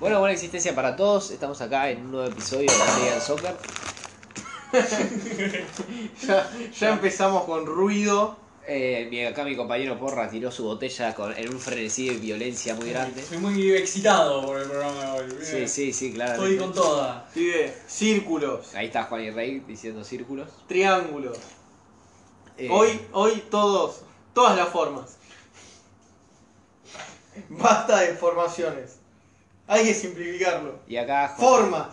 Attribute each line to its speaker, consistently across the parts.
Speaker 1: Bueno, buena existencia para todos. Estamos acá en un nuevo episodio de la Liga del Soccer.
Speaker 2: Ya, ya empezamos con ruido.
Speaker 1: Eh, mi- acá mi compañero Porra tiró su botella con, en un frenesí de violencia muy grande.
Speaker 3: Estoy muy excitado por el programa de hoy. Eh,
Speaker 1: Sí, sí, sí, claro.
Speaker 3: Estoy con toda.
Speaker 2: Pibe, círculos,
Speaker 1: Ahí está Juan y Rey diciendo círculos.
Speaker 2: triángulos.
Speaker 1: Eh,
Speaker 2: Hoy, hoy todos, todas las formas. Basta de formaciones. Hay que simplificarlo.
Speaker 1: Y acá Jo-
Speaker 2: Formas.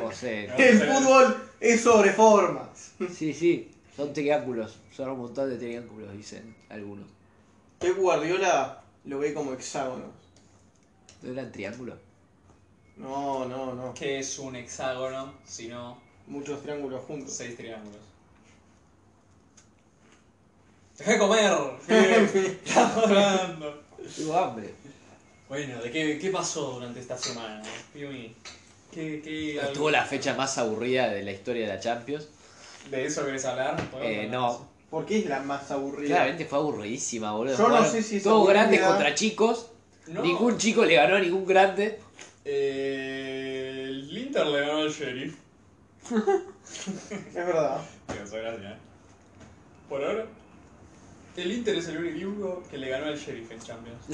Speaker 1: José.
Speaker 2: El fútbol es sobre formas.
Speaker 1: Sí, sí, son triángulos. Son un montón de triángulos, dicen algunos.
Speaker 2: Pep Guardiola lo ve como hexágonos.
Speaker 1: ¿No eran triángulos?
Speaker 2: No, no, no.
Speaker 3: Que es un hexágono, sino
Speaker 2: Muchos triángulos juntos.
Speaker 3: seis triángulos. Dejé de comer. pibe. Está llorando.
Speaker 1: Tengo hambre.
Speaker 3: bueno, ¿de qué, qué pasó durante esta semana? Piumi? ¿Qué, qué,
Speaker 1: Tuvo la fecha más aburrida de la historia de la Champions.
Speaker 3: ¿De eso querés hablar? ¿Podemos
Speaker 1: Eh,
Speaker 3: hablar
Speaker 1: no.
Speaker 3: de eso?
Speaker 2: ¿Por qué es la más aburrida?
Speaker 1: Claramente fue aburridísima, boludo.
Speaker 2: Yo no
Speaker 1: Jugaron
Speaker 2: sé si es
Speaker 1: Todos
Speaker 2: aburrida.
Speaker 1: grandes contra chicos.
Speaker 3: No.
Speaker 1: Ningún chico le ganó a ningún grande.
Speaker 3: Eh, el Inter le ganó al Sheriff.
Speaker 2: Es verdad.
Speaker 3: Muchas gracias. Por ahora, el Inter es el único que le ganó al Sheriff en Champions.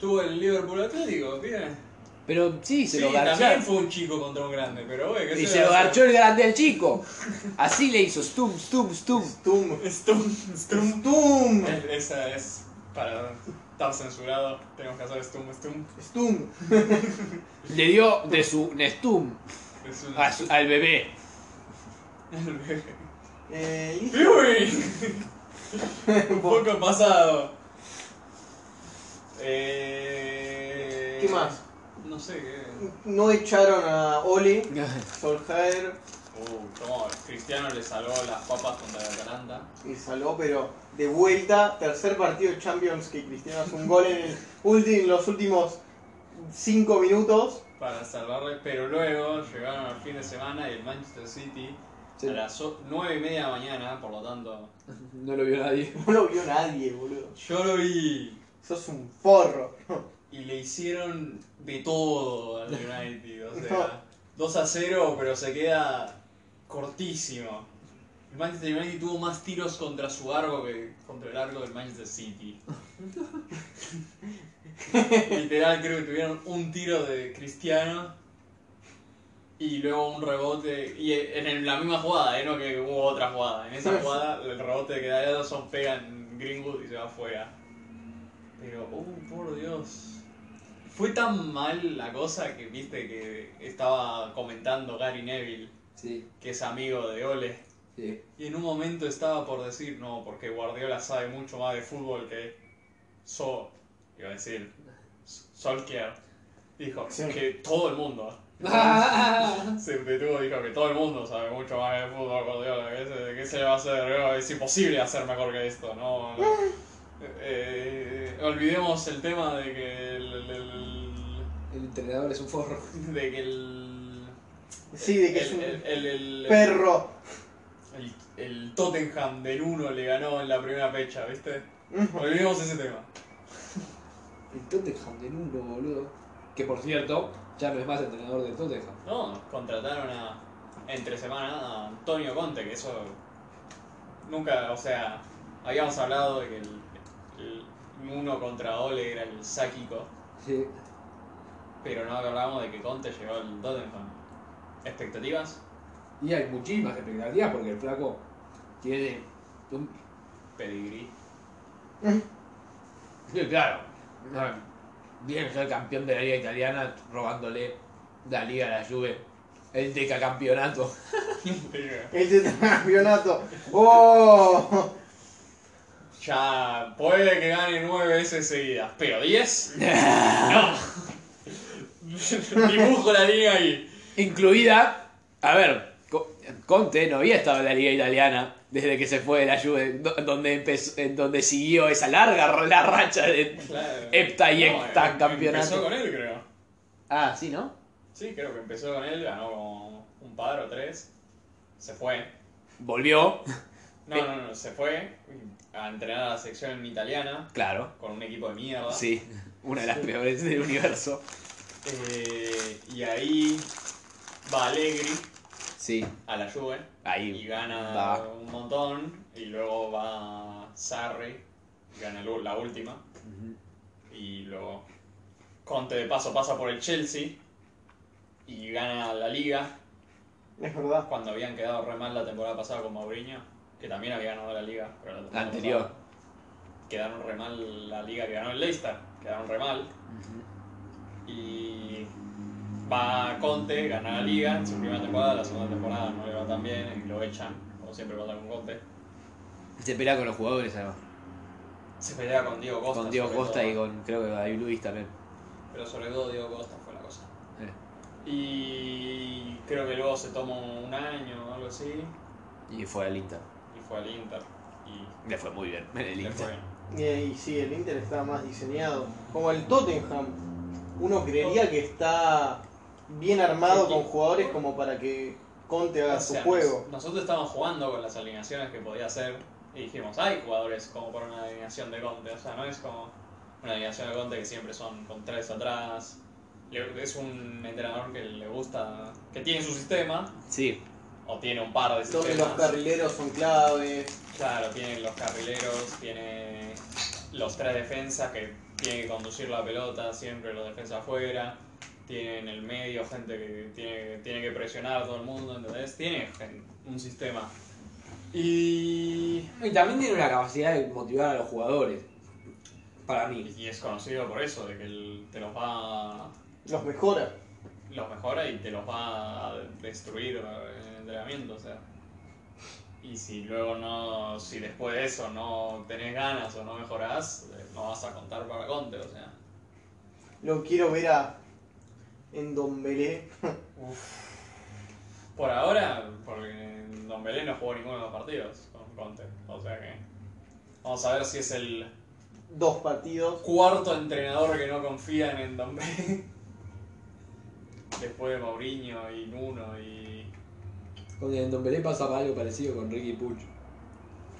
Speaker 3: Tuvo el Liverpool Atlético, bien.
Speaker 1: Pero sí, se
Speaker 3: sí,
Speaker 1: lo
Speaker 3: también
Speaker 1: garchó.
Speaker 3: fue un chico contra un grande, pero bueno, que
Speaker 1: Y se lo garchó el grande al chico. Así le hizo stum, stum, stum.
Speaker 2: Stum.
Speaker 3: Stum, Eh. stum.
Speaker 2: Stum.
Speaker 3: Es- Esa es para estar censurado. Tenemos que hacer stum, stum.
Speaker 2: Stum.
Speaker 1: Le dio de su nestum
Speaker 3: Es un...
Speaker 1: a Ah, su- al bebé.
Speaker 2: Eh, y-
Speaker 3: ¡Uy! un poco pasado. Eh...
Speaker 2: ¿Qué más?
Speaker 3: No sé qué.
Speaker 2: No echaron a Ole, Solskjaer
Speaker 3: Uh, como Cristiano le salvó las papas contra el Atalanta.
Speaker 2: y saló, pero de vuelta, tercer partido de Champions que Cristiano hace un gol en, el ulti- en los últimos 5 minutos.
Speaker 3: para salvarle, pero luego llegaron al fin de semana y el Manchester City
Speaker 1: Sí.
Speaker 3: a las 9 y media de la mañana, por lo tanto.
Speaker 1: No lo vio nadie.
Speaker 2: No lo vio nadie, boludo.
Speaker 3: Yo lo vi
Speaker 2: Sos un forro.
Speaker 3: y le hicieron de todo al United, o sea, 2 a 0, pero se queda cortísimo. El Manchester United tuvo más tiros contra su arco que contra el arco del Manchester City. Literal, creo que tuvieron un tiro de Cristiano y luego un rebote. Y en el- la misma jugada, ¿eh? no que hubo otra jugada. En esa jugada, el rebote que da Ederson pega en Greenwood y se va afuera. Pero, oh, por Dios. Fue tan mal la cosa que viste que estaba comentando Gary Neville,
Speaker 1: Sí,
Speaker 3: que es amigo de Ole.
Speaker 1: sí.
Speaker 3: Y en un momento estaba por decir, no, porque Guardiola sabe mucho más de fútbol que So, iba a decir, Solskjaer. Dijo
Speaker 2: Sí.
Speaker 3: que todo el mundo, se detuvo y dijo que todo el mundo sabe mucho más de fútbol, Guardiola. ¿Qué se, qué se le va a hacer? Es imposible hacer mejor que esto, ¿no? no. Eh, olvidemos el tema de que el- el- el
Speaker 1: El entrenador es un forro.
Speaker 3: de que el.
Speaker 2: Sí, de que
Speaker 3: el,
Speaker 2: es un
Speaker 3: el- el- el-
Speaker 2: perro.
Speaker 3: el- el Tottenham del 1 le ganó en la primera fecha, ¿viste?
Speaker 2: Ujú.
Speaker 3: Olvidemos ese tema.
Speaker 1: El Tottenham del uno, boludo. Que por cierto, ya no es más entrenador del Tottenham.
Speaker 3: No, contrataron a. Entre semana a Antonio Conte, que eso. Nunca, o sea. Habíamos hablado de que el. el uno contra Ole era el sáquico,
Speaker 1: Sí.
Speaker 3: pero no hablábamos de que Conte llegó al Tottenham. ¿Expectativas?
Speaker 1: Y hay muchísimas expectativas porque el flaco tiene un...
Speaker 3: Pedigrí.
Speaker 1: Sí, claro. Viene a ser campeón de la liga italiana robándole la liga a la Juve. El decacampeonato.
Speaker 2: El tetracampeonato. ¡Oh!
Speaker 3: Ya puede que gane nueve veces seguidas, pero 10 no. Dibujo la liga ahí.
Speaker 1: Incluida... A ver, Co- Conte no había estado en la liga italiana desde que se fue de la Juve, do- donde, empezó, en donde siguió esa larga r- la racha de... Hepta y hepta
Speaker 3: em-
Speaker 1: campeonato.
Speaker 3: Empezó con él, creo.
Speaker 1: Ah, sí, ¿no?
Speaker 3: Sí, creo que empezó con él, ganó como un par o tres. Se fue.
Speaker 1: Volvió,
Speaker 3: No, no, no, se fue a entrenar a la sección italiana
Speaker 1: claro.
Speaker 3: con un equipo de mierda.
Speaker 1: Sí, una de las peores del universo.
Speaker 3: Eh, y ahí va Allegri
Speaker 1: Sí,
Speaker 3: a la Juve y
Speaker 1: ahí.
Speaker 3: gana
Speaker 1: va.
Speaker 3: un montón. Y luego va Sarri, gana lu- la última.
Speaker 1: Ujú.
Speaker 3: Y luego Conte de paso pasa por el Chelsea y gana la liga
Speaker 2: Es verdad.
Speaker 3: cuando habían quedado re mal la temporada pasada con Mourinho, que también había ganado la liga. Pero la
Speaker 1: La
Speaker 3: temporada
Speaker 1: anterior.
Speaker 3: pasada quedaron re mal la liga que ganó el Leicester, quedaron re mal. Y va Conte, gana la liga en su primera temporada, la segunda temporada no le va tan bien y lo echan, como siempre pasa con Conte.
Speaker 1: Se pelea con los jugadores además.
Speaker 3: Se pelea con Diego Costa.
Speaker 1: con Diego
Speaker 3: sobre
Speaker 1: Costa
Speaker 3: todo,
Speaker 1: y con creo que David Luis también.
Speaker 3: Pero sobre todo Diego Costa fue la cosa.
Speaker 1: Eh,
Speaker 3: Y creo que luego se toma un año o algo así
Speaker 1: Y fue al Inter.
Speaker 3: y fue al Inter. Y
Speaker 1: Le fue muy bien en el
Speaker 3: le fue
Speaker 1: Inter.
Speaker 3: bien.
Speaker 2: Y, y sí, el Inter está más diseñado. Como el Tottenham. Uno creería que está bien armado con jugadores como para que Conte haga
Speaker 3: O sea,
Speaker 2: su juego.
Speaker 3: nos- nosotros estábamos jugando con las alineaciones que podía hacer y dijimos, hay jugadores como por una alineación de Conte, o sea, no es como una alineación de Conte que siempre son con tres atrás. Le- Es un entrenador que le gusta, que tiene su sistema,
Speaker 1: Sí,
Speaker 3: o tiene un par de
Speaker 2: Donde los
Speaker 3: sistemas.
Speaker 2: carrileros son claves.
Speaker 3: Claro, tiene los carrileros, tiene los tres defensas que tiene que conducir la pelota, siempre los defensas afuera. Tiene en el medio gente que tiene, tiene que presionar a todo el mundo, ¿entendés? Tiene gen- un sistema. Y,
Speaker 4: Y también tiene una capacidad de motivar a los jugadores. Para mí.
Speaker 3: y es conocido por eso, de que él te los va
Speaker 2: Los mejora.
Speaker 3: los mejora y te los va a destruir en el entrenamiento, o sea. Y si luego no, si después de eso no tenés ganas o no mejorás, eh, no vas a contar para Conte, o sea.
Speaker 2: Lo quiero ver a. En Don Belé.
Speaker 3: Por ahora, porque Don Belén no jugó ninguno de los partidos con Conte, o sea que vamos a ver si es el
Speaker 2: Dos partidos.
Speaker 3: cuarto entrenador que no confían en Don Belén. Después de Mourinho y Nuno y
Speaker 4: Con el Don Pelé pasaba algo parecido con Ricky Puch.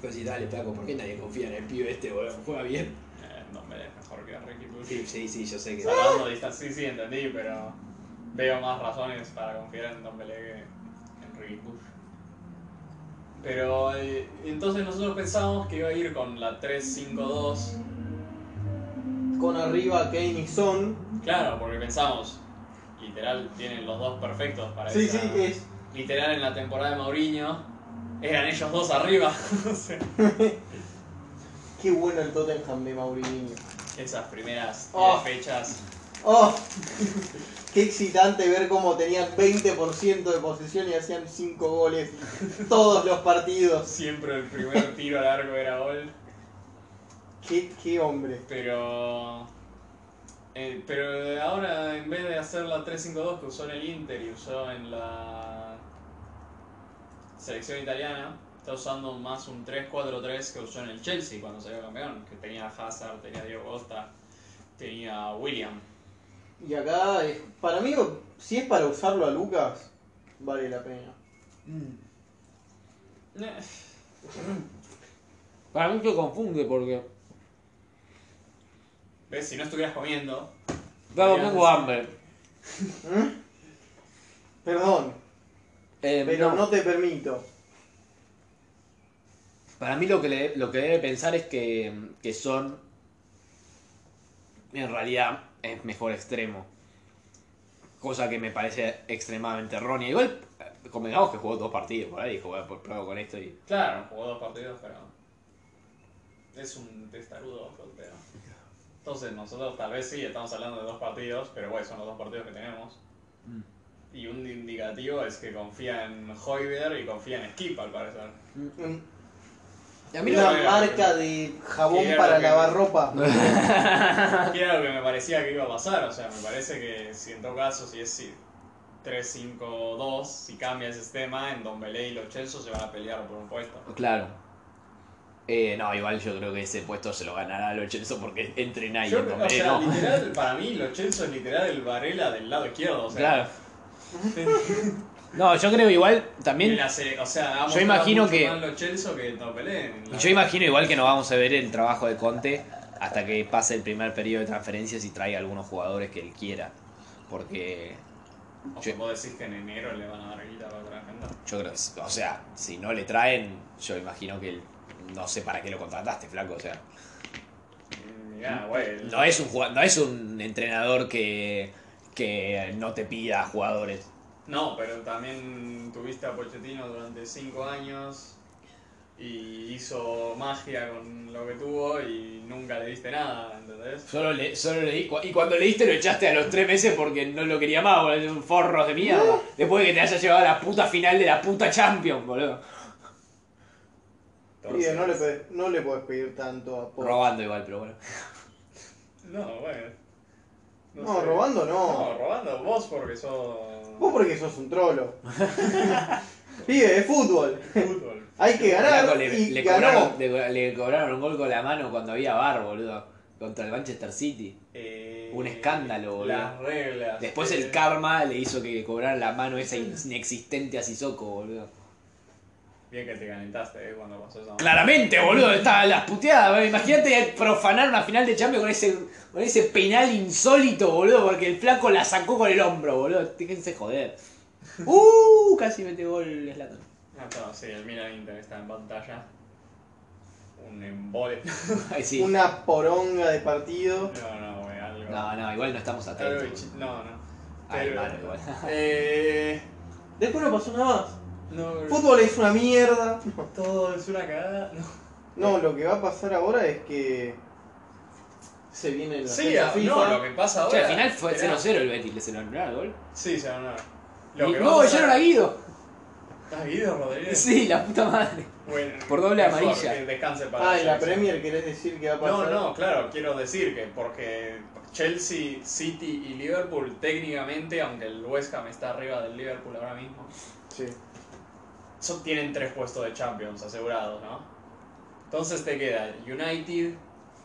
Speaker 4: Fue así, dale, flaco, ¿por qué nadie confía en el pibe este, boludo? Juega bien.
Speaker 3: eh, Don Belén es mejor que Ricky Puig.
Speaker 4: Sí, sí, sí, yo sé que.
Speaker 3: Salvando distancia, sí, sí, entendí, pero veo más razones para confiar en Don Pelé que en Ricky Push. Pero eh, entonces nosotros pensábamos que iba a ir con la 3-5-2.
Speaker 2: Con arriba Kane y Son.
Speaker 3: Claro, porque pensamos, literal, tienen los dos perfectos para
Speaker 2: Sí,
Speaker 3: esa-
Speaker 2: sí, es.
Speaker 3: Literal, en la temporada de Mourinho, eran ellos dos arriba. O sea,
Speaker 2: Qué bueno el Tottenham de Mourinho.
Speaker 3: Esas primeras
Speaker 2: Oh.
Speaker 3: diez fechas.
Speaker 2: ¡Oh! Qué excitante ver cómo tenían 20% de posesión y hacían 5 goles todos los partidos.
Speaker 3: Siempre el primer tiro largo era gol.
Speaker 2: ¡Qué, qué hombre!
Speaker 3: Pero. eh, pero ahora, en vez de hacer la 3-5-2 que usó en el Inter y usó en la selección italiana, está usando más un 3-4-3 que usó en el Chelsea cuando salió campeón, que tenía Hazard, tenía Diego Costa, tenía William.
Speaker 2: Y acá, es- para mí, si es para usarlo a Lucas, vale la pena.
Speaker 3: Eh,
Speaker 1: Para mí que confunde porque.
Speaker 3: ¿Ves? Si no estuvieras comiendo,
Speaker 1: Claro,
Speaker 3: Mira,
Speaker 1: tengo
Speaker 3: sí.
Speaker 1: hambre.
Speaker 2: ¿Mm? Perdón,
Speaker 1: Eh,
Speaker 2: pero
Speaker 1: no.
Speaker 2: no te permito.
Speaker 1: Para mí lo que, le- lo que debe pensar es que, que Son en realidad es mejor extremo. Cosa que me parece extremadamente errónea. Igual eh, convengamos que jugó dos partidos por ahí, dijo, "Bueno, pues pruebo con esto y.
Speaker 3: claro, jugó dos partidos, pero. Es un testarudo, pero. Entonces, nosotros tal vez sí estamos hablando de dos partidos, pero bueno, son los dos partidos que tenemos. Y un indicativo es que confía en Hoiber y confía en Skip, al parecer.
Speaker 2: Mm,
Speaker 1: Y a mí
Speaker 2: Una
Speaker 1: no,
Speaker 3: no-
Speaker 2: marca de jabón
Speaker 3: Quiero
Speaker 2: para
Speaker 3: que-
Speaker 2: lavar ropa.
Speaker 3: Que era lo que me parecía que iba a pasar, o sea, me parece que si en todo caso, si es si 3-5-2, si cambia ese sistema, en Don Belé y los Chelsea se van a pelear por un puesto.
Speaker 1: claro. Eh, no, igual yo creo que ese puesto se lo ganará a los Chelsea porque entrena y
Speaker 3: Yo,
Speaker 1: no
Speaker 3: o
Speaker 1: me-
Speaker 3: sea,
Speaker 1: no.
Speaker 3: literal, para mí los Chelsea es literal el Varela del lado izquierdo, o sea.
Speaker 1: Claro. No, yo creo igual
Speaker 3: en
Speaker 1: también.
Speaker 3: la sele- o sea, ha
Speaker 1: Yo
Speaker 3: mostrado
Speaker 1: imagino
Speaker 3: mucho
Speaker 1: que-
Speaker 3: más los Chelsea que Don Belé. en la-
Speaker 1: Yo imagino igual que no vamos a ver el trabajo de Conte hasta que pase el primer periodo de transferencias y traiga algunos jugadores que él quiera. Porque
Speaker 3: O
Speaker 1: Sí.
Speaker 3: vos decís que en enero le van a dar guita para otra agenda.
Speaker 1: yo creo que, s- o sea, si no le traen, yo imagino que el- no sé para qué lo contrataste, flaco. O sea,
Speaker 3: Mm, Mirá, güey. el-
Speaker 1: no es un, jugad- no es un entrenador que, que no te pida jugadores.
Speaker 3: No, pero también tuviste a Pochettino durante 5 años y hizo magia con lo que tuvo y nunca le diste nada, ¿entendés?
Speaker 1: Solo le, solo le di- cu- y cuando le diste lo echaste a los tres meses porque no lo quería más, boludo. Un forros de mierda. Después de que te haya llevado a la puta final de la puta Champions, boludo.
Speaker 2: Pibe, no le, pe- no le podés pedir tanto a Pogba.
Speaker 1: Robando igual, pero bueno.
Speaker 3: No, bueno.
Speaker 2: No,
Speaker 3: sé.
Speaker 2: robando
Speaker 3: No,
Speaker 2: no.
Speaker 3: robando vos porque sos.
Speaker 2: Vos porque sos un trolo. Pibe, es fútbol.
Speaker 3: Fútbol.
Speaker 2: Hay que
Speaker 1: Flaco,
Speaker 2: ganar
Speaker 1: le,
Speaker 2: y
Speaker 1: le
Speaker 2: ganó.
Speaker 1: cobraron, le- le cobraron un gol con la mano cuando había bar, boludo. Contra el Manchester City.
Speaker 3: Eh,
Speaker 1: Un escándalo, boludo.
Speaker 3: Las reglas.
Speaker 1: Después
Speaker 3: eh,
Speaker 1: el karma le hizo que cobraran la mano esa in- inexistente a Sissoko, boludo.
Speaker 3: Bien que te calentaste eh, cuando pasó esa.
Speaker 1: Claramente, boludo, estaban las puteadas. boludo. Imagínate profanar una final de Champions con ese, con ese penal insólito, boludo, porque el flaco la sacó con el hombro, boludo. Fíjense joder. Uh, casi mete gol Slatan.
Speaker 3: Ah, no, sí, el Milan Inter está en pantalla. Un embole.
Speaker 1: Ay, sí.
Speaker 2: Una poronga de partido.
Speaker 3: No, no, güey, algo.
Speaker 1: No, no, igual no estamos
Speaker 3: algo de
Speaker 1: atentos.
Speaker 3: chi- No, no.
Speaker 1: Ay,
Speaker 3: Pero-
Speaker 1: mano, igual.
Speaker 3: Eh.
Speaker 2: Después no pasó nada más.
Speaker 3: No,
Speaker 2: Fútbol es una mierda.
Speaker 3: todo es una cagada.
Speaker 2: No,
Speaker 3: No.
Speaker 2: lo que va a pasar ahora es que se viene la
Speaker 3: Sí,
Speaker 2: fecha
Speaker 3: ah,
Speaker 2: FIFA.
Speaker 3: no, lo que pasa
Speaker 1: Che,
Speaker 3: ahora.
Speaker 1: al final fue
Speaker 3: Mirá.
Speaker 1: 0-0 el Betis, le se lo anularon el gol.
Speaker 3: Sí, se ganó. Lo
Speaker 1: Y-
Speaker 3: que
Speaker 1: No,
Speaker 3: va a pasar-
Speaker 1: yo no la guido.
Speaker 3: ¿Has visto, Rodríguez?
Speaker 1: Sí, la puta madre.
Speaker 3: Bueno,
Speaker 1: Por doble
Speaker 3: mejor
Speaker 1: amarilla.
Speaker 3: que descanse para
Speaker 2: Ah, y la
Speaker 3: Jackson.
Speaker 2: Premier querés decir que va a
Speaker 3: No,
Speaker 2: pasar.
Speaker 3: no, claro, quiero decir que porque Chelsea, City y Liverpool técnicamente, aunque el West Ham está arriba del Liverpool ahora mismo,
Speaker 2: Sí.
Speaker 3: son- tienen tres puestos de Champions asegurados, ¿no? Entonces te queda United,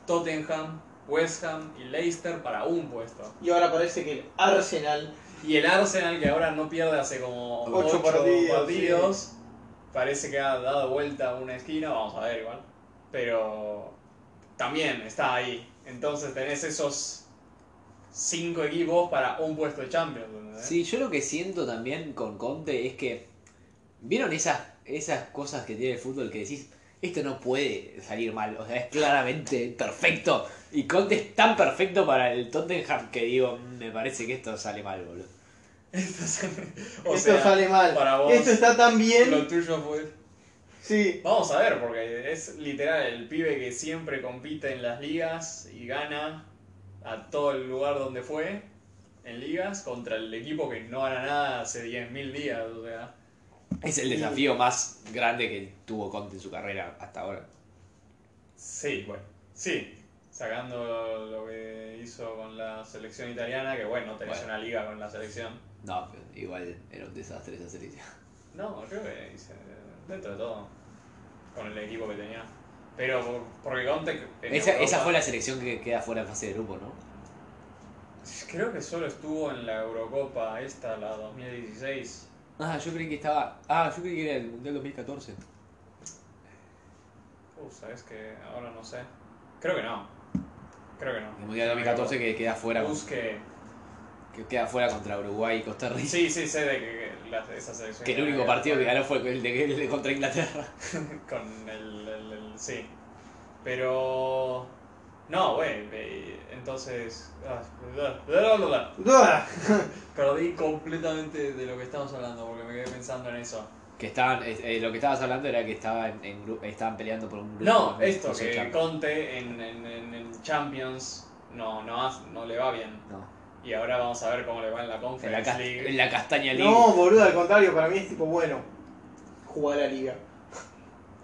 Speaker 3: Tottenham, West Ham y Leicester para un puesto.
Speaker 2: Y ahora parece que el Arsenal.
Speaker 3: Y el Arsenal, que ahora no pierde hace como
Speaker 2: Ocho
Speaker 3: 8 partidos,
Speaker 2: partidos,
Speaker 3: parece que ha dado vuelta una esquina, vamos a ver igual. Pero también está ahí. Entonces tenés esos cinco equipos para un puesto de Champions. ¿entendés?
Speaker 1: Sí, yo lo que siento también con Conte es que. ¿Vieron esas, esas cosas que tiene el fútbol que decís? Esto no puede salir mal, o sea, es claramente perfecto. Y Conte es tan perfecto para el Tottenham que digo, "Mm, me parece que esto sale mal, boludo.
Speaker 3: Esto sale- o
Speaker 2: Esto
Speaker 3: sea,
Speaker 2: sale mal.
Speaker 3: para vos,
Speaker 2: Esto está tan bien.
Speaker 3: Lo tuyo fue.
Speaker 2: Sí.
Speaker 3: Vamos a ver, porque es literal el pibe que siempre compite en las ligas y gana a todo el lugar donde fue en ligas contra el equipo que no gana nada hace 10.000 días. O sea,
Speaker 1: Es el desafío más grande que tuvo Conte en su carrera hasta ahora.
Speaker 3: sí, bueno, sí. Sacando lo que hizo con la selección italiana, que bueno, tenés
Speaker 1: Bueno.
Speaker 3: una liga con la selección.
Speaker 1: No, pero igual era un desastre esa selección.
Speaker 3: No, creo que hice dentro de todo con el equipo que tenía. Pero por- porque Conte. en
Speaker 1: Esa, esa
Speaker 3: Europa-
Speaker 1: fue la selección que queda fuera de fase de grupo, ¿no?
Speaker 3: Creo que solo estuvo en la Eurocopa esta, la 2016.
Speaker 1: Ah, yo creí que estaba. Ah, yo creí que era el Mundial 2014.
Speaker 3: Uh, sabes que ahora no sé. Creo que no. Creo que no.
Speaker 1: El Mundial 2014 que queda fuera. con-
Speaker 3: Busque.
Speaker 1: que queda fuera contra Uruguay y Costa Rica.
Speaker 3: Sí, sí, sé de que, que la- esa selección.
Speaker 1: Que el único partido que ganó fue el de, el de contra Inglaterra.
Speaker 3: Con el, el- el- Sí. Pero. No, güey. eh, Entonces. ah, bla, bla, bla, bla.
Speaker 2: Duah.
Speaker 3: Perdí completamente de lo que estamos hablando porque me quedé pensando en eso.
Speaker 1: Que estaban, eh, eh, lo que estabas hablando era que estaban, en gru- estaban peleando por un grupo.
Speaker 3: No,
Speaker 1: en-
Speaker 3: esto,
Speaker 1: por ser
Speaker 3: que
Speaker 1: champions.
Speaker 3: Conte en, en- en- en Champions no, no, hace- no le va bien.
Speaker 1: No,
Speaker 3: Y ahora vamos a ver cómo le va en la
Speaker 1: en la,
Speaker 3: Conference
Speaker 1: cas-
Speaker 3: League.
Speaker 1: en la castaña League.
Speaker 2: No, boludo, al contrario, para mí es tipo bueno. Jugar a la liga.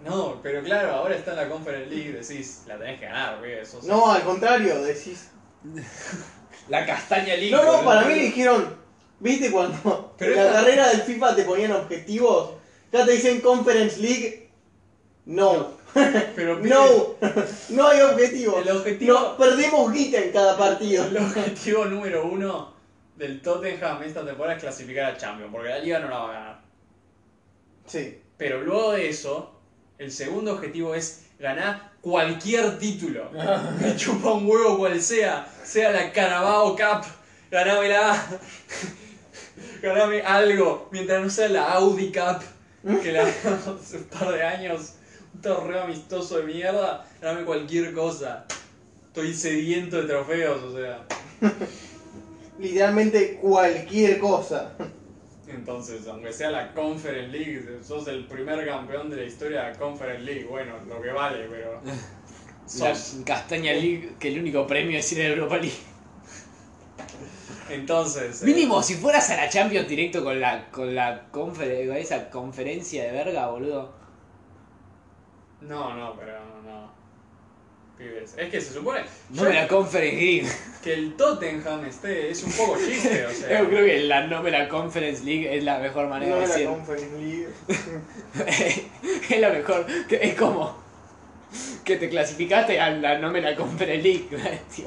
Speaker 3: No, pero claro, ahora está en la Conference League, decís, la tenés que ganar, güey, eso sí.
Speaker 2: No, al contrario, decís.
Speaker 1: La castaña League.
Speaker 2: No, no,
Speaker 1: boludo.
Speaker 2: para mí dijeron. ¿Viste cuando
Speaker 3: Pero
Speaker 2: en la
Speaker 3: esta-
Speaker 2: carrera del FIFA te ponían objetivos? Ya te dicen Conference League. No.
Speaker 3: Pero pibe,
Speaker 2: No. No hay objetivos.
Speaker 3: El objetivo-
Speaker 2: No, perdemos guita en cada partido.
Speaker 3: el objetivo número uno del Tottenham esta temporada es clasificar a Champions, porque la liga no la va a ganar.
Speaker 2: Sí.
Speaker 3: Pero luego de eso, el segundo objetivo es ganar cualquier título. Me chupa un huevo cual sea, sea la Carabao Cup, ganámela. Ganame algo. Mientras no sea la Audi Cup, que la ganamos hace un par de años. Un torneo amistoso de mierda. Ganame cualquier cosa. Estoy sediento de trofeos, o sea.
Speaker 2: Literalmente cualquier cosa.
Speaker 3: Entonces, aunque sea la Conference League, sos el primer campeón de la historia de la Conference League. Bueno, lo que vale, pero.
Speaker 1: La
Speaker 3: sos-
Speaker 1: Castaña League, que el único premio es ir a Europa League.
Speaker 3: Entonces. eh,
Speaker 1: Mínimo, si fueras a la Champions directo con la con la confer- con esa conferencia de verga, boludo.
Speaker 3: No, no, pero no, no. Pibes. Es que se supone
Speaker 1: No me la Conference League.
Speaker 3: que el Tottenham esté es un poco chiste, o sea.
Speaker 1: Yo creo que la no me la Conference League es la mejor manera
Speaker 2: No
Speaker 1: de
Speaker 2: era
Speaker 1: decir.
Speaker 2: Conference League.
Speaker 1: es la mejor. que- Es como que te clasificaste a la no me la Conference League, tío.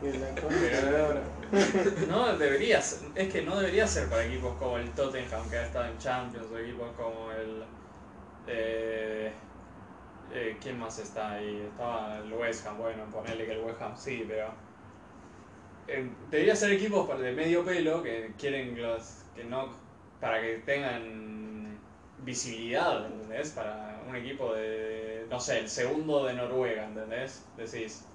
Speaker 2: Que la conferencia-
Speaker 3: No debería ser, es que no debería ser para equipos como el Tottenham que ha estado en Champions, o equipos como el. Eh, eh, ¿Quién más está ahí? Estaba el West Ham, bueno, ponerle que el West Ham sí, pero. eh, debería ser equipos para- de medio pelo que quieren los. que no. para que tengan visibilidad, ¿entendés? Para un equipo de. no sé, el segundo de Noruega, ¿entendés? Decís.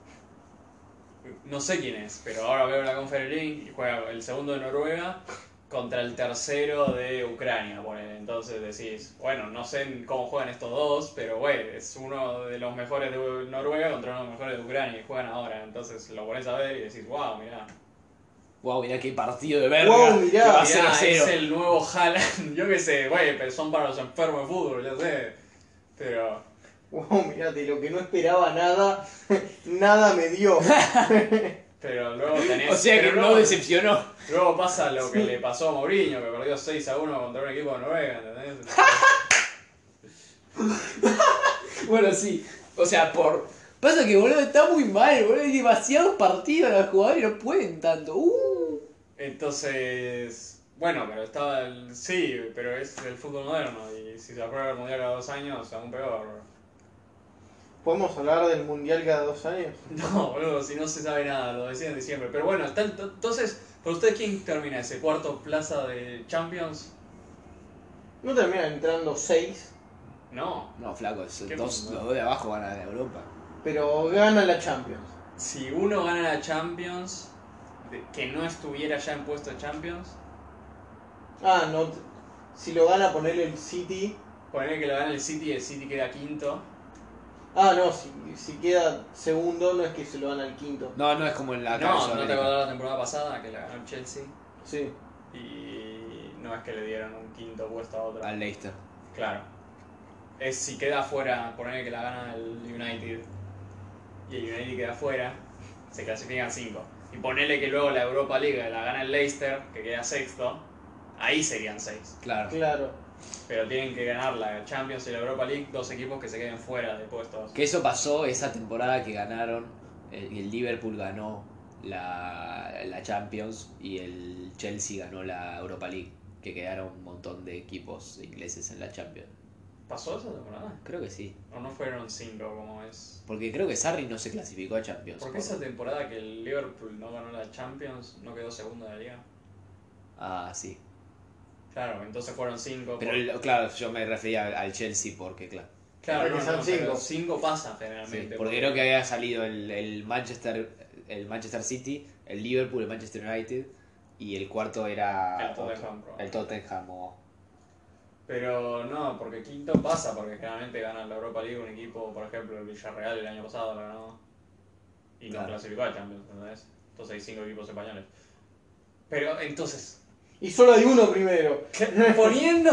Speaker 3: No sé quién es, pero ahora veo la Conference League y juega el segundo de Noruega contra el tercero de Ucrania, ponele. Entonces decís, bueno, no sé cómo juegan estos dos, pero güey, es uno de los mejores de Noruega contra uno de los mejores de Ucrania y juegan ahora. Entonces lo pones a ver y decís, wow, mirá.
Speaker 1: Wow, mirá qué partido de verga.
Speaker 2: Guau, mirá.
Speaker 1: que va
Speaker 3: mirá,
Speaker 1: 0
Speaker 3: Ah, es el nuevo Haaland. Yo qué sé, güey, pero son para los enfermos de fútbol, ya sé. Pero
Speaker 2: Wow, mirá, de lo que no esperaba nada, nada me dio.
Speaker 3: pero luego tenés
Speaker 1: O sea que
Speaker 3: pero
Speaker 1: no
Speaker 3: luego-
Speaker 1: decepcionó.
Speaker 3: Luego pasa lo que le pasó a Mourinho, que perdió 6 a 1 contra un equipo de Noruega, ¿entendés?
Speaker 1: Bueno, sí. O sea, por. Pasa que, boludo, está muy mal, boludo. Hay demasiados partidos los jugadores no pueden tanto. Uh.
Speaker 3: Entonces, bueno, pero estaba el... Sí, pero es el fútbol moderno y si se aprueba el mundial cada dos años, aún peor.
Speaker 2: ¿Podemos hablar del mundial cada dos años?
Speaker 3: No, boludo, si no se sabe nada, lo decían en diciembre. Pero bueno, está el- entonces, ¿por usted quién termina ese cuarto plaza de Champions?
Speaker 2: ¿No terminan entrando seis?
Speaker 3: No,
Speaker 1: No, flaco, esos
Speaker 3: Qué
Speaker 1: dos,
Speaker 3: mundo.
Speaker 1: los dos de abajo van a Europa.
Speaker 2: Pero gana la Champions.
Speaker 3: si uno gana la Champions, de- que no estuviera ya en puesto de Champions,
Speaker 2: Ah, no. t- Si lo gana ponerle el City.
Speaker 3: poner que lo gana el City y el City queda quinto.
Speaker 2: Ah, no, si, si queda segundo no es que se lo gana al quinto.
Speaker 1: No, no es como en la
Speaker 3: No,
Speaker 1: Copa
Speaker 3: no te
Speaker 1: Sudamericana.
Speaker 3: acordás la temporada pasada que la ganó el Chelsea
Speaker 2: Sí.
Speaker 3: y no es que le dieron un quinto puesto a otro.
Speaker 1: Al Leicester.
Speaker 3: Claro. Es si queda fuera, poner que la gana el United y el United queda fuera, se clasifican 5. Y ponerle que luego la Europa League la gana el Leicester, que queda sexto, ahí serían 6.
Speaker 1: Claro.
Speaker 2: Claro.
Speaker 3: Pero tienen que ganar la Champions y la Europa League, dos equipos que se queden fuera de puestos.
Speaker 1: Que eso pasó esa temporada que ganaron. El, el Liverpool ganó la, la Champions y el Chelsea ganó la Europa League. Que quedaron un montón de equipos ingleses en la Champions.
Speaker 3: ¿Pasó esa temporada?
Speaker 1: Creo que sí.
Speaker 3: ¿O no fueron 5 como es?
Speaker 1: Porque creo que Sarri no se clasificó a Champions.
Speaker 3: ¿Por qué
Speaker 1: por-
Speaker 3: esa temporada que el Liverpool no ganó la Champions no quedó segundo de la liga?
Speaker 1: Ah, sí.
Speaker 3: Claro, entonces fueron 5.
Speaker 1: Pero el- claro, yo me refería al- al Chelsea porque, claro.
Speaker 3: Claro,
Speaker 2: Porque
Speaker 3: no,
Speaker 2: son
Speaker 3: no,
Speaker 2: cinco.
Speaker 3: pero cinco pasan
Speaker 1: Sí,
Speaker 3: generalmente.
Speaker 1: porque creo que había salido el, el Manchester el Manchester City, el Liverpool, el Manchester United y el cuarto era
Speaker 3: El Tottenham,
Speaker 1: otro,
Speaker 3: probablemente.
Speaker 1: Ah, el Tottenham o-
Speaker 3: Pero no, porque quinto pasa, porque generalmente gana la Europa League un equipo, por ejemplo, el Villarreal el año pasado la ganó. Y no
Speaker 1: Claro.
Speaker 3: clasificó al Champions, ¿entendés? Entonces hay cinco equipos españoles. Pero entonces,
Speaker 2: Y solo hay uno primero.
Speaker 3: poniendo,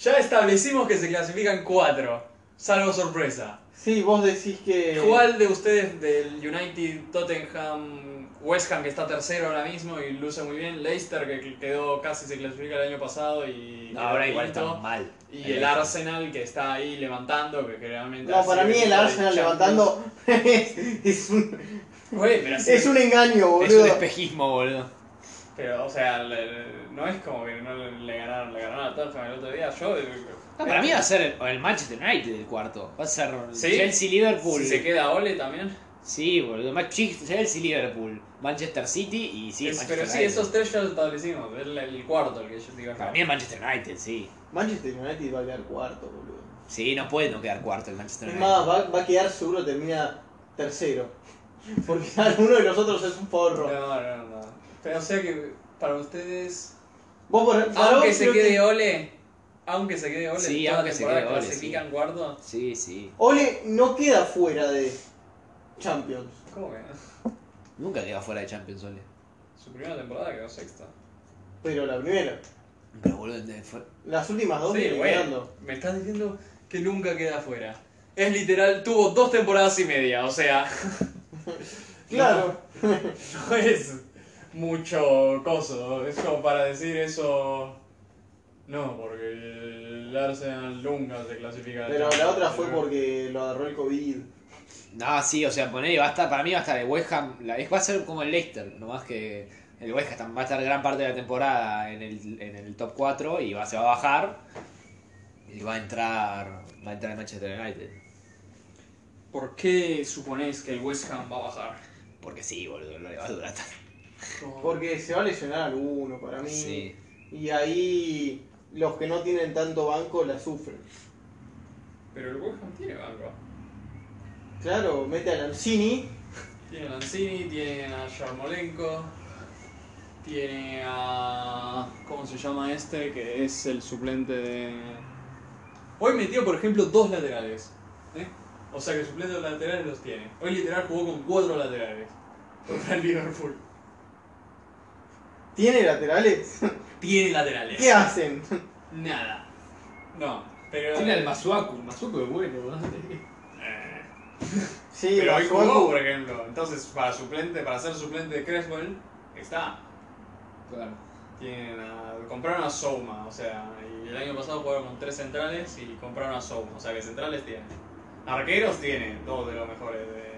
Speaker 3: ya establecimos que se clasifican cuatro, salvo sorpresa.
Speaker 2: Sí, vos decís
Speaker 1: Eh.
Speaker 2: que.
Speaker 3: ¿Cuál de ustedes del United, Tottenham, West Ham que está tercero ahora mismo y luce muy bien, Leicester que quedó casi se clasifica el año pasado y
Speaker 1: No,
Speaker 3: quedó
Speaker 1: ahora igual
Speaker 3: quinto?
Speaker 1: está mal.
Speaker 3: Y el Arsenal que está ahí levantando, que generalmente.
Speaker 2: No,
Speaker 3: hace
Speaker 2: para mí el
Speaker 3: equipo de
Speaker 2: Arsenal
Speaker 3: Champions.
Speaker 2: levantando es, es un,
Speaker 3: Güey, pero, así-
Speaker 2: es un engaño,
Speaker 1: Es un
Speaker 2: boludo.
Speaker 1: espejismo, boludo.
Speaker 3: pero, o sea, le- le- no es como que no le, le ganaron, le ganaron a Tottenham el otro día. Yo. eh,
Speaker 1: No, para mí va a ser el, el Manchester United el cuarto. Va a ser
Speaker 3: Sí.
Speaker 1: Chelsea Liverpool.
Speaker 3: Si se queda Ole también.
Speaker 1: Sí, boludo. Más Chelsea, Liverpool, Manchester City y sí,
Speaker 3: Es-
Speaker 1: Manchester
Speaker 3: pero sí,
Speaker 1: United.
Speaker 3: esos tres ya los establecimos. Es el, el cuarto el que yo digo.
Speaker 1: Para mí es Manchester United, sí.
Speaker 2: Manchester United va a quedar cuarto, boludo.
Speaker 1: Sí, no puede no quedar cuarto el Manchester
Speaker 2: Es
Speaker 1: United.
Speaker 2: más, Ah, va, va a quedar seguro, termina tercero. Porque alguno de nosotros es un
Speaker 3: No,
Speaker 2: forro.
Speaker 3: no, no. no. Pero o sea que para ustedes.
Speaker 2: Vos por
Speaker 3: Aunque
Speaker 2: Farol,
Speaker 3: se
Speaker 2: creo que-
Speaker 3: quede Ole. Aunque se quede Ole.
Speaker 1: Sí,
Speaker 3: toda
Speaker 1: aunque se
Speaker 3: temporada
Speaker 1: quede Ole,
Speaker 3: clasifican cuarto.
Speaker 1: Sí, sí.
Speaker 2: Ole no queda fuera de Champions.
Speaker 3: ¿Cómo que no?
Speaker 1: Nunca queda fuera de Champions League.
Speaker 3: Su primera temporada quedó sexta.
Speaker 2: Pero la primera.
Speaker 1: Pero boludo, de- fue-
Speaker 2: Las últimas dos
Speaker 3: Sí,
Speaker 2: vienen
Speaker 3: bueno.
Speaker 2: ganando.
Speaker 3: Me estás diciendo que nunca queda afuera. Es literal, tuvo dos temporadas y media. O sea,
Speaker 2: Claro.
Speaker 3: no es mucho coso. Es como para decir eso. No, porque el Arsenal nunca se clasifica.
Speaker 2: Pero la otra fue porque lo agarró el COVID.
Speaker 1: No, sí, o sea, poner va a estar, para mí va a estar el West Ham, la- va a ser como el Leicester, nomás que el West Ham va a estar gran parte de la temporada en el, en el top 4 y va, se va a bajar y va a entrar, va a entrar el Manchester United.
Speaker 3: ¿Por qué suponés que el West Ham va a bajar?
Speaker 1: Porque sí, boludo, no le va a durar tanto.
Speaker 2: Porque se va a lesionar alguno para mí.
Speaker 1: Sí.
Speaker 2: Y ahí los que no tienen tanto banco la sufren.
Speaker 3: Pero el West Ham tiene banco.
Speaker 2: Claro, mete a Lanzini.
Speaker 3: Tiene a Lanzini, tiene a Yarmolenko, tiene a. ¿Cómo se llama este? Que es el suplente de. Hoy metió, por ejemplo, dos laterales. ¿eh? O sea que suplentes laterales los tiene. Hoy literal jugó con cuatro laterales contra el Liverpool.
Speaker 2: ¿Tiene laterales?
Speaker 3: Tiene laterales.
Speaker 2: ¿Qué hacen?
Speaker 3: Nada. No, pero.
Speaker 4: Tiene al Masuaku, Masuaku es bueno, ¿no?
Speaker 3: Eh,
Speaker 2: Sí,
Speaker 3: pero hoy
Speaker 2: Masuaku-
Speaker 3: jugó, por ejemplo. Entonces, para suplente, para ser suplente de Creswell, está.
Speaker 4: Claro.
Speaker 3: Tienen a, compraron a Souma, o sea, y el año pasado jugaron con tres centrales y compraron a Souma, o sea que centrales tienen. Arqueros tienen, dos de los mejores de...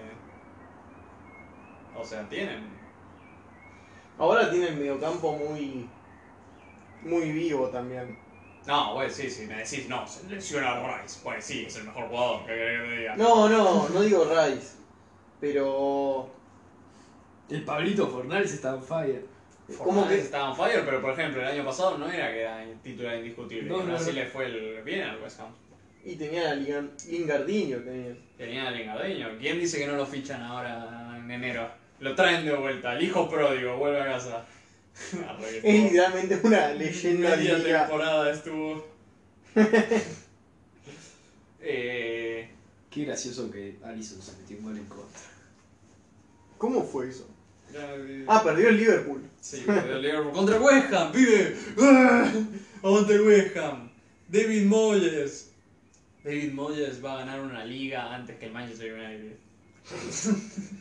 Speaker 3: O sea, tienen.
Speaker 2: Ahora tiene el mediocampo muy. muy vivo también.
Speaker 3: No, bueno, sí, sí, me decís, no, se lesiona a Rice. Bueno, sí, es el mejor jugador, ¿qué querés que te diga?
Speaker 2: No, no, no digo Rice. Pero.
Speaker 4: El Pablito Fornales está on fire.
Speaker 2: como
Speaker 3: Como que
Speaker 2: que-
Speaker 3: estaban fire, pero por ejemplo, el año pasado no era que era titular indiscutible,
Speaker 4: No,
Speaker 3: y aún
Speaker 4: no,
Speaker 3: así
Speaker 4: no.
Speaker 3: le fue el- bien al West Ham.
Speaker 2: Y tenía a Ligan- Lingardinho tenían.
Speaker 3: Tenía al engadeño. ¿Quién dice que no lo fichan ahora en enero? Lo traen de vuelta, el hijo pródigo, vuelve a casa. Arre,
Speaker 2: Es
Speaker 3: estuvo-
Speaker 2: literalmente una leyenda de
Speaker 3: Media
Speaker 2: liga.
Speaker 3: temporada estuvo. eh,
Speaker 4: Qué gracioso que Alison se metió un gol en contra.
Speaker 2: ¿Cómo fue eso?
Speaker 3: ya, eh,
Speaker 2: Ah, perdió el Liverpool.
Speaker 3: Sí, perdió el Liverpool. Contra el West Ham, pibe. ¡Ah! Aguante el West Ham. David Moyes. David Moyes va a ganar una liga antes que el Manchester United.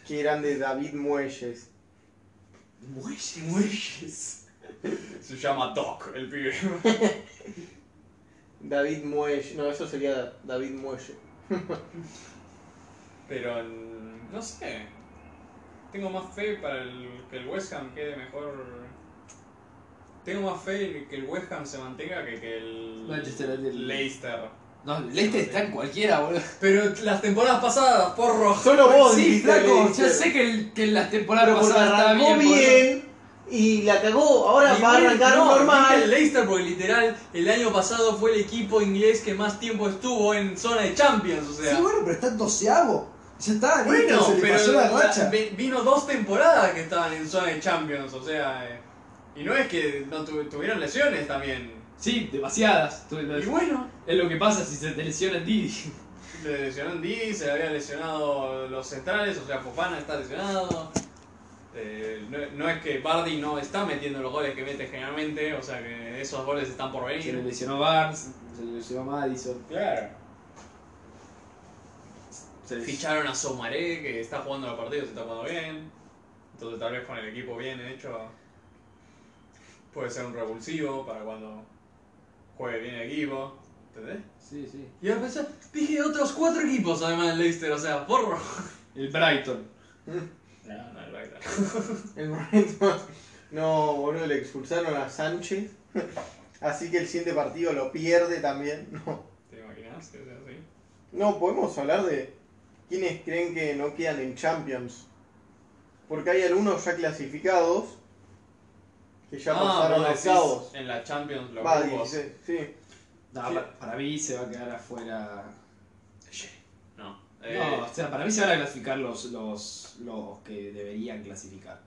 Speaker 2: Que eran de David Muelles.
Speaker 4: Muelle.
Speaker 3: Muelles. Se llama Doc, el pibe.
Speaker 2: David Muelles. No, eso sería David Muelle.
Speaker 3: Pero mm, no sé. Tengo más fe para el, que el West Ham quede mejor. Tengo más fe en que el West Ham se mantenga que que el
Speaker 4: Manchester United.
Speaker 3: Leicester.
Speaker 4: No, Leicester está en cualquiera, boludo.
Speaker 3: Pero las temporadas pasadas, porro.
Speaker 2: Solo vos,
Speaker 4: Sí,
Speaker 2: dijiste
Speaker 4: flaco,
Speaker 2: Leicester.
Speaker 4: ya sé que, el- que en las temporadas
Speaker 2: Pero porque
Speaker 4: pasadas estaba
Speaker 2: arrancó
Speaker 4: bien.
Speaker 2: bien,
Speaker 4: boludo.
Speaker 2: y la cagó. Ahora
Speaker 3: Y
Speaker 2: va a
Speaker 3: bueno,
Speaker 2: arrancar
Speaker 3: no, dije El
Speaker 2: normal.
Speaker 3: Leicester porque literal el año pasado fue el equipo inglés que más tiempo estuvo en zona de Champions, o sea.
Speaker 5: Sí, bueno, pero está en doceavo. Ya está, listo,
Speaker 3: Bueno,
Speaker 5: se le
Speaker 3: pero
Speaker 5: pasó la
Speaker 3: la-
Speaker 5: racha.
Speaker 3: vi- vino dos temporadas que estaban en zona de Champions, o sea, eh, y no es que no tu- tuvieron lesiones también.
Speaker 4: Sí, demasiadas. Tú-
Speaker 3: Y bueno,
Speaker 4: Es lo que pasa si se te lesiona Didi.
Speaker 3: le lesionó Andy, se le había lesionado los centrales, o sea, Fofana está lesionado. Eh, no, no es que Bardi no está metiendo los goles que mete generalmente, o sea que esos goles están por
Speaker 4: Se le
Speaker 3: venir.
Speaker 4: lesionó Barnes, se le lesionó Madison.
Speaker 3: Claro.
Speaker 4: Se les-
Speaker 3: Ficharon a Somaré, que está jugando los partidos, está jugando bien. Entonces tal vez con el equipo bien hecho puede ser un revulsivo para cuando juegue bien el equipo. ¿Entendés?
Speaker 4: Sí, sí.
Speaker 3: Y ahora pensé, dije otros cuatro equipos además del Leicester, o sea, porro.
Speaker 4: El Brighton.
Speaker 3: No, no, el Bayern.
Speaker 2: El Brighton- No, boludo, le expulsaron a Sánchez. Así que el siguiente partido lo pierde también. No,
Speaker 3: ¿Te imaginas que sea así?
Speaker 2: no podemos hablar de quiénes creen que no quedan en Champions. Porque hay algunos ya clasificados que ya
Speaker 3: Ah,
Speaker 2: pasaron
Speaker 3: vos
Speaker 2: a
Speaker 3: decís
Speaker 2: octavos.
Speaker 3: En la Champions, los
Speaker 2: Va,
Speaker 3: grupos.
Speaker 2: 16, sí.
Speaker 6: No,
Speaker 2: Sí.
Speaker 6: para, para mí se va a quedar afuera.
Speaker 3: No.
Speaker 6: No,
Speaker 3: Eh,
Speaker 6: o sea, para mí se van a clasificar los, los, los que deberían clasificar.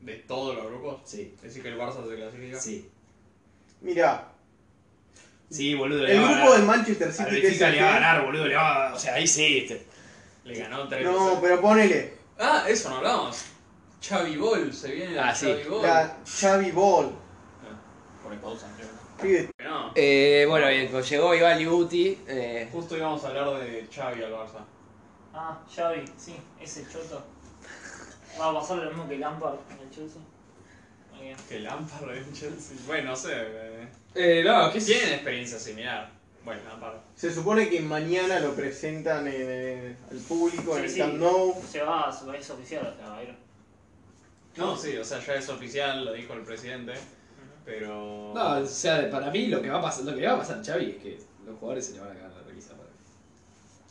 Speaker 3: De todos los grupos.
Speaker 6: Sí,
Speaker 3: Es decir, que el Barça se clasifica.
Speaker 6: sí.
Speaker 2: Mirá,
Speaker 6: Sí, boludo. le
Speaker 2: el
Speaker 6: va a
Speaker 2: grupo de
Speaker 6: ganar.
Speaker 2: Manchester
Speaker 6: Al
Speaker 2: City que es
Speaker 6: Benfica
Speaker 2: el
Speaker 6: le va a
Speaker 2: que-
Speaker 6: ganar, boludo. Le va a... O sea, ahí sí. Este.
Speaker 3: Le ganó 3
Speaker 2: No, pero ponele.
Speaker 3: Ah, eso no hablamos. Xavi Ball, se viene
Speaker 1: Ah,
Speaker 3: la
Speaker 1: sí.
Speaker 3: Xavi Ball.
Speaker 2: La Xavi Ball.
Speaker 3: Por pausa, creo.
Speaker 2: Pibe,
Speaker 3: Que No.
Speaker 1: Eh, bueno, bien, pues llegó Iván Libuti. Eh,
Speaker 3: Justo íbamos a hablar de Xavi al Barça.
Speaker 7: Ah, Xavi, sí, ese choto. Va a pasar lo mismo que Lampard en el Chelsea. Muy bien.
Speaker 3: Que Lampard en Chelsea. Bueno, no sé. eh,
Speaker 6: Eh, no, ¿qué
Speaker 3: Tienen experiencia similar. Bueno, Lampard.
Speaker 2: se supone que mañana lo presentan en- en- al público en
Speaker 7: Sí,
Speaker 2: el
Speaker 7: sí.
Speaker 2: Camp Nou.
Speaker 7: Se va, se va, es oficial, o sea, va a ir.
Speaker 3: No, sí, o sea, ya es oficial, lo dijo el presidente. Pero.
Speaker 6: No, o sea, para mí lo que va a pasar, lo que le va a pasar a Xavi es que los jugadores se le van a cagar la risa. para mí.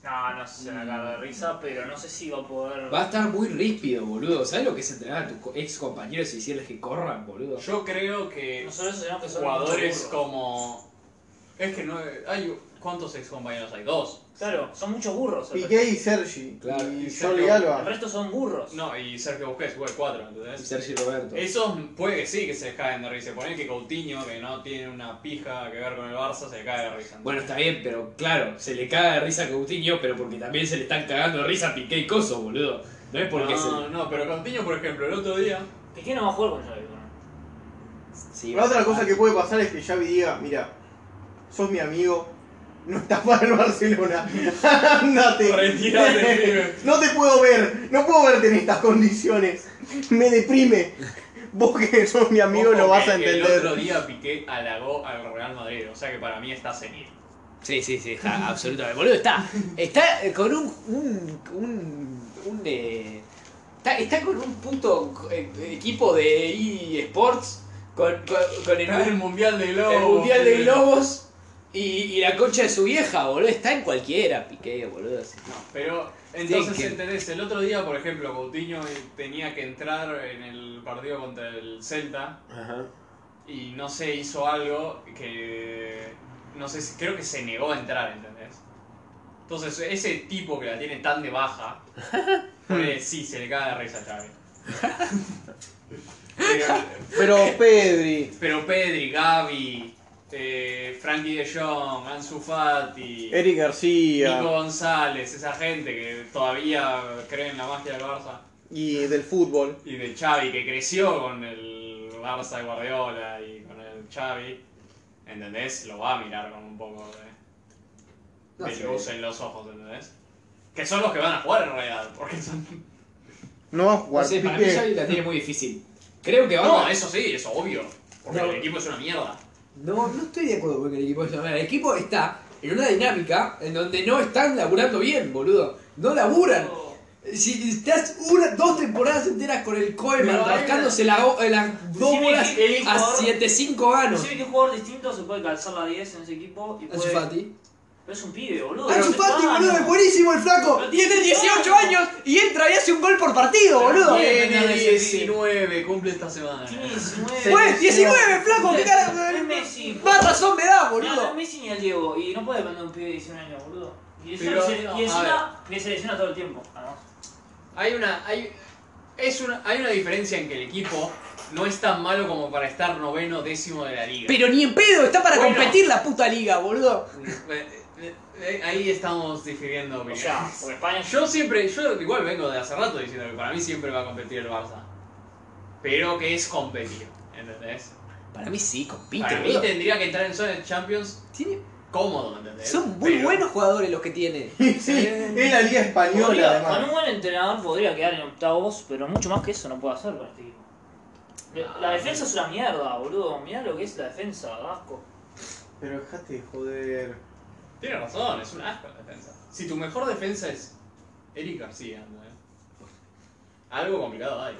Speaker 7: No, no sé, se la cara de risa, pero no sé si va a poder.
Speaker 6: Va a estar muy ríspido, boludo. ¿Sabes lo que es entrenar a tus co- ex compañeros y decirles que corran, boludo?
Speaker 3: Yo creo que
Speaker 7: Nosotros tenemos que son
Speaker 3: jugadores
Speaker 7: muchos burros.
Speaker 3: como. Es que no. Hay... ¿Cuántos ex compañeros hay? Dos.
Speaker 7: Claro, son muchos burros. el
Speaker 2: Piqué y Sergi.
Speaker 6: Claro,
Speaker 2: y Jordi
Speaker 3: y Sergio.
Speaker 7: resto. El
Speaker 2: Alba.
Speaker 7: resto son burros.
Speaker 3: No, y Sergio Busquets, güey, cuatro, ¿entendés?
Speaker 6: Sergio Roberto.
Speaker 3: Esos puede que sí que se les caen de risa. Ponen que Coutinho, que no tiene una pija que ver con el Barça, se le cae de risa.
Speaker 6: Bueno, está bien, pero claro, se le caga de risa a Coutinho, pero porque también se le están cagando de risa a Piqué y Coso, boludo. No es porque
Speaker 3: no,
Speaker 6: se...
Speaker 3: no, pero Coutinho, por ejemplo, el otro día.
Speaker 7: Piqué no va a jugar con Xavi. ¿no?
Speaker 6: Sí,
Speaker 2: La otra cosa que puede pasar es que Xavi diga, mira, sos mi amigo, no estás para el Barcelona.
Speaker 3: Retírate,
Speaker 2: Andate.
Speaker 3: pibe.
Speaker 2: no te puedo ver, no puedo verte en estas condiciones. Me deprime. Vos que sos mi amigo
Speaker 3: Ojo
Speaker 2: lo vas
Speaker 3: que
Speaker 2: a
Speaker 3: El otro
Speaker 2: entender.
Speaker 3: día Piqué halagó al Real Madrid, o sea que para mí está senil.
Speaker 1: sí, sí, sí, está absolutamente. Boludo, está. Está eh, con un. un. un. un, eh, está, está con un puto eh, equipo de eSports. Con, con, con el,
Speaker 3: Está en el Mundial de Globo.
Speaker 1: el Mundial de Globos. Y, y la concha de su vieja, boludo. Está en cualquiera, Piqué, boludo. así.
Speaker 3: Pero entonces
Speaker 1: Sí, que-
Speaker 3: entendés, el otro día, por ejemplo, Coutinho tenía que entrar en el partido contra el Celta y no sé, hizo algo que no sé, si- creo que se negó a entrar, ¿entendés? Entonces, ese tipo que la tiene tan de baja, ponele, sí, se le cae de risa a Xavi. Pero,
Speaker 2: Pero Pedri,
Speaker 3: pero Pedri, Gaby, eh, Frankie de Jong, Ansu Fati,
Speaker 2: Eric García
Speaker 3: Nico González, esa gente que todavía cree en la magia del Barça.
Speaker 2: y del fútbol.
Speaker 3: Y de Xavi, que creció con el Barça de Guardiola y con el Xavi. ¿Entendés? Lo va a mirar con un poco de,
Speaker 6: No
Speaker 3: de
Speaker 6: sé.
Speaker 3: luz en los ojos, ¿entendés? Que son los que van a jugar en realidad, porque son...
Speaker 2: No va a
Speaker 6: No
Speaker 2: jugar
Speaker 6: sé, para mí
Speaker 2: Piqué.
Speaker 6: Xavi la tiene muy difícil. Creo que
Speaker 3: No, eh.
Speaker 6: ahora...
Speaker 3: eso sí, eso obvio. Porque el equipo es una mierda.
Speaker 6: No, no estoy de acuerdo con que el equipo es El equipo está en una dinámica en donde no están laburando bien, boludo. No laburan. Si estás una, dos temporadas enteras con el Coleman
Speaker 7: Pero hay
Speaker 6: rascándose la, go- eh, las dos
Speaker 7: Sí,
Speaker 6: bolas
Speaker 7: el- el
Speaker 6: a
Speaker 7: jugador-
Speaker 6: 7-5 ganos.
Speaker 7: Xavi que es jugador distinto se puede calzar la 10 en ese equipo y
Speaker 6: Ansu
Speaker 7: puede...
Speaker 6: Fati.
Speaker 7: Pero es un pibe, boludo.
Speaker 5: Ansu
Speaker 7: no te
Speaker 5: Fati,
Speaker 7: pagan.
Speaker 5: boludo, es buenísimo el flaco.
Speaker 7: No
Speaker 1: Tiene 18 años y entra y hace un gol por partido, boludo.
Speaker 3: Tiene 19, cumple esta semana.
Speaker 7: Tiene 19.
Speaker 1: Güey, 19, flaco, qué cara.
Speaker 7: Es Messi.
Speaker 1: Más razón me da,
Speaker 7: No, no es
Speaker 1: boludo.
Speaker 7: Messi ni el Diego. Y no puede depender de un pibe de 19 años, boludo. Y, eso
Speaker 3: Pero,
Speaker 7: se- y
Speaker 3: no,
Speaker 7: encima que se lesiona todo el tiempo. además.
Speaker 3: Hay una. Hay, es una, hay una diferencia en que el equipo no es tan malo como para estar noveno décimo de la liga.
Speaker 1: Pero ni en pedo, está para
Speaker 3: Bueno.
Speaker 1: competir la puta liga, boludo.
Speaker 3: Eh, eh, eh, Ahí estamos difiriendo
Speaker 7: O
Speaker 3: opiniones.
Speaker 7: sea, porque España
Speaker 3: Yo siempre, yo igual vengo de hace rato diciendo que para mí siempre va a competir el Barça. Pero que es competir, ¿entendés?
Speaker 1: Para mí sí, compite,
Speaker 3: Para mí
Speaker 1: boludo.
Speaker 3: tendría que entrar en zona de Champions
Speaker 1: Tiene-
Speaker 3: cómodo, ¿entendés?
Speaker 1: Son muy
Speaker 3: Pero-
Speaker 1: buenos jugadores los que tiene.
Speaker 2: Sí, es la liga española
Speaker 7: podría- con un
Speaker 2: además.
Speaker 7: buen entrenador podría quedar en octavos, pero mucho más que eso no puede hacer con este equipo. La- La defensa es una mierda, boludo. Mirá lo que es la defensa, asco.
Speaker 2: Pero dejate de joder.
Speaker 3: Tiene razón, es un asco la defensa. Si tu mejor defensa es Eric García, ¿no? algo complicado hay.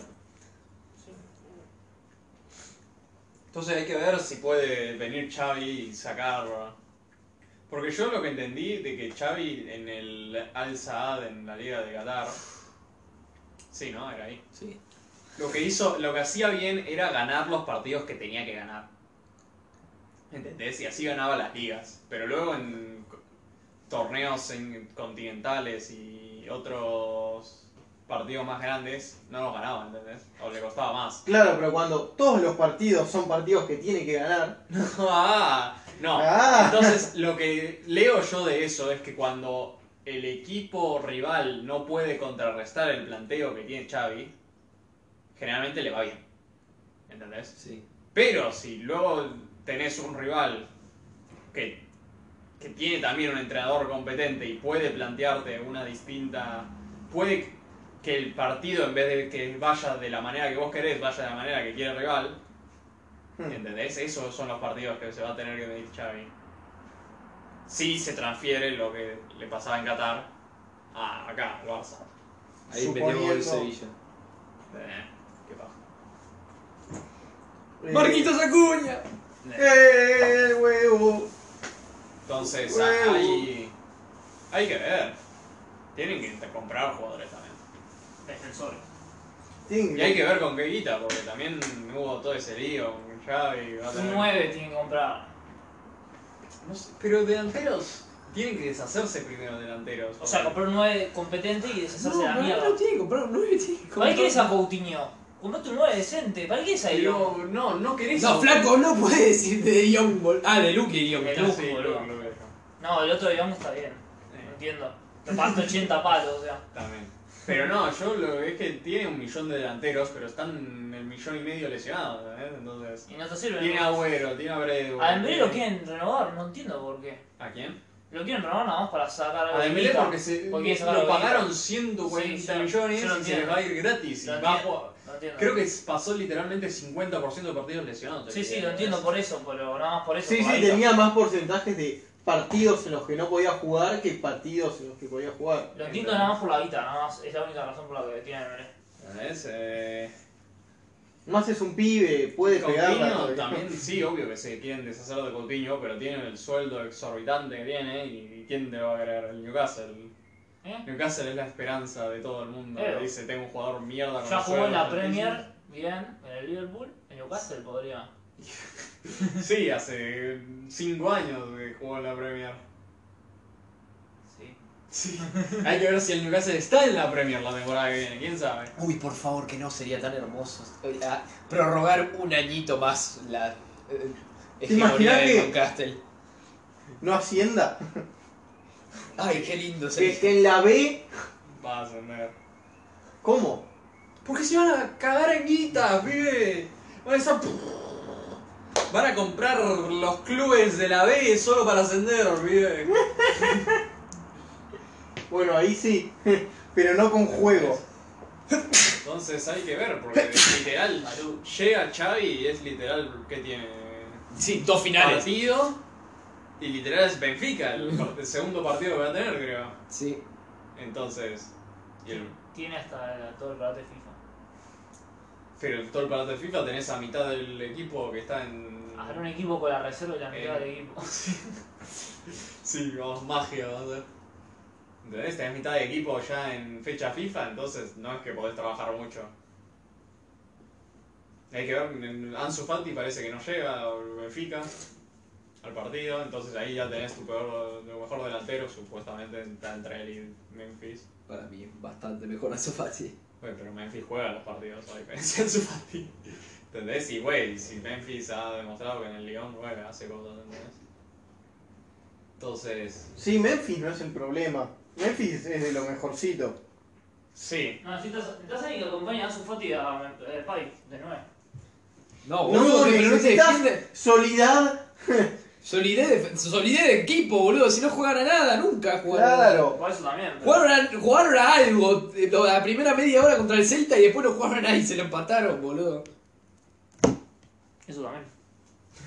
Speaker 3: Entonces hay que ver si puede venir Xavi y sacar. Porque yo lo que entendí de que Xavi en el Al Saad en la Liga de Qatar. Sí, ¿no? Era ahí.
Speaker 1: Sí.
Speaker 3: Lo que hizo, lo que hacía bien era ganar los partidos que tenía que ganar. ¿Entendés? Y así ganaba las ligas. Pero luego en co- torneos en- continentales y otros partidos más grandes no los ganaba, ¿entendés? O le costaba más.
Speaker 2: Claro, pero cuando todos los partidos son partidos que tiene que ganar.
Speaker 3: Ah, no.
Speaker 2: Ah.
Speaker 3: Entonces, lo que leo yo de eso es que cuando el equipo rival no puede contrarrestar el planteo que tiene Xavi, generalmente le va bien. ¿Entendés?
Speaker 4: Sí.
Speaker 3: Pero si luego tenés un rival que, que tiene también un entrenador competente y puede plantearte una distinta. puede que el partido en vez de que vaya de la manera que vos querés, vaya de la manera que quiere el rival.
Speaker 2: Hmm.
Speaker 3: ¿Entendés? Esos son los partidos que se va a tener que medir Xavi. Si se transfiere lo que le pasaba en Qatar a acá, al Barça.
Speaker 4: Ahí metió
Speaker 2: Suponiendo-
Speaker 4: gol Sevilla.
Speaker 3: Eh, ¿Qué pasa?
Speaker 2: Eh,
Speaker 4: ¡Marquitos Acuña!
Speaker 2: ¡Eh, el huevo!
Speaker 3: Entonces,
Speaker 2: Huevo.
Speaker 3: hay, hay que ver. Tienen que inter- comprar jugadores también.
Speaker 7: Defensores.
Speaker 2: Ting.
Speaker 3: Y hay que ver con qué guita, porque también hubo todo ese lío con Xavi. va a
Speaker 7: Un
Speaker 3: tener-
Speaker 7: 9 tienen que comprar.
Speaker 3: No sé, pero delanteros tienen que deshacerse primero delanteros.
Speaker 7: O sea, comprar un 9 competente y deshacerse de la
Speaker 4: no,
Speaker 7: mierda.
Speaker 4: no tiene que comprar un 9, tiene que
Speaker 7: ¿Para
Speaker 4: comprar.
Speaker 7: qué querés a Coutinho? Comprate un 9 decente. ¿Para qué querés a Diego?
Speaker 3: Pero no, no querés.
Speaker 4: No, flaco, no puedes decir de Young Ball. Ah, de Luke y Young.
Speaker 7: De
Speaker 3: Sí,
Speaker 7: Luke,
Speaker 3: sí,
Speaker 7: boludo.
Speaker 3: Luke, Luke,
Speaker 7: No, el otro de Young está bien. No
Speaker 3: eh,
Speaker 7: entiendo. Te pagaste 80 palos, o sea.
Speaker 3: También. Pero no, yo lo es que tiene un millón de delanteros, pero están el millón y medio lesionados, ¿eh? Entonces.
Speaker 7: Y no te sirve.
Speaker 3: Tiene a Agüero, tiene a Bredo.
Speaker 7: A Dembélé lo quieren renovar, no entiendo por qué.
Speaker 3: ¿A quién?
Speaker 7: Lo quieren renovar nada más para sacar
Speaker 3: A
Speaker 7: algo.
Speaker 3: Dembélé
Speaker 7: guita.
Speaker 3: porque se
Speaker 7: Ah, Porque quiere sacar
Speaker 3: lo
Speaker 7: algo de guita.
Speaker 3: pagaron 140
Speaker 7: Sí, yo-
Speaker 3: millones
Speaker 7: yo lo
Speaker 3: y se les va a ir gratis. Y
Speaker 7: Lo
Speaker 3: va a
Speaker 7: entiendo.
Speaker 3: jugar-
Speaker 7: No entiendo.
Speaker 3: Creo que pasó literalmente 50% de partidos lesionados. eh,
Speaker 7: Sí, sí, lo entiendo por eso, pero nada más por eso.
Speaker 2: Sí,
Speaker 7: por
Speaker 2: sí,
Speaker 7: ahí.
Speaker 2: tenía más porcentajes de partidos en los que no podía jugar que partidos en los que podía jugar.
Speaker 7: Lo entiendo nada más por la guita, nada más. Es la única razón por la que tiene Dembélé.
Speaker 3: ¿Entendés? Eh,
Speaker 2: Más es un pibe, puede
Speaker 3: Coutinho
Speaker 2: pegarla.
Speaker 3: también, sí, obvio que se quieren deshacer de Coutinho, pero tienen el sueldo exorbitante que tiene y ¿quién te va a querer? El Newcastle.
Speaker 7: ¿Eh?
Speaker 3: Newcastle es la esperanza de todo el mundo.
Speaker 7: Claro.
Speaker 3: Dice, tengo un jugador mierda con
Speaker 7: Ya
Speaker 3: un
Speaker 7: jugó
Speaker 3: sueldo
Speaker 7: en la
Speaker 3: altísimo".
Speaker 7: Premier, bien, en el Liverpool, en Newcastle podría.
Speaker 3: Sí, hace 5 años que jugó en la Premier.
Speaker 7: Sí.
Speaker 3: Sí. Hay que ver si el Newcastle está en la Premier la temporada que viene, quién sabe.
Speaker 6: Uy, por favor, que no sería tan hermoso eh, ah, prorrogar un añito más la eh, hegemonía
Speaker 2: imaginas
Speaker 6: de
Speaker 2: que-
Speaker 6: Newcastle.
Speaker 2: No Hacienda.
Speaker 6: Ay, qué lindo
Speaker 2: Que,
Speaker 6: sería.
Speaker 2: que en la B,
Speaker 3: Va a ascender.
Speaker 2: ¿cómo?
Speaker 3: ¿Por qué se van a cagar en guita, pibe? Van a estar... Van a comprar los clubes de la B solo para ascender, pibe.
Speaker 2: Bueno, ahí sí, pero no con juego.
Speaker 3: Entonces hay que ver, porque literal, llega Xavi y es literal que tiene
Speaker 6: Sí, dos
Speaker 3: Ah,
Speaker 6: finales.
Speaker 3: partido. Y literal es Benfica, el, el segundo partido que va a tener, creo.
Speaker 6: Sí.
Speaker 3: Entonces... y el-
Speaker 7: Tiene hasta eh, todo el parate FIFA.
Speaker 3: pero en todo el partido de FIFA tenés a mitad del equipo que está en...
Speaker 7: Hacer un equipo con la reserva y la mitad
Speaker 3: Eh.
Speaker 7: del equipo.
Speaker 3: Sí, vamos, magia, vamos a hacer. ¿Entendés? Tenés mitad de equipo ya en fecha FIFA, entonces no es que podés trabajar mucho. Hay que ver, en- Ansu Fati parece que no llega al Benfica al partido, entonces ahí ya tenés tu peor, tu mejor delantero, supuestamente está entre él y Memphis.
Speaker 4: Para mí es bastante mejor a Sofati.
Speaker 3: Güey, pero Memphis juega los partidos a diferencia de Ansu Fati. ¿Entendés? Y güey, si Memphis ha demostrado que en el Lyon, güey, hace cosas, ¿entendés? Entonces,
Speaker 2: Sí, Memphis no es el problema. Memphis es de lo mejorcito.
Speaker 3: sí,
Speaker 7: No, si estás, estás ahí que acompaña a su Fati a, a Pai, de nueve.
Speaker 4: No,
Speaker 2: No,
Speaker 4: boludo, pero no te
Speaker 2: necesitas
Speaker 4: defiende.
Speaker 2: solidad.
Speaker 4: Solidez de, solidez de equipo, boludo. Si no juegan a nada, nunca jugaron a nada.
Speaker 2: Claro.
Speaker 7: Por eso también. pero-
Speaker 4: Jugaron a, jugaron a algo eh, la primera media hora contra el Celta y después no jugaron a nada y se lo empataron, boludo.
Speaker 7: Eso también.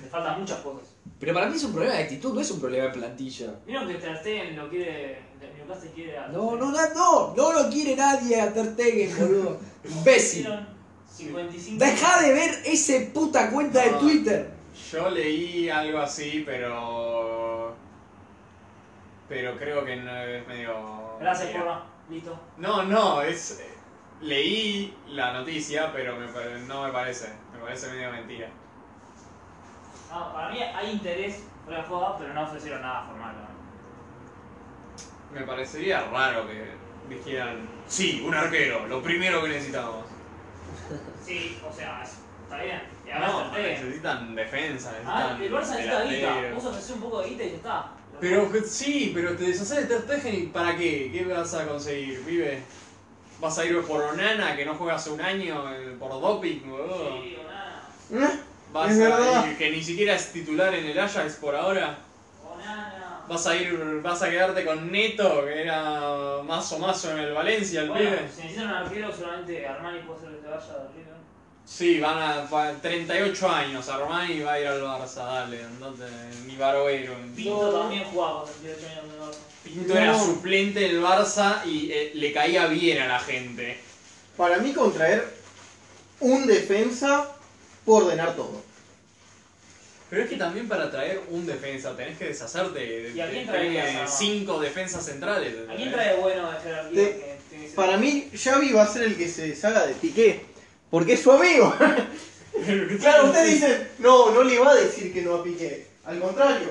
Speaker 7: Le faltan muchas cosas.
Speaker 4: Pero para mí es un problema de actitud, no es un problema de plantilla.
Speaker 7: Vieron que Ter Stegen lo quiere. Newcastle quiere a.
Speaker 4: No, no, na- no, no lo quiere nadie a Ter Stegen, boludo. Imbécil.
Speaker 7: Hicieron 55.
Speaker 4: Deja de ver ese puta cuenta de
Speaker 3: No.
Speaker 4: Twitter.
Speaker 3: Yo leí algo así, pero pero creo que no es medio...
Speaker 7: Gracias,
Speaker 3: mentira.
Speaker 7: porra. Listo.
Speaker 3: No, no, es... Leí la noticia, pero me pare- no me parece. Me parece medio mentira.
Speaker 7: No, Ah, para mí hay interés fuera de joda, pero no ofrecieron nada formal. ¿no?
Speaker 3: Me parecería raro que dijeran, sí, un arquero, lo primero que necesitamos.
Speaker 7: Sí, o sea, es- está bien. Y además
Speaker 3: No,
Speaker 7: está bien.
Speaker 3: necesitan defensa,
Speaker 7: Ah,
Speaker 3: necesitan
Speaker 7: el Barça necesita guita.
Speaker 3: delanteros.
Speaker 7: Vos ofrecés un poco de guita y ya está.
Speaker 3: Pero que- sí, pero te deshaces de Ter Stegen y ¿para qué? ¿Qué vas a conseguir, vive? ¿Vas a ir por Onana que no juega hace un año eh, por doping, boludo?
Speaker 7: Sí, o nada.
Speaker 2: ¿Eh?
Speaker 3: ¿Vas
Speaker 2: Es
Speaker 3: a
Speaker 2: verdad.
Speaker 3: ir que ni siquiera es titular en el Ajax por ahora?
Speaker 7: O nada.
Speaker 3: ¿Vas a ir, vas a quedarte con Neto que era más o más en el Valencia el
Speaker 7: Bueno,
Speaker 3: pibe?
Speaker 7: si necesitan un arquero, solamente Armani puede ser que te vaya de River.
Speaker 3: Sí, van a, va- 38 años, Armani va a ir al Barça, dale, andate, ni Barovero.
Speaker 7: Pinto
Speaker 2: No.
Speaker 7: también jugaba con 38 años de Barça.
Speaker 3: Pinto era
Speaker 2: No.
Speaker 3: suplente del Barça y eh, le caía bien a la gente.
Speaker 2: Para mí contraer un defensa por ordenar todo.
Speaker 3: Pero es que también para traer un defensa tenés que deshacerte de,
Speaker 7: ¿Y a quién
Speaker 3: de-
Speaker 7: traerías,
Speaker 3: de
Speaker 7: Arma?
Speaker 3: cinco defensas centrales.
Speaker 7: ¿A quién trae bueno de jerarquía?
Speaker 2: Te-
Speaker 7: que tiene ese-
Speaker 2: Para mí, Xavi va a ser el que se deshaga de Piqué. Porque es su amigo. claro, ustedes dicen, no, no le va a decir que no a Piqué. Al contrario,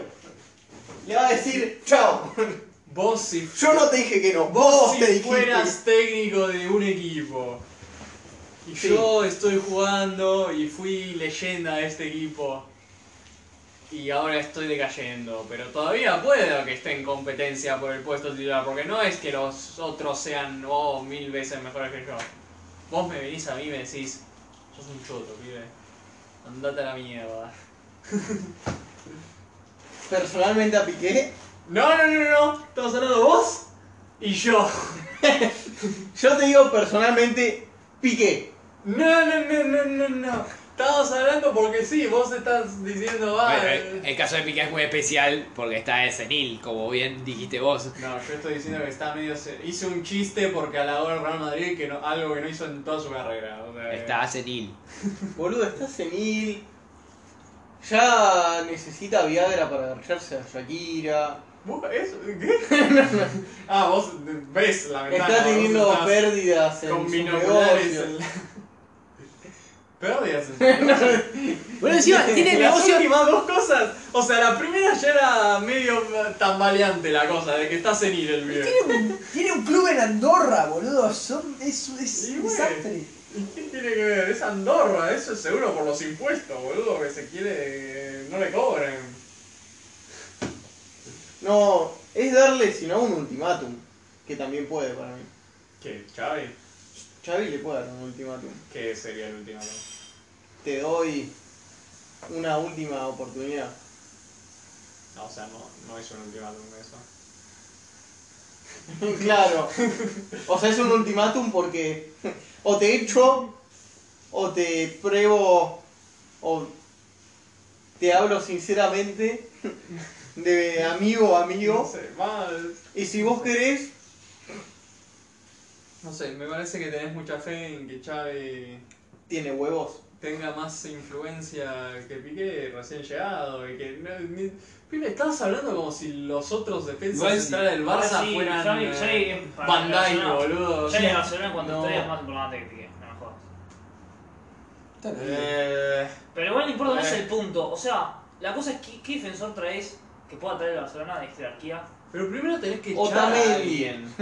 Speaker 2: le va a decir, chao,
Speaker 3: Vos si,
Speaker 2: yo no te dije que no, vos
Speaker 3: si
Speaker 2: te dijiste.
Speaker 3: fueras técnico de un equipo y
Speaker 2: Sí.
Speaker 3: yo estoy jugando y fui leyenda de este equipo y ahora estoy decayendo, pero todavía puedo que esté en competencia por el puesto titular, porque no es que los otros sean oh, mil veces mejores que yo. Vos me venís a mí y me decís, sos un choto, pibe. Andate a la mierda.
Speaker 2: que- Personalmente a Piqué,
Speaker 3: No, no, no, no, no. Estamos hablando vos y yo.
Speaker 2: yo te digo personalmente, Piqué.
Speaker 3: No, no, no, no, no, no. Estamos hablando porque sí, vos estás diciendo, ah.
Speaker 1: Bueno,
Speaker 3: eh.
Speaker 1: el, el caso de Piqué es muy especial porque está de senil, como bien dijiste vos.
Speaker 3: No, yo estoy diciendo que está medio. se- Hice un chiste porque halagó al Real Madrid, que no, algo que no hizo en toda su carrera. o sea,
Speaker 1: Está senil.
Speaker 2: Boludo, está senil. Ya necesita Viagra para agarrarse a Shakira.
Speaker 3: ¿Vos- eso? ¿Qué? ah, vos ves la ventana.
Speaker 2: Está
Speaker 3: vos
Speaker 2: teniendo
Speaker 3: estás
Speaker 2: pérdidas en
Speaker 3: Con
Speaker 2: su
Speaker 3: binoculares.
Speaker 2: negocio.
Speaker 3: en la- Pérdidas en su negocio.
Speaker 1: Bueno, encima tiene
Speaker 3: las
Speaker 1: negocio.
Speaker 3: últimas dos cosas. O sea, la primera ya era medio eh, tambaleante la cosa, de que está senil el video.
Speaker 5: Tiene un, tiene un club en Andorra, boludo. Son, es es
Speaker 3: Y
Speaker 5: un
Speaker 3: bueno.
Speaker 5: desastre.
Speaker 3: ¿Y qué tiene que ver? Es Andorra, eso es seguro por los impuestos, boludo, que se quiere. no le cobren.
Speaker 2: No, es darle sino un ultimátum. Que también puede para mí.
Speaker 3: ¿Qué, Chavi?
Speaker 2: Xavi le puede dar un ultimátum.
Speaker 3: ¿Qué sería el último?
Speaker 2: Te doy una última oportunidad.
Speaker 3: No, o sea, no, no es un ultimátum eso.
Speaker 2: claro. O sea, es un ultimátum porque o te echo, o te pruebo, o te hablo sinceramente de amigo a
Speaker 3: No
Speaker 2: amigo.
Speaker 3: sé, mal.
Speaker 2: Y si vos querés,
Speaker 3: No sé, me parece que tenés mucha fe en que Chavi
Speaker 2: tiene huevos.
Speaker 3: tenga más influencia que Piqué recién llegado y que no- ni- Pibe, estabas hablando como si los otros defensas
Speaker 1: Igual sí.
Speaker 3: centrales del
Speaker 7: Ahora
Speaker 3: Barça
Speaker 7: sí,
Speaker 3: fueran
Speaker 7: Xavi-
Speaker 3: eh,
Speaker 7: Xavi es para
Speaker 3: Van Dijk,
Speaker 7: Barcelona.
Speaker 3: boludo.
Speaker 7: Ya en el Barcelona cuando
Speaker 2: No.
Speaker 7: historia es más importante que Piqué, no me jodas.
Speaker 4: Está bien.
Speaker 3: Eh,
Speaker 7: Pero igual no importa, no es
Speaker 3: Eh.
Speaker 7: el punto. O sea, la cosa es que, qué defensor traes que pueda traer el Barcelona de jerarquía.
Speaker 3: pero primero tenés que echar a
Speaker 2: Otamendi.
Speaker 3: alguien.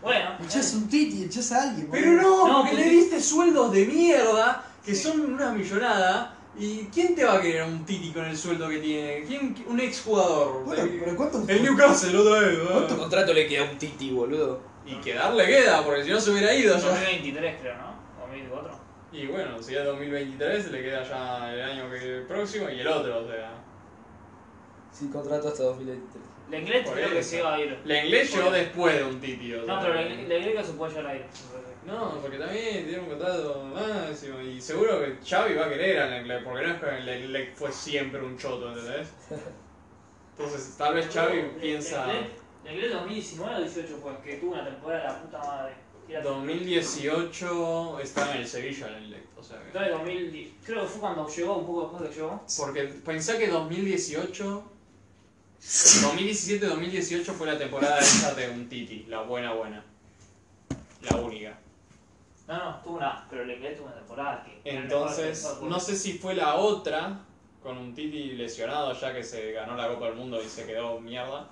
Speaker 7: Bueno,
Speaker 5: Echás un titi, echás a alguien.
Speaker 3: Pero
Speaker 5: boludo.
Speaker 3: no,
Speaker 7: No,
Speaker 3: porque
Speaker 7: porque-
Speaker 3: le diste sueldos de mierda que
Speaker 7: Sí.
Speaker 3: son una millonada. ¿Y quién te va a querer un Titi con el sueldo que tiene? ¿Quién, un exjugador?
Speaker 5: Bueno, pero ¿cuánto?
Speaker 3: el Newcastle otra vez. ¿no?
Speaker 1: ¿Cuánto contrato le queda a un Titi, boludo?
Speaker 3: Y quedarle queda, porque si no se hubiera ido ya.
Speaker 7: 2023 creo, ¿no? 2024.
Speaker 3: Y bueno, si es 2023 le queda ya el año que- próximo y el otro, o sea.
Speaker 4: Sí, contrato hasta 2023.
Speaker 7: Lenglet
Speaker 3: Por
Speaker 7: creo que
Speaker 3: eso.
Speaker 7: se va a ir.
Speaker 3: La inglés llegó después de un Titi, o sea.
Speaker 7: No, pero Lenglet Lenglet se puede llegar a ir.
Speaker 3: No, porque también tiene un contrato máximo y seguro que Xavi va a querer a Leclerc, porque no es que Leclerc fue siempre un choto, ¿entendés? Entonces tal vez Xavi
Speaker 7: Lenglet-
Speaker 3: piensa
Speaker 7: Lenglet- Lenglet 2019 o 18 fue, que tuvo una temporada de la puta madre. Que era-
Speaker 3: 2018 está en el Sevilla Leclerc, o sea, que-
Speaker 7: Creo que 2010, creo que fue cuando llegó, un poco después de que llegó.
Speaker 3: porque pensá que 2018 2017-2018 fue la temporada esa de un Titi, la buena buena. La única.
Speaker 7: No, no, tuvo una, pero Leclerc tuvo una temporada que. era el mejor
Speaker 3: Entonces,
Speaker 7: defensor,
Speaker 3: no
Speaker 7: boludo.
Speaker 3: sé si fue la otra, con un Titi lesionado ya que se ganó la Copa del Mundo y se quedó mierda.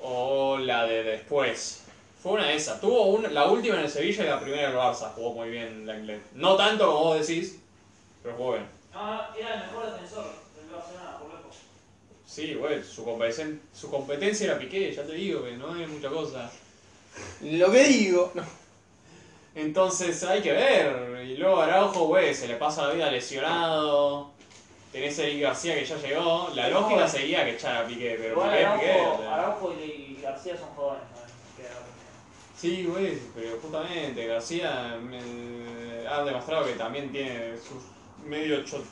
Speaker 3: O la de después. Fue una de esas. Tuvo una- la última en el Sevilla y la primera en el Barça. Jugó muy bien la inglés. No tanto como vos decís, pero jugó bien.
Speaker 7: No, no, Ah, era el mejor defensor del Barcelona, por loco.
Speaker 3: Sí, güey, su, competen- su competencia era Piqué, ya te digo, que no es mucha cosa.
Speaker 2: Lo que digo. No.
Speaker 3: Entonces hay que ver. Y luego Araujo, güey, se le pasa la vida lesionado. Tenés a Eric García que ya llegó. La lógica sería que echara a Piqué, pero eh.
Speaker 7: Igual
Speaker 3: Piqué es Piqué. o
Speaker 7: Araujo,
Speaker 3: sea.
Speaker 7: Araujo y, y García son jóvenes. ¿no? Que Araujo-
Speaker 3: Sí, güey, pero justamente García me ha demostrado que también tiene sus medio chot...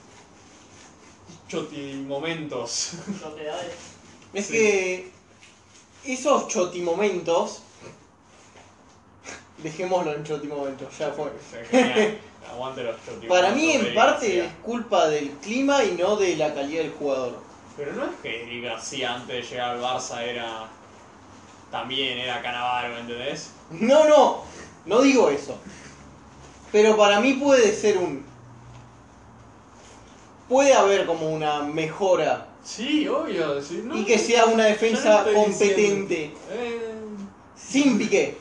Speaker 3: choti momentos.
Speaker 7: Yo te da de-
Speaker 2: Es
Speaker 3: Sí.
Speaker 2: que esos chotimomentos. Dejémoslo en chotimomentos, ya fue.
Speaker 3: Aguante los choti
Speaker 2: Para
Speaker 3: momentos
Speaker 2: mí,
Speaker 3: de
Speaker 2: en
Speaker 3: Eric
Speaker 2: parte,
Speaker 3: García.
Speaker 2: es culpa del clima y no de la calidad del jugador.
Speaker 3: Pero no es que Eric García antes de llegar al Barça era. También era Canavaro, ¿entendés?
Speaker 2: No, no, no digo eso. Pero para mí puede ser un. Puede haber como una mejora
Speaker 3: Sí, obvio. sí, no,
Speaker 2: y que sea una defensa
Speaker 3: yo no estoy
Speaker 2: competente
Speaker 3: Eh,
Speaker 2: sin Piqué.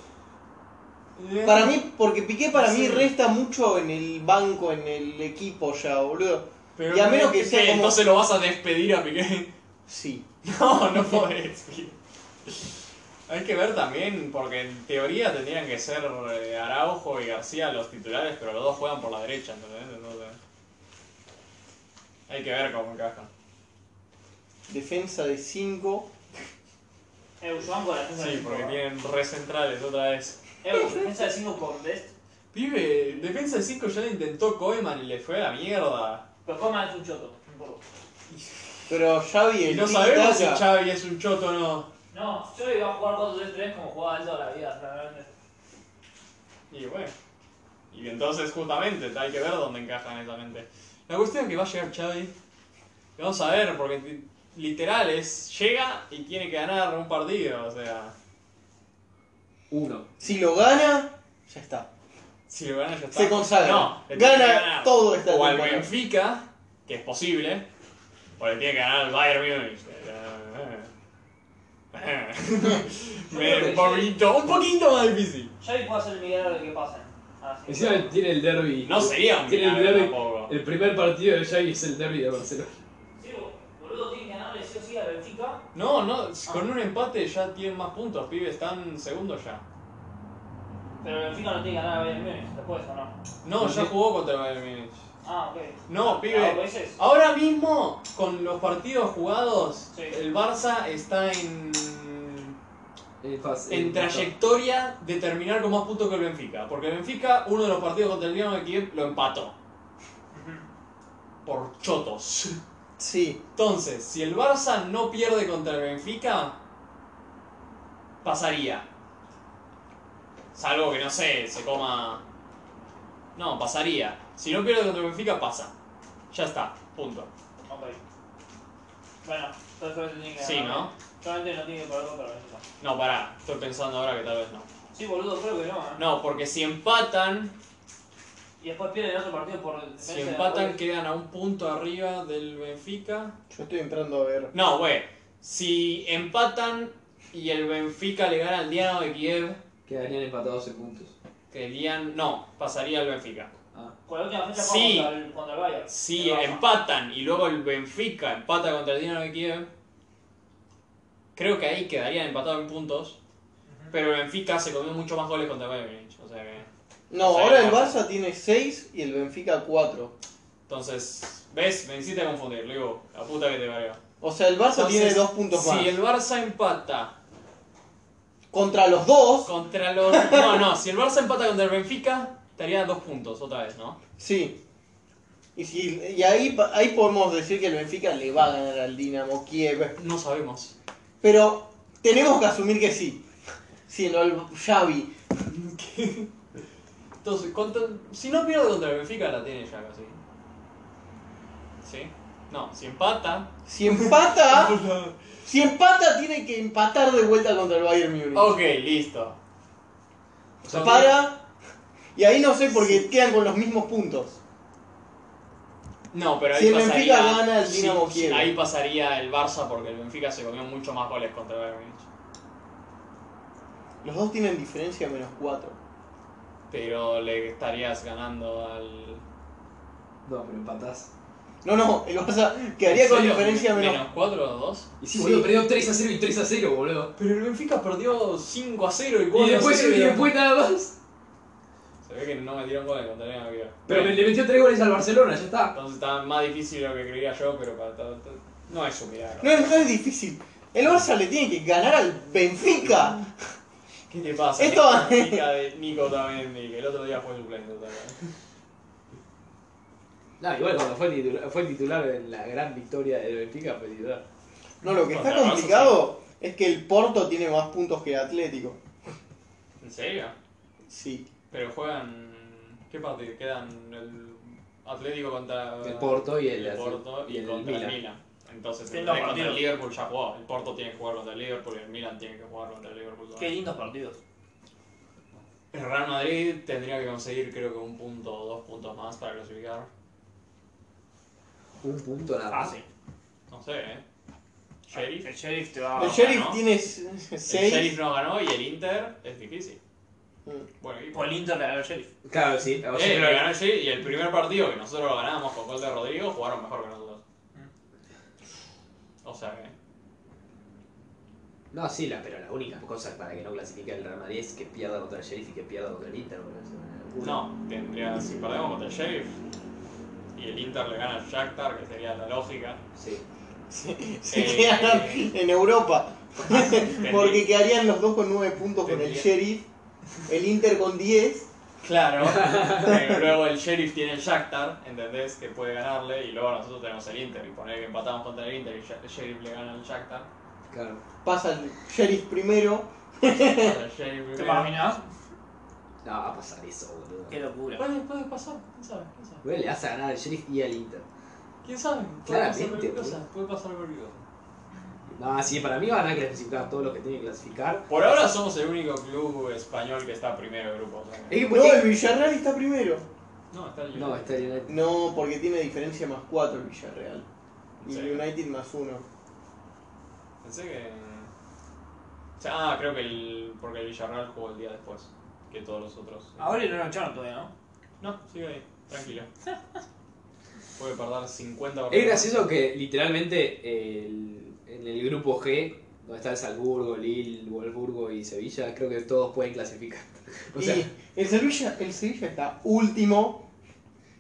Speaker 3: eh,
Speaker 2: Para mí, porque Piqué para mí
Speaker 3: Sí.
Speaker 2: resta mucho en el banco, en el equipo ya, boludo.
Speaker 3: pero
Speaker 2: y a
Speaker 3: no
Speaker 2: menos
Speaker 3: es
Speaker 2: que sea como-
Speaker 3: Entonces lo vas a despedir a Piqué.
Speaker 2: Sí.
Speaker 3: No, no podés. Hay que ver también, porque en teoría tendrían que ser eh, Araujo y García los titulares, pero los dos juegan por la derecha, ¿entendés? Entonces, hay que ver cómo encajan.
Speaker 2: Defensa de 5.
Speaker 7: Eh, Ushuan con la defensa de
Speaker 3: Sí,
Speaker 7: cinco,
Speaker 3: porque
Speaker 7: ¿no?
Speaker 3: tienen recentrales otra vez.
Speaker 7: Eh, defensa de 5 con Best.
Speaker 3: Pibe, defensa de 5 ya lo intentó Koeman y le fue a la mierda.
Speaker 7: Pero Coman es un choto, no importa.
Speaker 2: Pero Xavi
Speaker 3: Y
Speaker 2: el
Speaker 3: no sabemos si
Speaker 2: tic-tac,
Speaker 3: Xavi es un choto o no.
Speaker 7: No, yo iba a jugar 4-3-3 como jugaba él toda la vida, realmente.
Speaker 3: Y bueno. Y entonces justamente hay que ver dónde encajan exactamente. La cuestión es que va a llegar Xavi. y Vamos a ver, porque ti- literal es llega y tiene que ganar un partido. O sea,
Speaker 4: Uno.
Speaker 2: Si lo gana, ya está.
Speaker 3: si lo gana ya está.
Speaker 2: Se consagra.
Speaker 3: No, le tiene
Speaker 2: Gana
Speaker 3: que ganar
Speaker 2: todo este esta
Speaker 3: O al
Speaker 2: temporada.
Speaker 3: Benfica, que es posible. O le tiene que ganar al Bayern Munich. Un poquito, un poquito más difícil.
Speaker 7: Xavi puede hacer el milagro de que pasen. Así.
Speaker 4: Encima tiene el derby.
Speaker 3: No sería un
Speaker 4: Tiene el
Speaker 3: milagro
Speaker 4: derby.
Speaker 3: tampoco.
Speaker 4: El primer partido de Xavi es el derby de Barcelona.
Speaker 7: Sí, boludo, tiene que ganarle sí o sí a Benfica.
Speaker 3: No, no, con un empate ya tienen más puntos, pibe, están segundos ya.
Speaker 7: Pero Benfica no tiene que ganar a Bayern Múnich, después o no.
Speaker 3: No, ya jugó contra el Bayern Múnich.
Speaker 7: Ah, ok.
Speaker 3: No,
Speaker 7: Ah,
Speaker 3: pibe.
Speaker 7: pues es.
Speaker 3: Ahora mismo, con los partidos jugados,
Speaker 7: Sí.
Speaker 3: el Barça está en,
Speaker 4: Eh, fácil.
Speaker 3: en trayectoria de terminar con más puntos que el Benfica. Porque el Benfica, uno de los partidos contra el Dinamo de Kiev, lo empató. Por chotos.
Speaker 2: Sí.
Speaker 3: Entonces, si el Barça no pierde contra el Benfica, pasaría. Salvo que, no sé, se coma... No, pasaría. Si no pierde contra el Benfica, pasa. Ya está, punto.
Speaker 7: Ok. Bueno, entonces solamente tiene que ganar.
Speaker 3: Sí, ¿no?
Speaker 7: Solamente no tiene que perder contra Benfica.
Speaker 3: No, pará, estoy pensando ahora que tal vez no.
Speaker 7: Sí, boludo, creo que no, ¿eh?
Speaker 3: No, porque si empatan,
Speaker 7: Y después pierden otro partido por defensa.
Speaker 3: si
Speaker 7: de
Speaker 3: empatan
Speaker 7: Boca.
Speaker 3: quedan a un punto arriba del Benfica.
Speaker 2: Yo estoy entrando a ver.
Speaker 3: No, güey, si empatan y el Benfica le gana al Dinamo de Kiev,
Speaker 4: Quedarían empatados en puntos.
Speaker 3: que el Dian- No, pasaría al Benfica.
Speaker 7: Con la última fecha
Speaker 3: Sí.
Speaker 7: jugamos contra el, contra el Bayern.
Speaker 3: Si
Speaker 7: Pero vamos.
Speaker 3: empatan y luego el Benfica empata contra el Dinamo de Kiev, creo que ahí quedarían empatados en puntos. Pero el Benfica se comió mucho más goles contra el Bayern Múnich, o sea que-
Speaker 2: No,
Speaker 3: Sí,
Speaker 2: ahora el
Speaker 3: no.
Speaker 2: Barça tiene 6 y el Benfica 4.
Speaker 3: Entonces, ¿ves? Me hiciste confundir, digo, la puta que te parió.
Speaker 2: O sea, el Barça tiene
Speaker 3: Entonces,
Speaker 2: 2 puntos
Speaker 3: si
Speaker 2: más.
Speaker 3: el Barça empata
Speaker 2: Contra los dos,
Speaker 3: contra los. No, no, si el Barça empata contra el Benfica, estaría a dos puntos otra vez, ¿no?
Speaker 2: sí. Y, si, y ahí, pa- ahí podemos decir que el Benfica le va a ganar al Dinamo Kiev.
Speaker 3: No sabemos.
Speaker 2: Pero tenemos que asumir que sí. Si no, el Xavi.
Speaker 3: Entonces, contra- si no pierde contra el Benfica, la tiene ya casi. ¿Sí? No, si empata.
Speaker 2: Si empata, si empata tiene que empatar de vuelta contra el Bayern Múnich.
Speaker 3: Ok, listo.
Speaker 2: Para. Y ahí no sé porque quedan con los mismos puntos.
Speaker 3: No, pero ahí
Speaker 2: Si el
Speaker 3: pasaría.
Speaker 2: Benfica gana, el
Speaker 3: sí,
Speaker 2: Dinamo Kiev.
Speaker 3: Ahí pasaría el Barça porque el Benfica se comió mucho más goles contra el Bayern Múnich.
Speaker 2: Los dos tienen diferencia menos 4.
Speaker 3: Pero le estarías ganando al.
Speaker 1: No, pero empatás.
Speaker 2: No, no, el Barça quedaría con
Speaker 3: ¿Serio?
Speaker 2: diferencia menos.
Speaker 3: ¿Menos 4 o 2?
Speaker 1: Y sí,
Speaker 2: Sí.
Speaker 1: boludo, perdió 3 a 0 y 3 a 0, boludo.
Speaker 3: Pero el Benfica perdió 5 a 0 y 4
Speaker 1: Y después,
Speaker 3: a 0.
Speaker 1: y después nada más.
Speaker 3: Se ve que no metieron goles contra el Dinamo Kiev.
Speaker 1: Pero me- le metió 3 goles al Barcelona, ya está.
Speaker 3: Entonces estaba más difícil de lo que creía yo, pero para ta- ta- no es un milagro.
Speaker 2: No, es- no es difícil. El Barça le tiene que ganar al Benfica.
Speaker 3: ¿Qué te pasa?
Speaker 2: Esto-
Speaker 3: Esta chica de Nico también, que el otro día fue suplente. ¿te acuerdas?
Speaker 1: No, igual cuando fue el titular, fue el titular en la gran victoria del Benfica, fue el titular.
Speaker 2: No, lo que está
Speaker 3: Contra el Barça,
Speaker 2: complicado es que el Porto tiene más puntos que el Atlético.
Speaker 3: ¿En serio?
Speaker 2: Sí.
Speaker 3: Pero juegan. ¿Qué partido? Quedan el Atlético contra.
Speaker 1: El Porto y el-
Speaker 3: Porto y,
Speaker 1: y el
Speaker 3: contra el
Speaker 1: Milan.
Speaker 3: Milan. Entonces,
Speaker 7: Qué
Speaker 3: el,
Speaker 7: lindo
Speaker 3: contra el
Speaker 7: partido.
Speaker 3: Liverpool ya jugó. El Porto tiene que jugar contra el Liverpool y el Milan tiene que jugar contra el Liverpool.
Speaker 7: Qué
Speaker 3: también.
Speaker 7: lindos partidos.
Speaker 3: El Real Madrid tendría que conseguir, creo que un punto o dos puntos más para clasificar.
Speaker 1: Un punto nada más.
Speaker 7: Fácil.
Speaker 3: No sé, ¿eh?
Speaker 6: Ah,
Speaker 3: Sheriff.
Speaker 7: El sheriff te va
Speaker 2: el
Speaker 3: no,
Speaker 2: Sheriff
Speaker 3: no.
Speaker 2: tiene 6.
Speaker 3: El Ah, Sheriff no ganó y el Inter es difícil. Bueno, y
Speaker 7: por el Inter le ganó al sheriff.
Speaker 1: Claro, sí. O sea,
Speaker 3: Eh,
Speaker 1: pero-
Speaker 3: le ganó el Sheriff y el primer partido que nosotros lo ganábamos con gol de Rodrigo jugaron mejor que nosotros. O sea que.
Speaker 1: No, sí, la, pero la única cosa para que no clasifique el Real Madrid es que pierda contra el Sheriff y que pierda contra el Inter. boludo, es una locura.
Speaker 3: No, tendría, si perdemos contra el Sheriff y el Inter le gana al Shakhtar, que sería la lógica.
Speaker 1: Sí.
Speaker 2: Se
Speaker 3: Eh,
Speaker 2: quedan
Speaker 3: eh.
Speaker 2: en Europa. Porque quedarían los dos con 9 puntos con el
Speaker 3: Tendría-
Speaker 2: Sheriff, el Inter con 10.
Speaker 3: Claro. luego el Sheriff tiene el Shakhtar, ¿entendés? Que puede ganarle y luego nosotros tenemos el Inter y poner que empatamos contra el Inter y el Sheriff le gana al Shakhtar.
Speaker 1: Claro.
Speaker 2: Pasa el Sheriff primero.
Speaker 3: pasa el Sheriff
Speaker 7: ¿Te
Speaker 3: primero.
Speaker 7: imaginas?
Speaker 1: No, va a pasar eso, boludo.
Speaker 7: Qué locura.
Speaker 3: Puede, puede pasar, quién sabe, quién sabe.
Speaker 1: Bueno, le vas a ganar al Sheriff y al Inter.
Speaker 3: ¿Quién sabe? Puede pasar
Speaker 1: Claramente,
Speaker 3: cualquier
Speaker 1: boludo.
Speaker 3: cosa, puede pasar cualquier cosa.
Speaker 1: No, sí, para mí van a clasificar todos los que tienen que clasificar.
Speaker 3: Por ahora somos el único club español que está primero de grupo. o sea que-
Speaker 1: Es que-
Speaker 2: No, el Villarreal está primero.
Speaker 3: No, está el
Speaker 1: No, está el United.
Speaker 2: No, porque tiene diferencia más 4 el Villarreal. Y
Speaker 3: Sí.
Speaker 2: el United más 1.
Speaker 3: Pensé que. Ah, creo que el. Porque el Villarreal jugó el día después que todos los otros.
Speaker 7: Ahora no lo echaron todavía, ¿no?
Speaker 3: No, sigue ahí, tranquilo. Puede perder 50
Speaker 1: Es gracioso que literalmente el- en el grupo G, donde está el Salzburgo, Lille, Wolfsburgo y Sevilla, creo que todos pueden clasificar. O sea,
Speaker 2: y el Sevilla, el Sevilla está último,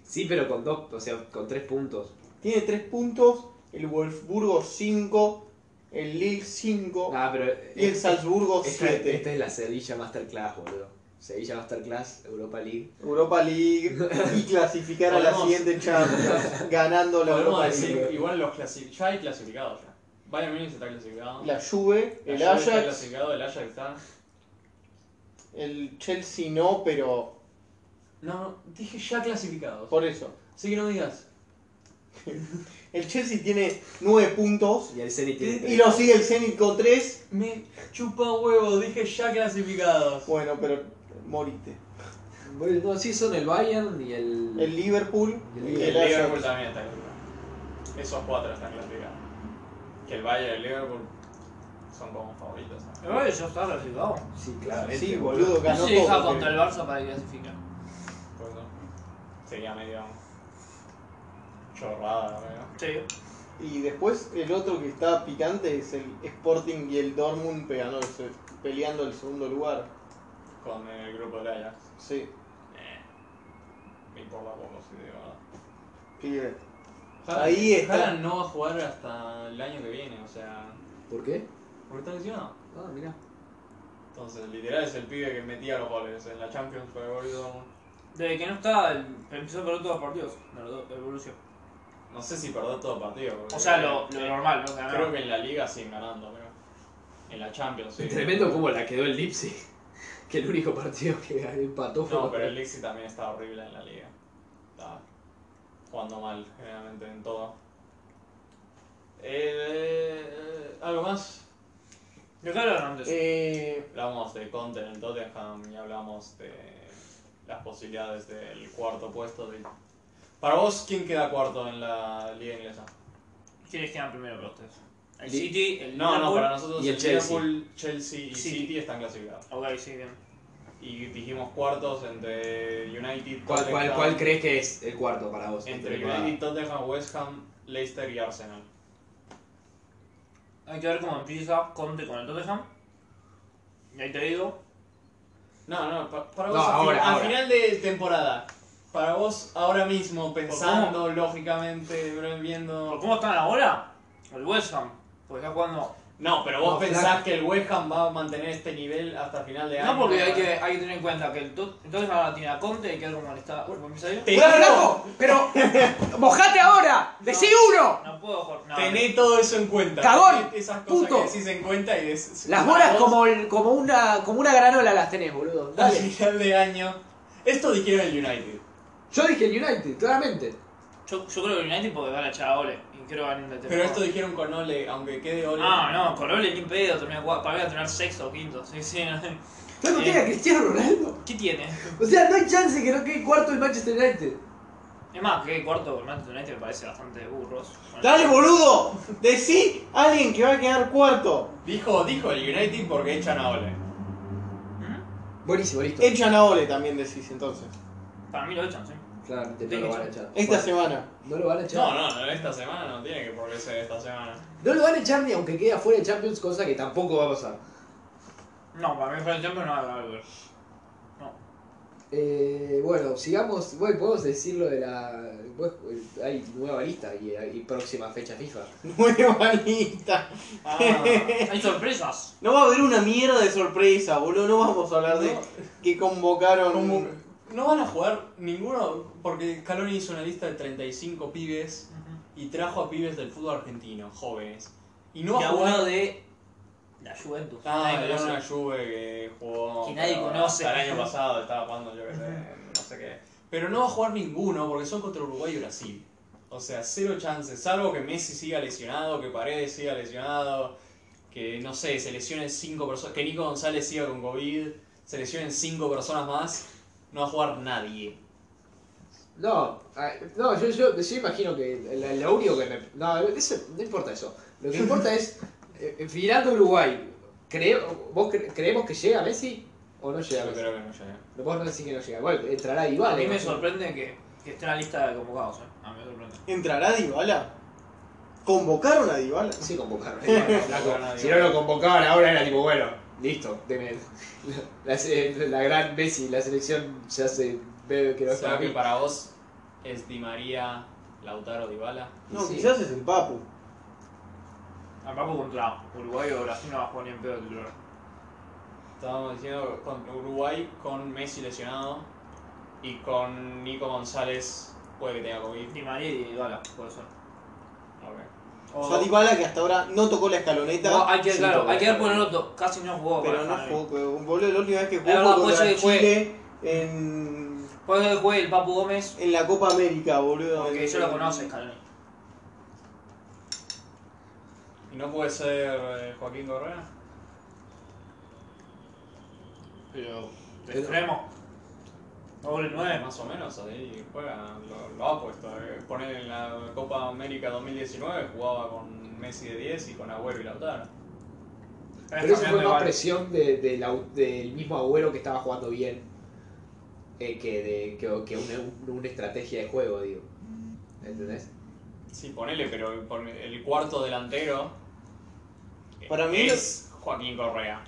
Speaker 1: sí, pero con dos, o sea, con tres puntos.
Speaker 2: tiene 3 puntos, el Wolfsburgo 5, el Lille 5
Speaker 1: Ah, pero.
Speaker 2: Oh, y el Salzburgo
Speaker 1: Esta,
Speaker 2: 7.
Speaker 1: esta es la Sevilla Masterclass, boludo. Sevilla Masterclass, Europa League.
Speaker 2: Europa League y clasificar a la
Speaker 3: Podemos-
Speaker 2: siguiente Champions ganando la
Speaker 3: Podemos
Speaker 2: Europa
Speaker 3: decir,
Speaker 2: League.
Speaker 3: igual los clasificados. Ya hay clasificados ya. Bayern Munich está clasificado.
Speaker 2: La Juve,
Speaker 3: La
Speaker 2: el
Speaker 3: Juve Está
Speaker 2: Ajax,
Speaker 3: clasificado, el Ajax está.
Speaker 2: el Chelsea no, pero
Speaker 3: No, dije ya clasificados.
Speaker 2: por eso.
Speaker 3: Así que no digas.
Speaker 2: El Chelsea tiene 9 puntos
Speaker 1: Y el Zenit tiene
Speaker 2: y
Speaker 1: tres.
Speaker 2: lo sigue el Zenit con 3.
Speaker 3: Me chupa huevo, dije ya clasificados.
Speaker 2: Bueno, pero morite.
Speaker 1: Bueno, no, sí, son el Bayern y el.
Speaker 2: El Liverpool
Speaker 1: El
Speaker 2: y
Speaker 3: Y el
Speaker 2: el Ajax.
Speaker 3: Liverpool también está clasificado. Esos cuatro están clasificados. Que el Bayern y el Liverpool son como favoritos. ¿no?
Speaker 7: Pero ya está clasificado.
Speaker 1: Sí, claramente.
Speaker 2: Sí, boludo,
Speaker 7: No
Speaker 2: ganó
Speaker 7: se deja
Speaker 2: todo.
Speaker 7: contra el Barça para que clasifica.
Speaker 3: Por eso. Sería medio. chorrada, ¿no?
Speaker 7: Sí.
Speaker 2: Y después el otro que está picante es el Sporting y el Dortmund pegando el se- peleando el segundo lugar.
Speaker 3: Con el grupo del Ajax.
Speaker 2: Sí,
Speaker 3: Me importa poco si digo verdad.
Speaker 2: pibe. Ahí está.
Speaker 3: Haaland no va a jugar hasta el año que viene, o sea.
Speaker 1: ¿Por qué?
Speaker 3: Porque está lesionado.
Speaker 1: Ah, mira.
Speaker 3: Entonces, literal es el pibe que metía los goles en la Champions para el Borussia Dortmund.
Speaker 7: Desde que no está, el- empezó a perder todos los partidos. No, lo- evolución.
Speaker 3: No sé si perdió todo el partido. porque-
Speaker 7: O sea, lo, lo normal, ¿no? Ganar.
Speaker 3: Creo que en la liga siguen ganando, creo. En la Champions, sí.
Speaker 1: Tremendo como la quedó el Leipzig. Que el único partido que empató fue.
Speaker 3: No, pero el Lixi también está horrible en la liga. Está jugando mal, generalmente, en todo. Eh, ¿Algo más?
Speaker 7: ¿De qué hablaron antes?
Speaker 2: Eh,
Speaker 3: Hablamos de Conte en el Tottenham y hablamos de las posibilidades del cuarto puesto. De... Para vos, ¿quién queda cuarto en la liga inglesa?
Speaker 7: ¿Quiénes quedan primero para ustedes? El
Speaker 8: Li-
Speaker 7: City, el
Speaker 3: No, no,
Speaker 7: Liverpool.
Speaker 3: para nosotros
Speaker 8: y el
Speaker 3: el
Speaker 8: Chelsea.
Speaker 3: Liverpool, Chelsea y
Speaker 7: City.
Speaker 3: City están clasificados.
Speaker 7: Ok, sí, bien.
Speaker 3: Y dijimos cuartos entre United,
Speaker 8: ¿Cuál, cuál,
Speaker 3: Tottenham-
Speaker 8: cuál crees que es el cuarto para vos?
Speaker 3: Entre
Speaker 8: para-
Speaker 3: United, Tottenham, West Ham, Leicester y Arsenal.
Speaker 7: Hay que ver cómo empieza Conte con el Tottenham. Y ahí te digo.
Speaker 3: No, no, pa- para
Speaker 8: No,
Speaker 3: vos a, fin-
Speaker 8: ahora,
Speaker 3: a
Speaker 8: ahora.
Speaker 3: final de temporada. Para vos ahora mismo, pensando lógicamente,
Speaker 7: ¿Por
Speaker 3: viendo...
Speaker 7: cómo están ahora? El West Ham. Porque está jugando.
Speaker 3: No, pero vos
Speaker 1: No,
Speaker 3: pensás
Speaker 1: claro.
Speaker 3: que el West Ham va a mantener este nivel hasta final de año.
Speaker 7: No, porque hay que, hay que tener en cuenta que el, Tot- el Tottenham ahora tiene a Conte y hay que ver cómo le está. ¿Cómo empieza a ir?
Speaker 3: Te-
Speaker 9: ¡Hola, Blanco! Pero, mojate ahora, decí uno.
Speaker 7: No puedo jugar. No,
Speaker 3: Tené todo eso en cuenta.
Speaker 9: Cagón,
Speaker 3: Tené Esas cosas
Speaker 9: puto.
Speaker 3: que decís en cuenta y des-
Speaker 9: Las bolas
Speaker 3: vos,
Speaker 9: como, el- como, una, como una granola las tenés, boludo.
Speaker 3: A
Speaker 9: Dale.
Speaker 3: final de año. Esto dijeron el United.
Speaker 1: Yo dije el United, claramente.
Speaker 7: Yo, yo creo que el United porque van a echar a Ole. Y creo que van a intentar.
Speaker 3: Pero esto dijeron con Ole, aunque quede Ole.
Speaker 7: Ah, no, con Ole ni pedo. Termina cua- para mí va a tener sexto o quinto. Sí, sí.
Speaker 1: ¿Sabes no tiene a Cristiano Ronaldo?
Speaker 7: ¿Qué tiene?
Speaker 1: O sea, no hay chance que no quede cuarto el Manchester United.
Speaker 7: Es más, que cuarto con Manchester United este me parece bastante burros. Bueno,
Speaker 2: dale, boludo. Decí a alguien que va a quedar cuarto.
Speaker 3: Dijo, dijo el United porque echan a Ole.
Speaker 7: ¿Mm?
Speaker 1: Buenísimo, listo.
Speaker 2: Echan a Ole también decís entonces.
Speaker 7: Para mí lo echan, sí.
Speaker 1: Claramente no lo van a echar.
Speaker 2: Esta semana.
Speaker 1: No lo van a echar.
Speaker 3: No, no, no, esta semana no tiene que por qué ser esta semana.
Speaker 1: No lo van a echar ni aunque quede afuera de Champions, cosa que tampoco va a pasar.
Speaker 7: No, para mí fuera el tiempo no va a ganar el
Speaker 1: Eh, bueno, sigamos. Bueno, podemos decir lo de la. pues, eh, hay nueva lista y, y próxima fecha FIFA.
Speaker 2: Nueva lista.
Speaker 7: Ah, hay sorpresas.
Speaker 2: No va a haber una mierda de sorpresa, boludo. No vamos a hablar de
Speaker 3: No.
Speaker 2: que convocaron.
Speaker 3: Como- no van a jugar ninguno, porque Caloni hizo una lista de 35 pibes y trajo a pibes del fútbol argentino, jóvenes. Y no
Speaker 7: y
Speaker 3: va
Speaker 7: a
Speaker 3: a jugar.
Speaker 7: uno de la Juventus.
Speaker 3: Ah,
Speaker 7: Nadie
Speaker 3: era
Speaker 7: conoce.
Speaker 3: una Juve que jugó.
Speaker 7: Que nadie
Speaker 3: pero
Speaker 7: conoce.
Speaker 3: hasta el año pasado estaba jugando, yo que sé, no sé qué. Pero no va a jugar ninguno porque son contra Uruguay y Brasil. O sea, cero chances, salvo que Messi siga lesionado, que Paredes siga lesionado, que no sé, se lesionen cinco personas, que Nico González siga con COVID, se lesionen cinco personas más, no va a jugar nadie.
Speaker 1: No, ah, no yo, yo, yo imagino que la- lo único que me. No, eso- no importa eso. Lo que importa es. eh, Finando Uruguay, ¿cree, ¿vos cre- creemos que llega Messi o no llega
Speaker 3: Yo
Speaker 1: Messi?
Speaker 3: creo que no ¿eh? llega.
Speaker 1: Vos no decís que no llega. Igual entrará y
Speaker 7: a
Speaker 1: vale.
Speaker 7: mí me sorprende que, que esté en la lista de convocados. eh. A mí me sorprende.
Speaker 2: ¿Entrará Dybala? ¿Convocaron a Dybala?
Speaker 1: Sí, convocaron. Flaco, si no lo convocaban ahora era tipo, bueno, listo, deme. La, se- la gran Messi, la selección ya se ve que no
Speaker 3: O
Speaker 1: está
Speaker 3: sea que
Speaker 1: bien.
Speaker 3: para vos es Di María, Lautaro, Dybala.
Speaker 2: No,
Speaker 1: Sí.
Speaker 2: quizás es el Papu.
Speaker 7: A Papu contra Uruguay o Brasil no va a jugar ni en pedo de titular.
Speaker 3: Estábamos diciendo con Uruguay, con Messi lesionado y con Nico González puede que tenga COVID.
Speaker 7: Di María y Dybala, puede ser.
Speaker 3: Ok.
Speaker 2: O sea, Dybala que hasta ahora no tocó la escaloneta,
Speaker 7: Oh. No, hay que,
Speaker 1: Sí,
Speaker 7: claro,
Speaker 1: porque-
Speaker 7: hay que ver por el otro. Casi no jugó.
Speaker 2: pero
Speaker 7: para
Speaker 2: no
Speaker 7: mí.
Speaker 2: jugó. pero, Boludo, la última vez que jugó
Speaker 7: Es verdad, pues, eh,
Speaker 2: fue contra
Speaker 7: puede ser que
Speaker 2: Chile en,
Speaker 7: Puede que juegue el Papu Gómez,
Speaker 2: en la Copa América, boludo.
Speaker 7: porque
Speaker 2: En-
Speaker 7: yo lo conozco, Scaloni.
Speaker 3: ¿Y no puede ser eh, Joaquín Correa?
Speaker 7: Pero. de extremo. Doble nueve.
Speaker 3: Más o menos, ahí juega, lo, lo ha puesto. eh. Poner en la Copa América 2019 jugaba con Messi de 10 y con Agüero y Lautaro.
Speaker 1: Pero eso fue más presión de- de la- del mismo agüero que estaba jugando bien eh, que, de, que, que una, un- una estrategia de juego, digo. ¿Entendés?
Speaker 3: Sí, ponele, pero por- el cuarto delantero eh,
Speaker 2: Para mí
Speaker 3: es Joaquín Correa.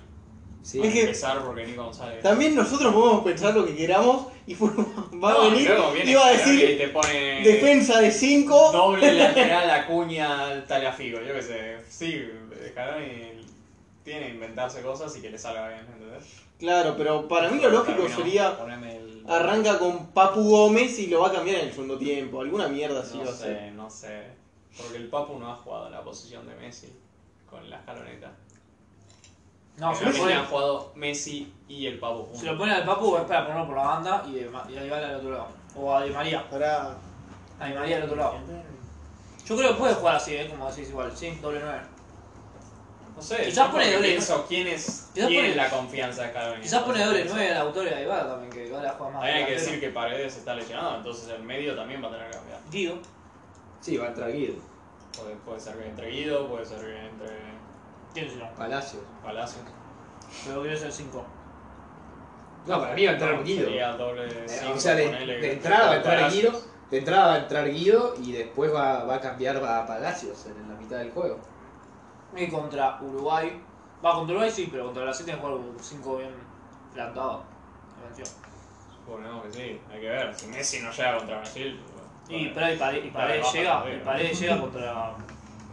Speaker 1: Sí.
Speaker 2: Es
Speaker 3: Es
Speaker 2: que-
Speaker 3: empezar porque Nico González.
Speaker 2: También nosotros podemos pensar lo que queramos y fue- va a
Speaker 3: No,
Speaker 2: venir
Speaker 3: luego viene
Speaker 2: y va a
Speaker 3: Scaloni
Speaker 2: decir
Speaker 3: y te pone
Speaker 2: defensa de 5.
Speaker 3: doble lateral Acuña al Taliafico, yo qué sé. Sí, Scaloni tiene que inventarse cosas y que le salga bien, ¿entendés?
Speaker 2: Claro, pero para mí lo lógico
Speaker 3: Terminó,
Speaker 2: sería
Speaker 3: poneme el-
Speaker 2: arranca con Papu Gómez y lo va a cambiar en el segundo tiempo. Alguna mierda así
Speaker 3: No
Speaker 2: va a ser.
Speaker 3: sé, no sé. Porque el Papu no ha jugado la posición de Messi con la escaloneta.
Speaker 7: No, se lo,
Speaker 3: Generalmente han
Speaker 7: pone,
Speaker 3: jugado Messi y el Papu juntos.
Speaker 7: se lo pone al Papu es para ponerlo por la banda y, de, Ma- y a Dybala al otro lado. O a Di María.
Speaker 2: Pará.
Speaker 7: A Di María al otro lado. Yo creo que puede jugar así, ¿eh? como decís igual, sí, doble nueve.
Speaker 3: No sé.
Speaker 7: Quizás
Speaker 3: yo
Speaker 7: pone
Speaker 3: porque
Speaker 7: doble,
Speaker 3: Pienso quién es.
Speaker 7: Quizás
Speaker 3: tiene
Speaker 7: pone-
Speaker 3: la confianza de Carolina.
Speaker 7: Quizás pone doble 9 al autor de Aybada también, que Aybada la juega más.
Speaker 3: También hay que
Speaker 7: delantero.
Speaker 3: decir que Paredes está lesionado, entonces el medio también va a tener que cambiar.
Speaker 7: Guido.
Speaker 1: Sí, va a entrar Guido,
Speaker 3: Puede, puede ser que entre Guido, puede ser que entre
Speaker 7: ¿Quién será?
Speaker 1: Palacios.
Speaker 3: Palacios.
Speaker 7: Pero Guido es el 5.
Speaker 1: No, para mí va a entrar Guido.
Speaker 3: Sería doble
Speaker 1: Eh,
Speaker 3: cinco,
Speaker 1: o sea, de,
Speaker 3: ponele,
Speaker 1: de entrada va a entrar
Speaker 3: Palacios.
Speaker 1: Guido. De entrada va a entrar Guido y después va, va a cambiar a Palacios en la mitad del juego.
Speaker 7: Y contra Uruguay. Va, contra Uruguay sí, pero contra Brasil tiene que jugar un 5 bien plantado. Atención.
Speaker 3: Suponemos que sí, hay que ver. Si Messi no llega contra Brasil.
Speaker 7: Y,
Speaker 3: bueno.
Speaker 7: pero y Paredes, y Paredes
Speaker 3: baja
Speaker 7: llega,
Speaker 3: también,
Speaker 7: y
Speaker 3: ¿no?
Speaker 7: Paredes llega contra...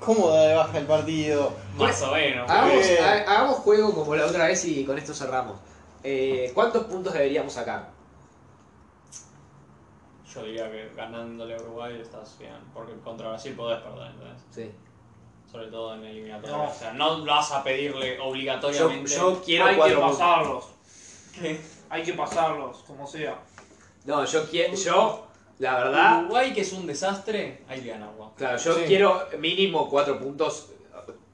Speaker 2: ¿Cómo da de baja el partido?
Speaker 3: Más o menos.
Speaker 1: Hagamos,
Speaker 2: Eh.
Speaker 1: ha- hagamos juego como la otra vez y con esto cerramos. Eh, ¿Cuántos puntos deberíamos sacar?
Speaker 3: Yo diría que ganándole a Uruguay estás bien, porque contra Brasil podés perder, entonces.
Speaker 1: Sí.
Speaker 3: Sobre todo en eliminatoria.
Speaker 7: No.
Speaker 3: O sea, no vas a pedirle obligatoriamente.
Speaker 10: quiero
Speaker 7: Hay que
Speaker 10: cuatro puntos.
Speaker 7: pasarlos.
Speaker 3: ¿Qué?
Speaker 7: Hay que pasarlos, como sea.
Speaker 10: No, yo quiero. Yo, la verdad.
Speaker 3: Uruguay, que es un desastre, hay que ganarlo.
Speaker 10: Claro, yo
Speaker 2: Sí.
Speaker 10: quiero mínimo cuatro puntos.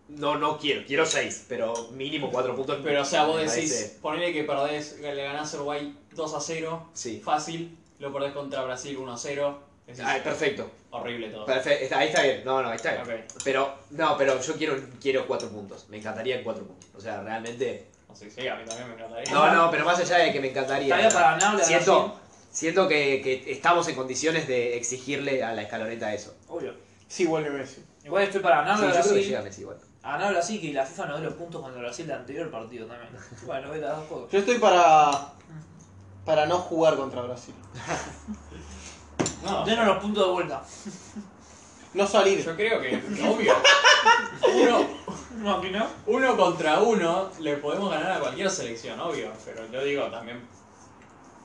Speaker 10: No, no quiero, quiero seis, pero mínimo cuatro puntos.
Speaker 3: Pero, o sea, vos
Speaker 10: me
Speaker 3: decís,
Speaker 10: parece.
Speaker 3: ponele que perdés, le ganás a Uruguay 2 a 0,
Speaker 10: Sí.
Speaker 3: fácil, lo perdés contra Brasil 1 a 0, decís,
Speaker 1: Ah,
Speaker 10: Ay, perfecto.
Speaker 3: horrible todo.
Speaker 10: Perfecto, está- ahí está bien. No, no, ahí está bien.
Speaker 3: Ok,
Speaker 10: Pero, no, pero yo quiero, quiero cuatro puntos. Me encantaría cuatro puntos. O sea, realmente.
Speaker 3: así sí, a mí también me encantaría.
Speaker 10: No, no, pero más allá de que me encantaría.
Speaker 7: Todavía para ganarle a Brasil.
Speaker 10: siento siento que, que estamos en condiciones de exigirle a la escaloneta eso.
Speaker 7: Obvio.
Speaker 2: Sí, vuelve Messi.
Speaker 7: Igual estoy para
Speaker 10: Sí,
Speaker 7: ganarle
Speaker 10: yo
Speaker 7: a
Speaker 10: creo que
Speaker 7: Brasil.
Speaker 10: llega Messi igual.
Speaker 7: A ganar a Brasil que la FIFA nos dé los puntos contra Brasil del anterior partido también. Bueno, ve las dos cosas.
Speaker 2: Yo estoy para. para no jugar contra Brasil.
Speaker 3: No,
Speaker 7: Denos los puntos de vuelta.
Speaker 2: No salir.
Speaker 3: yo creo que, obvio, uno,
Speaker 7: No, aquí no.
Speaker 3: uno contra uno le podemos ganar a cualquier selección, obvio, pero yo digo también...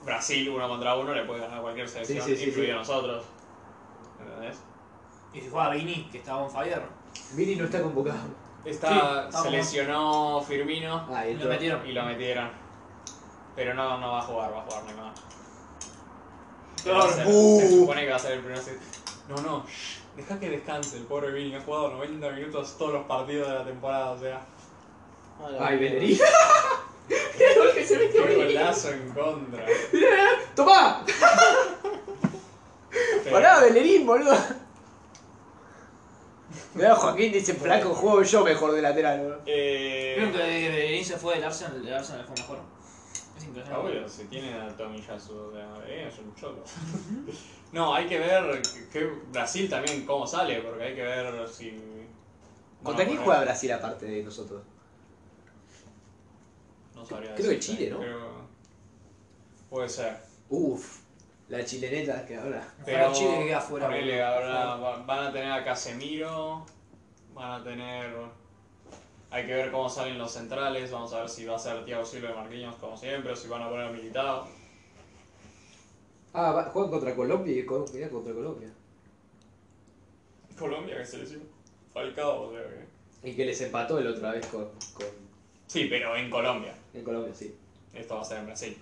Speaker 3: Brasil uno contra uno le puede ganar a cualquier selección,
Speaker 1: sí, sí,
Speaker 3: incluido
Speaker 1: sí.
Speaker 3: a nosotros. ¿Entendés?
Speaker 7: Y jugaba Vini, que estaba on fire.
Speaker 1: Vini no está convocado.
Speaker 7: Sí,
Speaker 3: Está,
Speaker 7: vamos.
Speaker 3: se lesionó Firmino.
Speaker 1: Ah,
Speaker 7: Y lo metieron.
Speaker 3: Y lo metieron. Pero no, no va a jugar, va a jugar Neymar.
Speaker 7: Claro.
Speaker 3: Se, se supone que va a ser el primer set. No, no, shh, deja que descanse el pobre Vini. Ha jugado 90 minutos todos los partidos de la temporada, o sea.
Speaker 2: Ah,
Speaker 1: Ay, Benerí.
Speaker 3: Qué golazo en contra.
Speaker 1: ¡Tomá!
Speaker 3: Pero-
Speaker 1: Pará, Bellerín, boludo. Mirá, Joaquín dice, flaco, juego yo mejor de lateral, boludo.
Speaker 7: Vieron
Speaker 3: Eh,
Speaker 7: que Vini se fue del Arsenal, el Arsenal fue mejor. Es impresionante.
Speaker 3: Ah, Obvio, si tiene a Tomiyasu, o sea, eh, es un cholo. no, hay que ver que, que Brasil también cómo sale, porque hay que ver si.
Speaker 1: ¿Contra
Speaker 3: bueno,
Speaker 1: quién
Speaker 3: por
Speaker 1: juega
Speaker 3: ahí-
Speaker 1: Brasil aparte de nosotros?
Speaker 3: No sabría
Speaker 1: Creo que
Speaker 3: decirte,
Speaker 1: Chile, ¿no?
Speaker 3: pero- Puede ser.
Speaker 1: Uf, la chileneta que ahora.
Speaker 3: Pero
Speaker 7: Ojalá Chile que queda fuera,
Speaker 3: ponele,
Speaker 7: boludo.
Speaker 3: ahora va- van a tener a Casemiro, van a tener... Hay que ver cómo salen los centrales, vamos a ver si va a ser Thiago Silva y Marquinhos como siempre, o si van a poner a Militao.
Speaker 1: Ah, va- juegan contra Colombia y con- mirá contra Colombia.
Speaker 3: Colombia que se lesionó. Falcao, o sea que...
Speaker 1: Y que les empató el otra vez con, con
Speaker 3: Sí, pero en Colombia.
Speaker 1: en Colombia, sí.
Speaker 3: Esto va a ser en Brasil.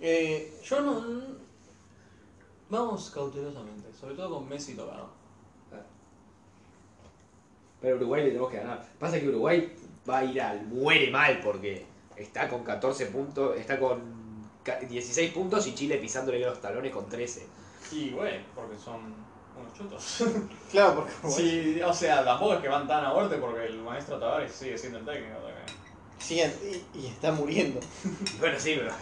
Speaker 2: Eh,
Speaker 3: Yo no... Vamos cautelosamente, sobre todo con Messi tocado.
Speaker 1: Pero a Uruguay le tenemos que ganar. Pasa que Uruguay va a ir al muere mal porque está con 14 puntos, está con ca- 16 puntos y Chile pisándole los talones con 13.
Speaker 3: Y güey, porque son unos chutos.
Speaker 2: claro, porque.
Speaker 3: Sí, o sea, tampoco es que van tan a muerte porque el maestro Tavares sigue siendo el técnico. también.
Speaker 2: Siguiente. Y, y está muriendo.
Speaker 1: Y bueno, sí, pero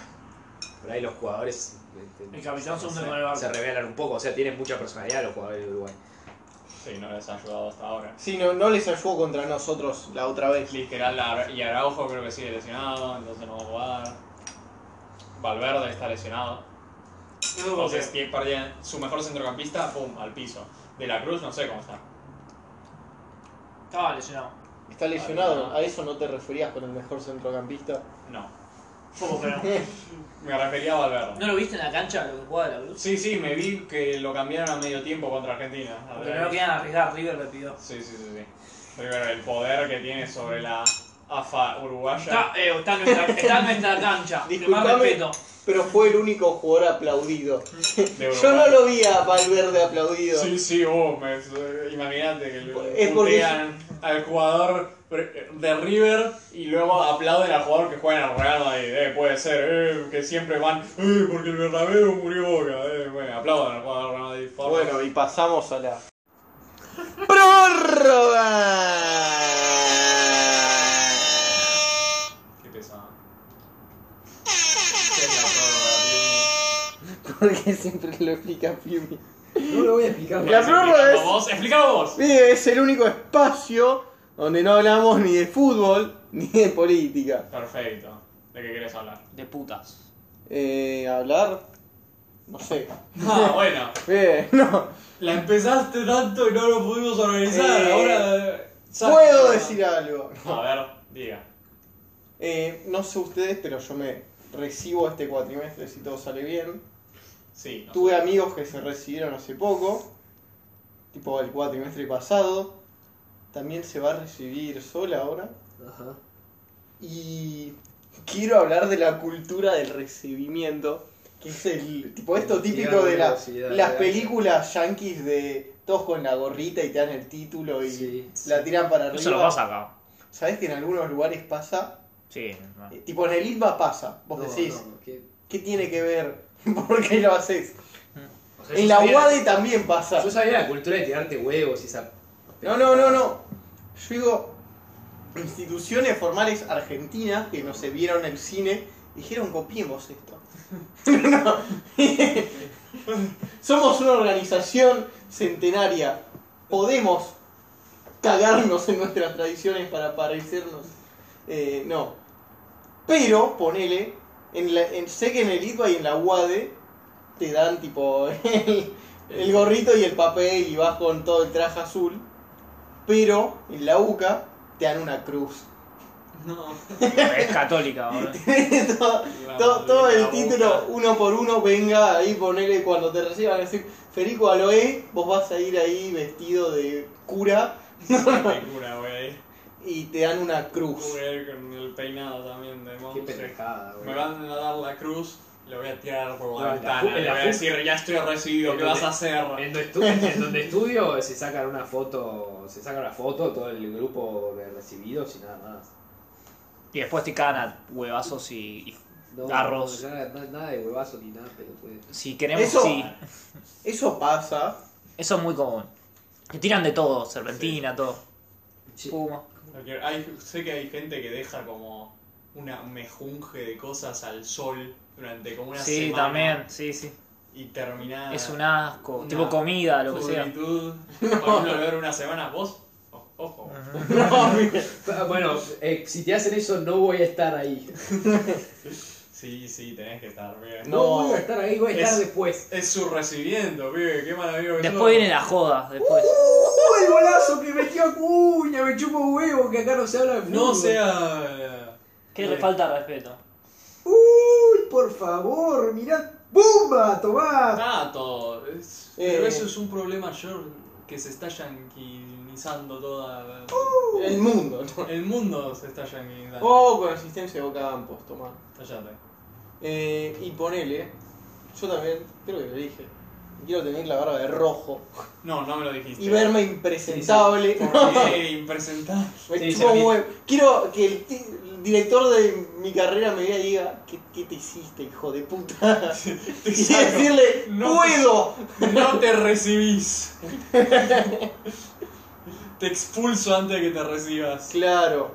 Speaker 1: por ahí los jugadores este,
Speaker 7: El capitán se
Speaker 3: No
Speaker 7: hunde
Speaker 3: sé.
Speaker 7: con el barco.
Speaker 1: se revelan un poco, o sea, tienen mucha personalidad los jugadores de Uruguay.
Speaker 3: Sí, no les ha ayudado hasta ahora.
Speaker 2: Sí, no, no les ayudó contra nosotros la otra vez.
Speaker 3: Literal Ara- y Araujo creo que sigue lesionado, entonces no va a jugar. Valverde está lesionado.
Speaker 7: Yo creo que-
Speaker 3: Entonces tie- perdían su mejor centrocampista, pum, al piso. De la Cruz no sé cómo está.
Speaker 7: Estaba lesionado.
Speaker 2: Está lesionado. A eso no te referías con el mejor centrocampista.
Speaker 3: No.
Speaker 7: Poco, pero
Speaker 3: Me refería a Valverde.
Speaker 7: ¿No lo viste en la cancha lo que jugaba de la Cruz?
Speaker 3: Sí, sí, me vi que lo cambiaron a medio tiempo contra Argentina. A
Speaker 7: Porque
Speaker 3: ver.
Speaker 7: no lo querían arriesgar, River le pidió.
Speaker 3: Sí, sí, sí, sí. Primero, el poder que tiene sobre la AFA uruguaya.
Speaker 7: Está, eh, está, en nuestra, está en nuestra cancha. Te más
Speaker 2: Disculpame.
Speaker 7: respeto.
Speaker 2: pero fue el único jugador aplaudido.
Speaker 3: de
Speaker 2: Yo
Speaker 3: Uruguay.
Speaker 2: no lo vi a Valverde aplaudido.
Speaker 3: Sí, sí, vos, me- eh, imagínate que le
Speaker 2: Es porque-
Speaker 3: putean al jugador de River y luego aplauden al jugador que juega en el Real Madrid. Eh, puede ser, eh, que siempre van, eh, porque el Bernabéu murió Boca. Eh, bueno, aplaudan al jugador del Real Madrid. por favor.
Speaker 2: Bueno, y pasamos a la prórroga.
Speaker 3: Qué pesado. Qué pesado,
Speaker 2: Porque siempre lo explica Piumi.
Speaker 5: No lo voy a explicar.
Speaker 2: La prórroga es-
Speaker 3: Explícalo vos, explícalo vos.
Speaker 2: Mire, es el único espacio donde no hablamos ni de fútbol ni de política.
Speaker 3: Perfecto. ¿De qué querés hablar?
Speaker 7: De putas.
Speaker 2: Eh, hablar. No sé.
Speaker 3: Ah, bueno.
Speaker 2: Eh, no.
Speaker 3: La empezaste tanto y no lo pudimos organizar.
Speaker 2: Eh,
Speaker 3: Ahora.
Speaker 2: Puedo decir algo.
Speaker 3: A ver, diga.
Speaker 2: Eh, no sé ustedes, pero yo me recibo este cuatrimestre si todo sale bien.
Speaker 3: Sí. no
Speaker 2: Tuve amigos que se recibieron hace poco, tipo el cuatrimestre pasado. También se va a recibir sola ahora.
Speaker 6: Ajá.
Speaker 2: Y quiero hablar de la cultura del recibimiento, que es el tipo esto típico de la-
Speaker 6: Sí, dale,
Speaker 2: las
Speaker 6: dale.
Speaker 2: películas yankees de todos con la gorrita y te dan el título y
Speaker 6: Sí.
Speaker 2: la tiran para arriba.
Speaker 7: Eso lo pasa acá.
Speaker 2: ¿Sabés que en algunos lugares pasa?
Speaker 7: Sí. no.
Speaker 2: Eh, Tipo en el ILVA pasa. Vos
Speaker 6: No,
Speaker 2: decís,
Speaker 6: no, que-
Speaker 2: ¿qué tiene que ver? ¿Por qué lo haces?
Speaker 6: Mm. o sea, yo
Speaker 2: En la
Speaker 6: sabía-
Speaker 2: UADE también pasa.
Speaker 6: Yo sabía la cultura de tirarte huevos y esa.
Speaker 2: No, no, no, no. Yo digo, instituciones formales argentinas que no se vieron el cine dijeron copiemos esto. No. Somos una organización centenaria. Podemos cagarnos en nuestras tradiciones para parecernos. Eh, no. Pero, ponele, en la- en- sé que en el ITBA y en la UADE te dan tipo el, el gorrito y el papel y vas con todo el traje azul. Pero en la UCA te dan una cruz.
Speaker 3: No.
Speaker 7: Es católica, boludo.
Speaker 2: todo, todo- todo el título, uno por uno, venga ahí, ponele cuando te reciban, decir, Federico Aloe, vos vas a ir ahí vestido de cura
Speaker 3: Cura, güey.
Speaker 2: y te dan una cruz.
Speaker 3: Voy a ir con el peinado también de
Speaker 6: Qué
Speaker 3: monstruo.
Speaker 6: pendejada,
Speaker 3: Me
Speaker 6: güey.
Speaker 3: van a dar la cruz, le voy a tirar por la
Speaker 6: No, en la
Speaker 3: ventana.
Speaker 6: ju- en
Speaker 3: Le
Speaker 6: la
Speaker 3: voy a
Speaker 6: ju-
Speaker 3: decir, ya estoy recibido,
Speaker 6: en
Speaker 3: ¿qué
Speaker 6: donde-
Speaker 3: vas a hacer?
Speaker 6: En donde, estu- en donde estudio se sacan una foto, se saca una foto todo el grupo de recibidos y nada más.
Speaker 7: Y después te cagan a huevazos y. y
Speaker 6: No,
Speaker 7: Arroz.
Speaker 6: no, Nada, nada- nada de huevazo ni nada, pero pues.
Speaker 7: si queremos,
Speaker 2: Eso-
Speaker 7: sí.
Speaker 2: Eso pasa.
Speaker 7: Eso es muy común. Te tiran de todo, serpentina, todo.
Speaker 6: Sí.
Speaker 7: Puma.
Speaker 3: Porque hay- sé que hay gente que deja como una mejunje de cosas al sol durante como una
Speaker 7: Sí,
Speaker 3: semana.
Speaker 7: también, sí, sí.
Speaker 3: Y termina.
Speaker 7: Es un asco.
Speaker 3: Una
Speaker 7: tipo comida, lo que sea.
Speaker 3: juventud. Para uno ver una semana, vos. o- Ojo.
Speaker 6: Ah, Bueno, eh, si te hacen eso no voy a estar ahí.
Speaker 3: Sí, sí, tenés que estar bien.
Speaker 6: No,
Speaker 2: No.
Speaker 6: voy a estar ahí, voy a estar
Speaker 3: Es-
Speaker 6: después.
Speaker 3: Es su recibimiento, pibe, qué maravilloso.
Speaker 7: Después viene la joda, después.
Speaker 6: ¡Uh, el golazo que metió a Cuña! Me chupo huevo que acá no se habla de
Speaker 3: No
Speaker 6: fútbol.
Speaker 3: sea.
Speaker 7: Qué le falta de respeto.
Speaker 6: ¡Uy, por favor! ¡Mirá! ¡Bumba! ¡Tomá!
Speaker 3: Nato. Es,
Speaker 2: Ah. Eh.
Speaker 3: Pero eso es un problema yo que se está yanquinizando toda. la-
Speaker 2: El mundo. ¿no?
Speaker 3: El mundo se está yanquinizando.
Speaker 2: Oh, con asistencia de Boca Campos, toma.
Speaker 3: Cállate.
Speaker 2: Eh, y ponele, yo también, creo que lo dije, quiero tener la barba de rojo
Speaker 3: No, no me lo dijiste.
Speaker 2: y verme impresentable.
Speaker 3: Porque impresentable.
Speaker 2: Me
Speaker 6: Sí,
Speaker 2: chupa
Speaker 6: se lo
Speaker 2: un huevo. Quiero que el, ti- el director de mi carrera me vea y diga, ¿qué, qué te hiciste, hijo de puta? y decirle,
Speaker 3: No.
Speaker 2: ¡puedo!
Speaker 3: No te recibís. te expulso antes de que te recibas.
Speaker 2: Claro,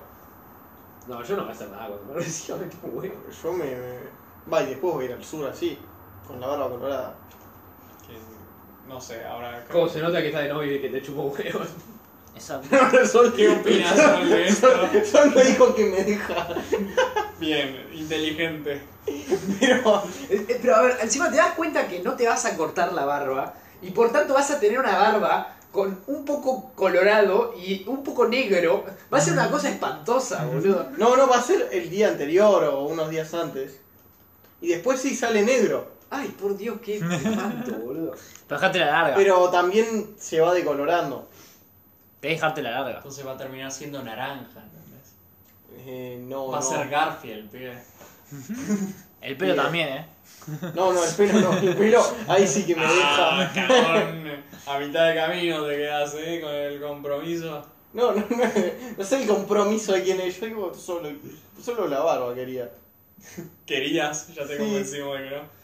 Speaker 6: No, yo no voy a hacer nada cuando me reciba, me chupo huevo.
Speaker 2: yo me... me- Va, y después voy a ir al sur así, con la barba colorada.
Speaker 3: Que- no sé, ahora.
Speaker 6: ¿Cómo se nota que está de novio y que te chupo huevo?
Speaker 7: Exacto.
Speaker 2: Sol-
Speaker 3: ¿Qué opinas sobre esto?
Speaker 2: Sol me dijo que me deja,
Speaker 3: Bien, inteligente.
Speaker 2: pero...
Speaker 6: Eh, eh, Pero a ver, encima te das cuenta que no te vas a cortar la barba y por tanto vas a tener una barba con un poco colorado y un poco negro. Va a ser una cosa espantosa, boludo.
Speaker 2: No, no, va a ser el día anterior o unos días antes. Y después sí sale negro,
Speaker 6: Ay, por Dios, qué espanto, boludo.
Speaker 7: Pero dejate la larga.
Speaker 2: pero también se va decolorando.
Speaker 7: Te dejarte la larga.
Speaker 3: Entonces va a terminar siendo naranja, ¿entendés?
Speaker 2: Eh, no,
Speaker 3: Va a
Speaker 2: no.
Speaker 3: ser Garfield, pibe.
Speaker 7: El pelo también, eh.
Speaker 2: No, no, el pelo no, el pelo ahí sí que me
Speaker 3: Ah,
Speaker 2: deja.
Speaker 3: cabrón. A mitad de camino te quedas, ¿eh? Con el compromiso.
Speaker 2: No, no, no, no sé el compromiso de quién es, yo digo solo, solo la barba quería.
Speaker 3: Querías, ya te
Speaker 2: Sí.
Speaker 3: convencimos de que no.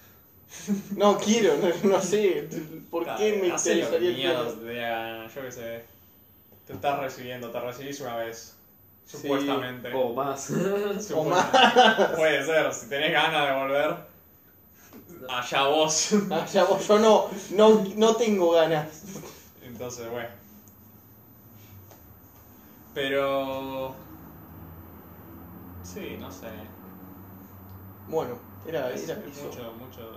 Speaker 2: No quiero, no, no sé por qué me
Speaker 3: Hacé lo que
Speaker 2: interesaría el
Speaker 3: mierda
Speaker 2: pelo.
Speaker 3: te dé la gana, yo qué sé. Te estás recibiendo, te recibís una vez.
Speaker 2: Sí.
Speaker 3: Supuestamente.
Speaker 1: O más.
Speaker 2: O
Speaker 3: Supuestamente. Puede ser, si tenés ganas de volver. Allá vos.
Speaker 2: Ah, ya vos, yo no, no, no tengo ganas.
Speaker 3: Entonces, bueno. Pero. Sí, no sé.
Speaker 2: Bueno, era,
Speaker 3: es,
Speaker 2: era
Speaker 3: es
Speaker 2: eso.
Speaker 3: mucho, mucho.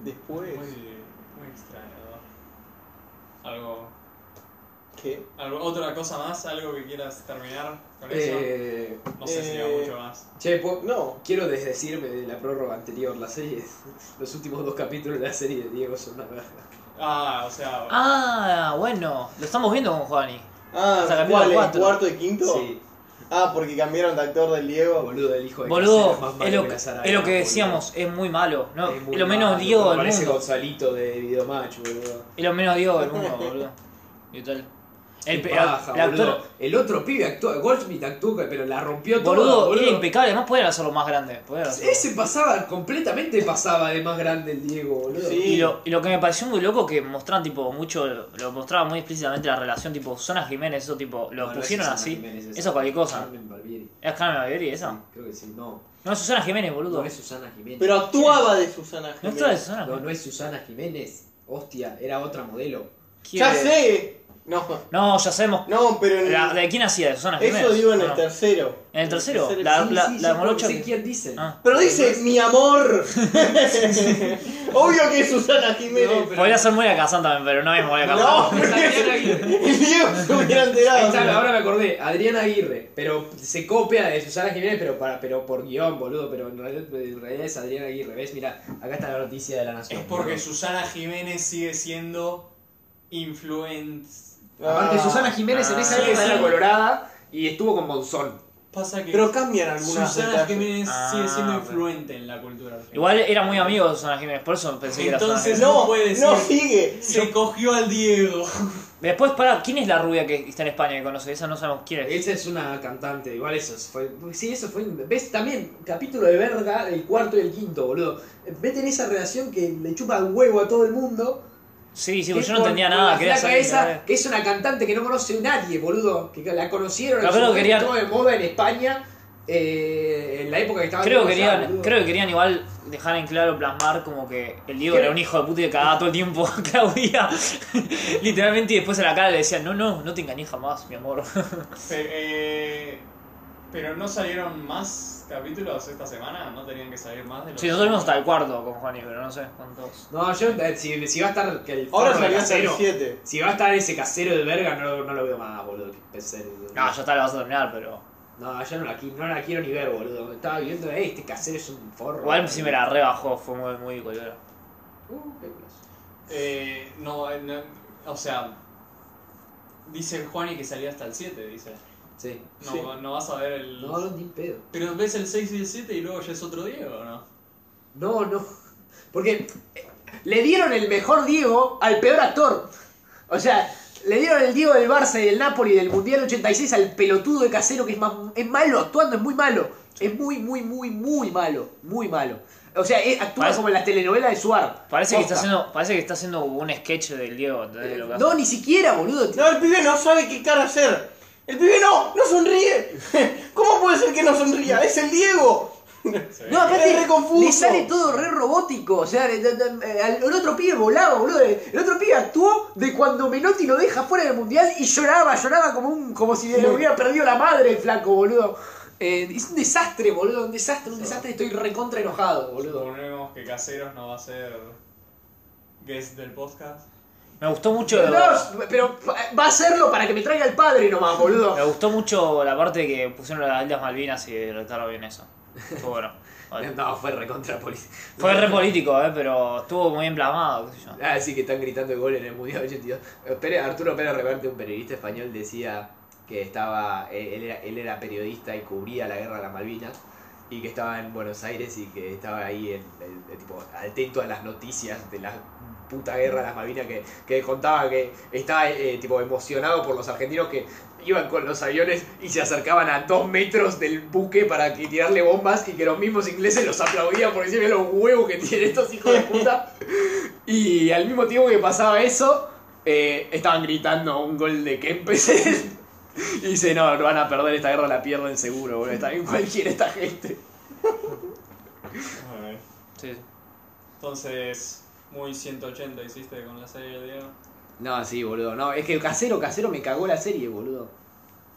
Speaker 2: Después,
Speaker 3: Muy, muy extraño. ¿no? Algo,
Speaker 2: ¿qué?
Speaker 3: algo. ¿Otra cosa más? ¿Algo que quieras terminar con eso?
Speaker 1: Eh,
Speaker 3: No sé si hay
Speaker 2: eh,
Speaker 3: mucho más.
Speaker 1: che, po-
Speaker 2: No,
Speaker 1: quiero desdecirme de la prórroga anterior. La serie, los últimos dos capítulos de la serie de Diego son una verga.
Speaker 3: Ah, o sea.
Speaker 7: Ah, bueno. Lo estamos viendo con Juani.
Speaker 2: ah,
Speaker 7: O sea, capítulo
Speaker 2: ¿cuál es?
Speaker 7: cuatro.
Speaker 2: ¿Cuarto y quinto?
Speaker 1: Sí,
Speaker 2: Ah, porque cambiaron de actor del Diego.
Speaker 1: boludo, el hijo de Casera,
Speaker 7: Boludo,
Speaker 1: más malo
Speaker 7: es lo,
Speaker 1: la Saraiva,
Speaker 7: es lo que
Speaker 1: boludo.
Speaker 7: decíamos, es muy malo. No,
Speaker 1: Es
Speaker 7: es
Speaker 1: muy
Speaker 7: lo menos
Speaker 1: malo,
Speaker 7: Diego
Speaker 1: como
Speaker 7: del
Speaker 1: Parece
Speaker 7: mundo.
Speaker 1: Gonzalito de Videomatch, boludo.
Speaker 7: Es lo menos Diego del mundo, boludo. Y tal. El,
Speaker 1: Qué
Speaker 7: pe-
Speaker 1: paja,
Speaker 7: el actor,
Speaker 1: boludo. El otro pibe actúa, Goldsmith actúa, pero la rompió todo.
Speaker 7: boludo,
Speaker 1: boludo.
Speaker 7: era impecable. Además, podían hacerlo más grande. podían hacerlo.
Speaker 1: Ese pasaba, completamente pasaba de más grande el Diego, boludo.
Speaker 2: Sí.
Speaker 7: Y lo, y lo que me pareció muy loco que mostraban tipo mucho, lo mostraban muy explícitamente la relación tipo Zona Jiménez, eso tipo, lo
Speaker 1: No, no es
Speaker 7: pusieron
Speaker 1: Susana
Speaker 7: así.
Speaker 1: Jiménez, es
Speaker 7: eso es cualquier cosa.
Speaker 1: Carmen Barbieri.
Speaker 7: ¿Es Carmen Barbieri esa?
Speaker 1: Sí, creo que sí, no.
Speaker 7: No, es Susana Jiménez, boludo.
Speaker 1: No es Susana Jiménez.
Speaker 2: Pero actuaba de Susana
Speaker 7: No
Speaker 2: Jiménez.
Speaker 7: está de Susana
Speaker 1: No,
Speaker 7: Jiménez.
Speaker 1: no es Susana Jiménez. Hostia, era otra modelo.
Speaker 7: ¿Quién
Speaker 2: Ya
Speaker 7: es?
Speaker 2: sé. No,
Speaker 7: No, ya sabemos.
Speaker 2: no, pero en-
Speaker 7: La- ¿De quién hacía? ¿De Susana Jiménez?
Speaker 2: eso digo en el
Speaker 7: No.
Speaker 2: tercero.
Speaker 7: ¿En el tercero?
Speaker 2: tercer-
Speaker 7: La-
Speaker 1: Sí,
Speaker 7: la-
Speaker 1: sí,
Speaker 7: la
Speaker 1: sí,
Speaker 7: morocha
Speaker 1: sé
Speaker 7: que-
Speaker 1: quién dice.
Speaker 7: Ah.
Speaker 2: Pero dice, mi amor. Obvio que es Susana Jiménez.
Speaker 1: pero-
Speaker 7: Podría ser Moria Kazan también, pero no es Moria Kazan.
Speaker 2: No.
Speaker 1: Es Adriana Aguirre.
Speaker 2: El Diego se hubiera
Speaker 1: Ahí está,
Speaker 2: enterado.
Speaker 1: ahora me acordé, Adriana Aguirre, pero se copia de Susana Jiménez, pero para, pero por guión, boludo, pero en realidad, en realidad es Adriana Aguirre, ¿ves? Mira, acá está la noticia de la nación.
Speaker 3: es porque
Speaker 1: boludo.
Speaker 3: Susana Jiménez sigue siendo influence.
Speaker 1: Aparte,
Speaker 2: Ah,
Speaker 1: Susana Jiménez en esa
Speaker 3: Ah.
Speaker 1: época
Speaker 3: Sí,
Speaker 1: era
Speaker 3: sí.
Speaker 1: colorada y estuvo con Monzón.
Speaker 3: Pasa que
Speaker 2: Pero cambian algunas
Speaker 3: Susana
Speaker 2: detalles.
Speaker 3: Jiménez
Speaker 7: Ah,
Speaker 3: sigue siendo
Speaker 7: bueno.
Speaker 3: influente en la cultura. argentina.
Speaker 7: Igual era muy amigo de Susana Jiménez, por eso pensé que era Susana
Speaker 3: Entonces-
Speaker 7: Jiménez.
Speaker 2: No,
Speaker 3: No puede
Speaker 2: no
Speaker 3: ser.
Speaker 2: sigue.
Speaker 3: Se cogió al Diego.
Speaker 7: Después, para, ¿quién es la rubia que está en España que conoce? Esa no sabemos quién es.
Speaker 1: Esa es una cantante, igual eso fue. Sí, eso fue. ¿Ves? También, capítulo de verga, el cuarto y el quinto, boludo. Ves en esa relación que le chupa el huevo a todo el mundo.
Speaker 7: Sí, sí,
Speaker 1: Que
Speaker 7: porque yo no
Speaker 1: con-
Speaker 7: entendía
Speaker 1: con
Speaker 7: nada.
Speaker 1: La
Speaker 7: quería
Speaker 1: flaca
Speaker 7: saber quién
Speaker 1: esa,
Speaker 7: era.
Speaker 1: que es una cantante que no conoce nadie, boludo. Que la conocieron,
Speaker 7: Capaz
Speaker 1: en su
Speaker 7: que querían-
Speaker 1: momento de moda en España, eh, en la época que estaba.
Speaker 7: Creo
Speaker 1: todo
Speaker 7: que,
Speaker 1: allá,
Speaker 7: querían,
Speaker 1: boludo.
Speaker 7: creo que querían igual dejar en claro, plasmar como que el Diego
Speaker 1: Creo-
Speaker 7: era un hijo de puta y que cagaba todo el tiempo a Claudia. Literalmente, y después a la cara le decían, no, no, no te engañes jamás, mi amor.
Speaker 3: Pero, eh, pero no salieron más capítulos esta semana, no tenían que salir más de los.
Speaker 7: Sí, nosotros vimos hasta el cuarto con Juani, pero no sé cuántos.
Speaker 1: No, yo. eh, Si, si va a estar. que el
Speaker 2: Ahora
Speaker 1: forro de
Speaker 2: salió hasta el
Speaker 1: casero-
Speaker 2: 7.
Speaker 1: Si va a estar ese casero de verga, no, no lo veo más, boludo. que pensé en-
Speaker 7: No, ya está, la vas a terminar, pero.
Speaker 1: No, yo no la, qui- no la quiero ni ver, boludo. Estaba viendo, eh, este casero es un forro.
Speaker 7: Igual sí me la rebajó, fue muy, muy colgada.
Speaker 1: Uh, qué plazo.
Speaker 3: Eh, no, eh, no, o sea, dice el Juani que salía hasta el 7, dice.
Speaker 1: Sí.
Speaker 3: No,
Speaker 2: Sí.
Speaker 3: no vas a ver el.
Speaker 1: No, no, ni en pedo.
Speaker 3: Pero ves el 6 y el 7 y luego ya es otro Diego, ¿o ¿no?
Speaker 1: No, no. Porque eh, le dieron el mejor Diego al peor actor. O sea, le dieron el Diego del Barça y del Napoli del Mundial 86 al pelotudo de casero que es, más, es malo, actuando es muy malo. Es muy, muy, muy, muy malo. Muy malo. O sea, es- actúa
Speaker 7: Parece-
Speaker 1: como en las telenovelas de Suar.
Speaker 7: Parece que, está
Speaker 1: Posta.
Speaker 7: haciendo, parece que está haciendo un sketch del Diego, ¿entendés lo que hace?
Speaker 1: No, ni siquiera, boludo.
Speaker 2: No, el pibe no sabe qué cara hacer. El pibe no, no sonríe. ¿Cómo puede ser que no sonría? Es el Diego.
Speaker 1: No, aparte
Speaker 2: Es re confuso.
Speaker 1: le sale todo re robótico. O sea, le- le- le- eh, al- el otro pibe volaba, boludo. El otro pibe actuó de cuando Menotti lo deja fuera del mundial y lloraba, lloraba como un como si le hubiera perdido la madre el flaco, boludo. Eh, es un desastre, boludo, un desastre, un desastre. Estoy recontra enojado, boludo.
Speaker 3: Suponemos que Caseros no va a ser guest del podcast.
Speaker 7: Me gustó mucho.
Speaker 1: No, pero va a hacerlo para que me traiga el padre nomás, boludo.
Speaker 7: Me gustó mucho la parte que pusieron las Islas Malvinas y trataron bien eso. Estuvo bueno. Vale.
Speaker 1: No, fue recontra político.
Speaker 7: Fue re político, eh, pero estuvo muy bien plasmado, qué sé yo.
Speaker 1: Ah, sí, que están gritando el gol en el Mundial 82. Eh, Pérez- Arturo Pérez Reverte, un periodista español, eh, decía que estaba él él era, él era periodista y cubría la guerra de las Malvinas. y que estaba en Buenos Aires y que estaba ahí en, en- en tipo, atento a las noticias de la puta guerra de las Malvinas que, que contaba que estaba eh, tipo emocionado por los argentinos que iban con los aviones y se acercaban a dos metros del buque para que- tirarle bombas y que los mismos ingleses los aplaudían porque decían "Mirá los huevos que tienen estos hijos de puta y al mismo tiempo que pasaba eso eh, estaban gritando un gol de Kempes y dice, no, van a perder esta guerra, la pierden seguro, boludo. Está bien cualquiera esta gente.
Speaker 7: Sí.
Speaker 3: Entonces, muy 180 hiciste con la serie de Diego.
Speaker 1: No, sí, boludo. No, es que Casero, Casero me cagó la serie, boludo.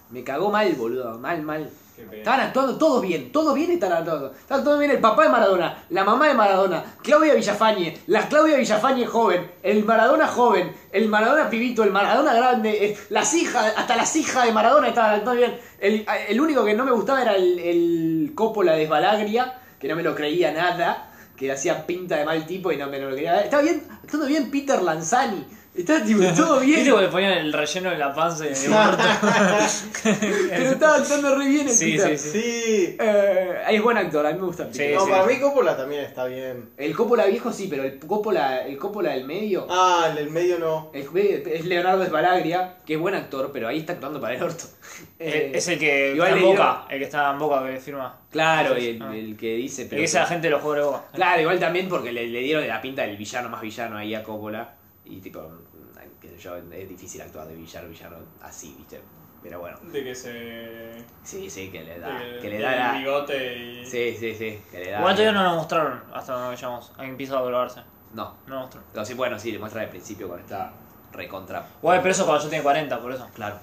Speaker 1: Me cagó mal, boludo. Mal, mal.
Speaker 3: Qué pena.
Speaker 1: Estaban actuando todos bien, todos bien estaban actuando. Estaban todos bien el papá de Maradona, la mamá de Maradona, Claudia Villafañe, la Claudia Villafañe joven, el Maradona joven, el Maradona pibito, el Maradona grande, eh, las hijas, hasta las hijas de Maradona estaban actuando bien. El, el único que no me gustaba era el, el Coppola de Sbalagria, que no me lo creía nada, que hacía pinta de mal tipo y no me lo creía. Estaba bien, actuando bien Peter Lanzani. Estaba tipo, todo
Speaker 7: ¿Viste
Speaker 1: bien,
Speaker 7: cuando le ponían el relleno en la panza y en el
Speaker 1: pero estaba actuando re bien el
Speaker 7: Sí,
Speaker 1: Peter.
Speaker 7: sí, sí.
Speaker 2: Sí.
Speaker 1: Eh, es buen actor, a mí me gusta Peter.
Speaker 7: Sí,
Speaker 2: No,
Speaker 7: sí.
Speaker 2: para mí Coppola también está bien.
Speaker 1: El Coppola viejo sí, pero el Coppola, el Coppola del medio
Speaker 2: Ah, el del medio no.
Speaker 1: el medio es Leonardo Sbalagria, que es buen actor, pero ahí está actuando para el orto. Eh,
Speaker 7: Es el que
Speaker 1: Igual
Speaker 7: está en
Speaker 1: le dio-
Speaker 7: boca, el que está en boca que firma.
Speaker 1: Claro, y el,
Speaker 7: Ah.
Speaker 1: el que dice...
Speaker 7: El que es la gente de los jugadores de boca.
Speaker 1: Claro, igual también porque le, le dieron la pinta del villano más villano ahí a Coppola. Y tipo, mm, qué sé yo, es difícil actuar de villano, villano así, viste. Pero bueno,
Speaker 3: De que se. de
Speaker 1: sí, sí, que le da...
Speaker 7: Eh,
Speaker 3: que-
Speaker 1: Que le
Speaker 3: de
Speaker 1: da
Speaker 3: El
Speaker 1: la...
Speaker 3: bigote y.
Speaker 1: Sí, sí, sí, que le da...
Speaker 7: Igual todavía no lo mostraron hasta donde llegamos. Ahí empieza a doblarse.
Speaker 1: No,
Speaker 7: No lo mostraron.
Speaker 1: no, sí, bueno, sí, le muestra al principio cuando está recontra...
Speaker 7: Igual, pero eso es cuando yo tenía 40, por eso.
Speaker 1: Claro.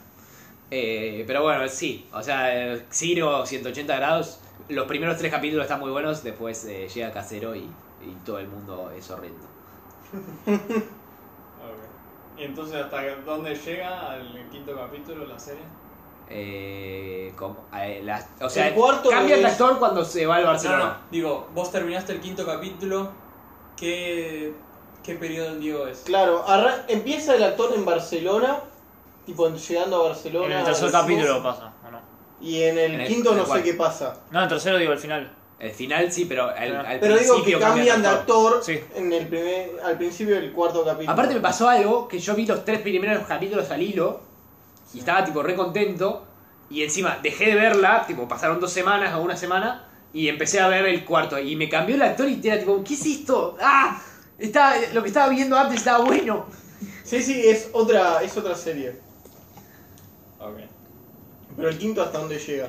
Speaker 1: Eh, pero bueno, sí. O sea, eh, Ciro, 180 grados. Los primeros tres capítulos están muy buenos. Después eh, llega Casero y, y todo el mundo es horrendo.
Speaker 3: Ok. Y entonces, ¿hasta dónde llega al quinto capítulo la serie?
Speaker 1: Eh, como- eh, la- o sea,
Speaker 2: El cuarto
Speaker 1: cambia el
Speaker 2: es-
Speaker 1: actor cuando se va al
Speaker 3: No, no,
Speaker 1: Barcelona.
Speaker 3: Ah, digo, vos terminaste el quinto capítulo. ¿Qué, qué periodo del Diego es?
Speaker 2: Claro, arran- empieza el actor en Barcelona, tipo llegando a Barcelona.
Speaker 7: En el tercer
Speaker 2: decimos,
Speaker 7: capítulo pasa, ¿o no?
Speaker 2: Y en el
Speaker 1: En el-
Speaker 2: quinto
Speaker 1: en el
Speaker 2: no sé
Speaker 1: cuarto.
Speaker 2: qué pasa.
Speaker 7: No, en el tercero digo, el final.
Speaker 1: El final sí, pero al,
Speaker 7: Claro.
Speaker 1: al
Speaker 2: Pero digo que
Speaker 1: principio cambia
Speaker 2: cambian
Speaker 1: el
Speaker 2: de actor
Speaker 7: Sí.
Speaker 2: en el primer, al principio del cuarto capítulo.
Speaker 1: Aparte me pasó algo que yo vi los tres primeros capítulos al hilo y estaba tipo re contento y encima dejé de verla, tipo pasaron dos semanas o una semana y empecé a ver el cuarto y me cambió el actor y era tipo, ¿qué es esto? ¡Ah! Está, lo que estaba viendo antes estaba bueno.
Speaker 2: Sí, sí, es otra, es otra serie.
Speaker 3: Ok.
Speaker 2: Pero el quinto hasta dónde llega.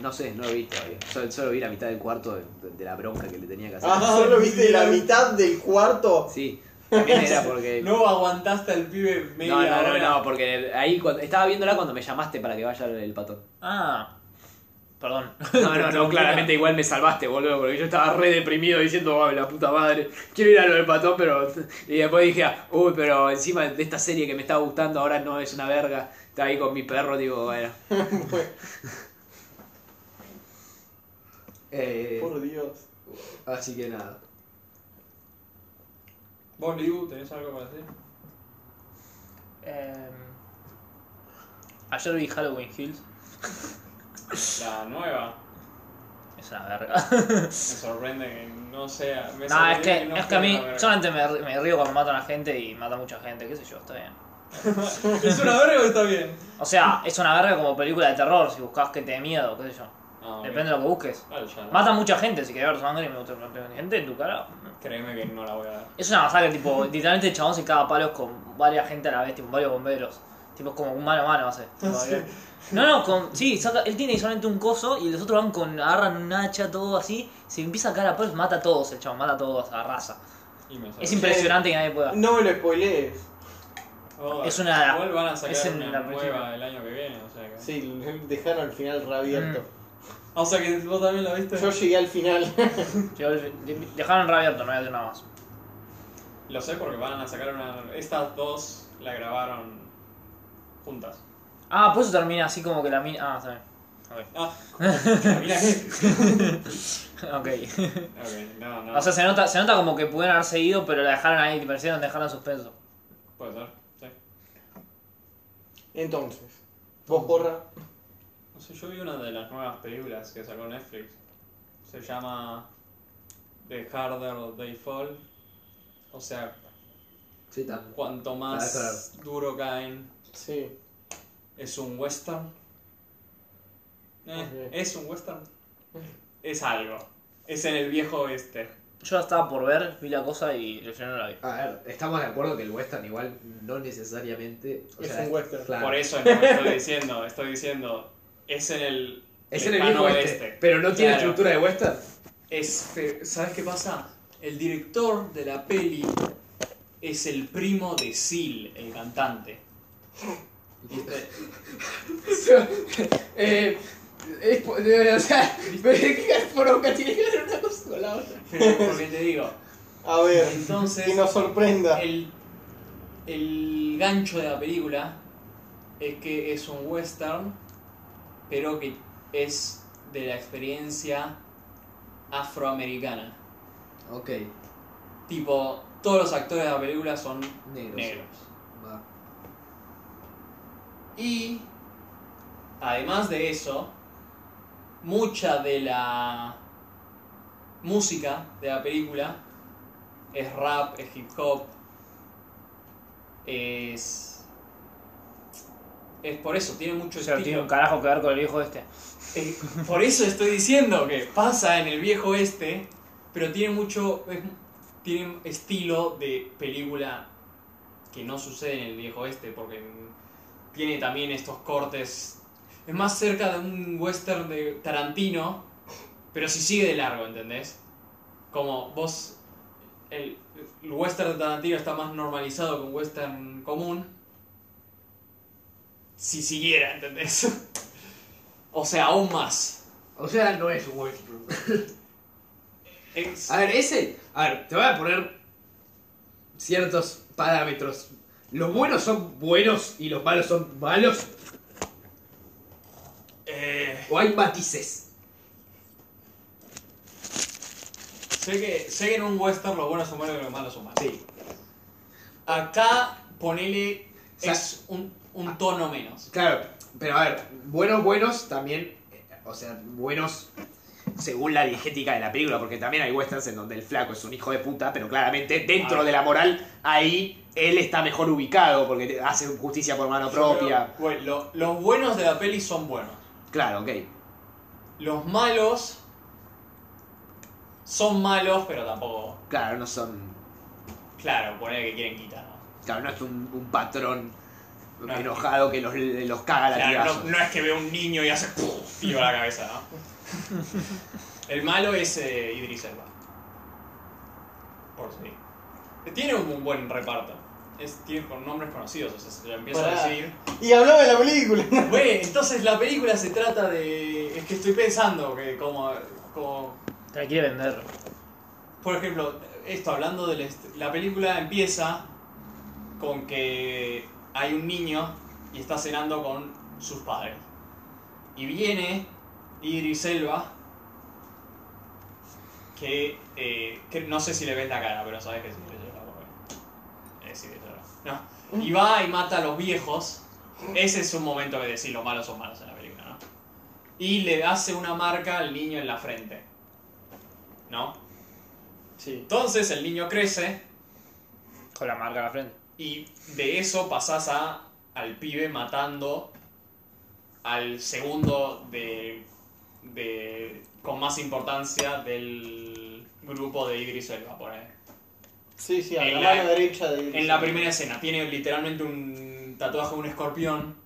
Speaker 1: No sé, no lo vi todavía. Solo, solo vi la mitad del cuarto de, de- de la bronca que le tenía que hacer.
Speaker 2: Ah, solo viste la mitad del cuarto.
Speaker 1: Sí, también era porque...
Speaker 3: No aguantaste al pibe media
Speaker 1: No, no, no,
Speaker 3: hora.
Speaker 1: no, porque ahí cuando, estaba viéndola cuando me llamaste para que vaya el patón.
Speaker 7: Ah. Perdón.
Speaker 1: No, no, no, claramente igual me salvaste, boludo, porque yo estaba re deprimido diciendo, "Ay, la puta madre, quiero ir a lo del patón, pero. Y después dije, "Ah, uy, pero encima de esta serie que me estaba gustando ahora no es una verga. Estaba ahí con mi perro, digo, bueno. Eh,
Speaker 2: Por Dios.
Speaker 1: así que nada.
Speaker 3: ¿Vos, Liu, tenés algo para decir?
Speaker 7: Eh, ayer vi Halloween Hills.
Speaker 3: La nueva.
Speaker 7: Es una verga.
Speaker 3: Me sorprende que no sea. Me
Speaker 7: No, es
Speaker 3: sorprende
Speaker 7: que,
Speaker 3: no
Speaker 7: es que
Speaker 3: fuera
Speaker 7: a mí,
Speaker 3: una verga.
Speaker 7: yo antes me, me río cuando matan a gente y mata mucha gente, qué sé yo, está bien.
Speaker 3: ¿Es una verga o está bien?
Speaker 7: O sea, es una verga como película de terror si buscas que te dé miedo, qué sé yo.
Speaker 3: Ah, ok.
Speaker 7: Depende de lo que busques.
Speaker 3: Vale, ya.
Speaker 7: Mata mucha gente, si querés ver sangre y me gusta ver gente en tu cara.
Speaker 3: Créeme que no la voy a ver.
Speaker 7: Es una masacre, tipo, literalmente el chabón se caga a palos con varias gente a la vez, tipo, varios bomberos. Tipo, es como un mano a mano, hace. Tipo, No, no, con, sí, saca- él tiene solamente un coso y los otros van con, agarran un hacha, todo así. Se empieza a cagar a palos, mata a todos el chabón, mata a todos, a la raza.
Speaker 3: Y me sorprende.
Speaker 7: Es impresionante que nadie pueda.
Speaker 2: No me lo spoilees.
Speaker 3: Oh,
Speaker 7: es una-
Speaker 3: Igual van a sacar
Speaker 7: es en
Speaker 3: una
Speaker 7: la
Speaker 3: nueva
Speaker 7: película.
Speaker 3: el año que viene, o sea que.
Speaker 2: Sí, dejaron el final reabierto.
Speaker 3: O sea que vos también la viste.
Speaker 2: Yo llegué al final.
Speaker 7: Yo- Dejaron re abierto, no voy a decir nada más.
Speaker 3: Lo sé porque van a sacar una. Estas dos la grabaron juntas.
Speaker 7: Ah, por eso termina así como que la mina. Ah, está bien.
Speaker 3: Ah, mira que.
Speaker 7: Ok.
Speaker 3: Ok, no, no.
Speaker 7: O sea, se nota, se nota como que pudieron haber seguido, pero la dejaron ahí, parecieron dejarla en suspenso.
Speaker 3: Puede ser, sí.
Speaker 2: Entonces, vos porra.
Speaker 3: No sé, yo vi una de las nuevas películas que sacó Netflix. Se llama The Harder They Fall. O sea,
Speaker 1: Sí, también.
Speaker 3: cuanto más duro caen,
Speaker 2: Sí.
Speaker 3: es un western. Eh,
Speaker 2: Ok.
Speaker 3: es un western. Es algo. Es en el viejo oeste.
Speaker 7: Yo la estaba por ver, vi la cosa y yo ya no la vi.
Speaker 1: A ver, estamos de acuerdo que el western igual no necesariamente... o
Speaker 2: Es
Speaker 1: sea,
Speaker 2: un western.
Speaker 1: claro.
Speaker 3: Por eso no estoy diciendo, estoy diciendo, es en el,
Speaker 1: Es
Speaker 3: el
Speaker 1: en el
Speaker 3: plano
Speaker 1: mismo este, pero no tiene
Speaker 3: Claro.
Speaker 1: estructura de western.
Speaker 3: Es fe- ¿Sabes qué pasa? El director de la peli es el primo de Seal, el cantante. ¿Viste?
Speaker 1: eh, es, po- eh, o sea, ¿qué poronga tiene que ver una cosa con la otra?
Speaker 3: Porque te digo,
Speaker 2: A ver,
Speaker 3: entonces
Speaker 2: que nos sorprenda.
Speaker 3: el, el gancho de la película es que es un western, pero que es de la experiencia afroamericana.
Speaker 1: Ok,
Speaker 3: Tipo, todos los actores de la película son
Speaker 1: negros.
Speaker 3: negros.
Speaker 1: Va.
Speaker 3: Y además de eso, mucha de la música de la película es rap, es hip hop, es... Es por eso, tiene mucho
Speaker 7: O sea, tiene
Speaker 3: estilo.
Speaker 7: un carajo que ver con el viejo este.
Speaker 3: Eh, por eso estoy diciendo que pasa en el viejo este, pero tiene mucho. es- tiene estilo de película que no sucede en el viejo este, porque tiene también estos cortes. Es más cerca de un western de Tarantino, pero si sigue de largo, ¿entendés? Como vos. El, el western de Tarantino está más normalizado que un western común. Si siguiera, ¿entendés? O sea, aún más.
Speaker 1: O sea, no es un western.
Speaker 3: Es-
Speaker 1: A ver, ese. A ver, te voy a poner ciertos parámetros. Los buenos son buenos y los malos son malos.
Speaker 3: eh,
Speaker 1: O hay matices.
Speaker 3: sé, que, sé que en un western los buenos son malos y los malos son malos.
Speaker 1: Sí.
Speaker 3: Acá ponele
Speaker 1: sea,
Speaker 3: es un, un tono menos.
Speaker 1: Claro, pero a ver, buenos, buenos también. eh, O sea, buenos según la diegética de la película, porque también hay westerns en donde el flaco es un hijo de puta, pero claramente dentro
Speaker 3: Ah.
Speaker 1: de la moral, ahí él está mejor ubicado porque te- hace justicia por mano propia.
Speaker 3: Pero, bueno, lo- los buenos de la peli son buenos.
Speaker 1: Claro, ok.
Speaker 3: Los malos son malos, pero tampoco.
Speaker 1: Claro, no son.
Speaker 3: Claro, ponele que quieren quitar. ¿no?
Speaker 1: Claro, no es un, un patrón
Speaker 3: No.
Speaker 1: enojado que los, los caga la
Speaker 3: Claro, no, no es que ve un niño y hace ¡puf! tiro a la cabeza, ¿no? El malo es eh, Idris Elba. Por si. Tiene un buen reparto. Es, tiene con nombres conocidos, o sea, se lo empiezo
Speaker 2: Pará.
Speaker 3: a decir.
Speaker 2: Y hablaba de la película.
Speaker 3: Bueno, entonces la película se trata de. Es que estoy pensando que como. como
Speaker 7: Te la quiere vender.
Speaker 3: por ejemplo, esto hablando de la película empieza con que hay un niño y está cenando con sus padres. Y viene Idris Elba, que, eh, que no sé si le ves la cara, pero sabes que es Idris Elba. porque Eh, Es Idris Elba. No. Y va y mata a los viejos. Ese es un momento que decir los malos son malos en la película, ¿no? Y le hace una marca al niño en la frente. ¿No?
Speaker 2: Sí.
Speaker 3: Entonces el niño crece
Speaker 7: Con la marca en la frente.
Speaker 3: y de eso pasás a, al pibe matando al segundo de, de- con más importancia del grupo de Idris Elba, por ahí.
Speaker 2: Sí, sí, a
Speaker 3: En
Speaker 2: la,
Speaker 3: la-
Speaker 2: mano derecha de
Speaker 3: En la primera escena tiene literalmente un tatuaje de un escorpión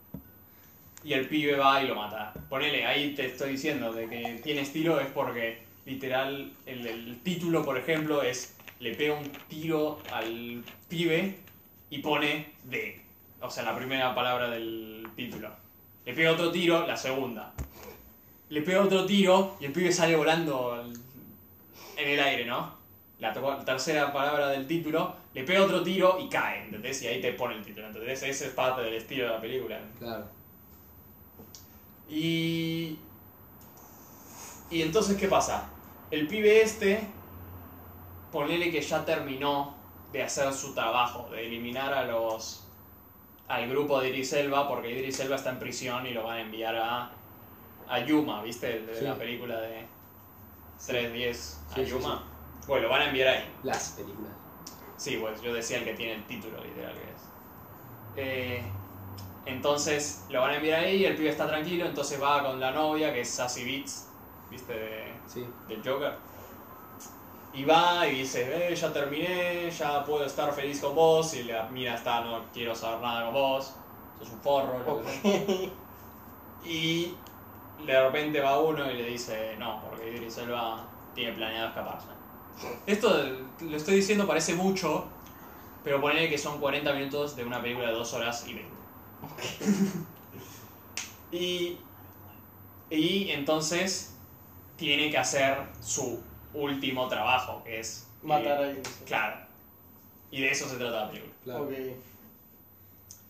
Speaker 3: y el pibe va y lo mata. Ponele, ahí te estoy diciendo de que tiene estilo es porque literal el, el título, por ejemplo, es le pega un tiro al pibe y pone de, o sea, la primera palabra del título. Le pega otro tiro, la segunda. Le pega otro tiro y el pibe sale volando al- en el aire, ¿no? la to- tercera palabra del título, le pega otro tiro y cae, ¿entendés? Y ahí te pone el título, ¿entendés? Ese es parte del estilo de la película.
Speaker 1: Claro.
Speaker 3: Y... Y entonces, ¿qué pasa? El pibe este, ponele que ya terminó de hacer su trabajo, de eliminar a los... al grupo de Idris Elba, porque Idris Elba está en prisión y lo van a enviar a... a Yuma, ¿viste? El de la película de... 3, 10
Speaker 6: Sí,
Speaker 3: a
Speaker 6: sí,
Speaker 3: Yuma. Bueno, lo van a enviar ahí.
Speaker 6: Las películas.
Speaker 3: Sí, bueno, yo decía el que tiene el título, literal, que es. Eh, entonces lo van a enviar ahí, el pibe está tranquilo, entonces va con la novia, que es Sassy Beats, ¿viste? De,
Speaker 6: Sí.
Speaker 3: del Joker. Y va y dice, eh, ya terminé, ya puedo estar feliz con vos. Y la mira está, no quiero saber nada con vos, sos un forro. lo que sea. Y de repente va uno y le dice, no, porque Idris Elba tiene planeado escaparse. Esto lo estoy diciendo parece mucho, pero ponele que son 40 minutos de una película de 2 horas y 20. y, y entonces tiene que hacer su último trabajo, que es
Speaker 2: Matar a
Speaker 3: y-
Speaker 2: Idris.
Speaker 3: Claro. Y de eso se trata la película.
Speaker 2: Ok.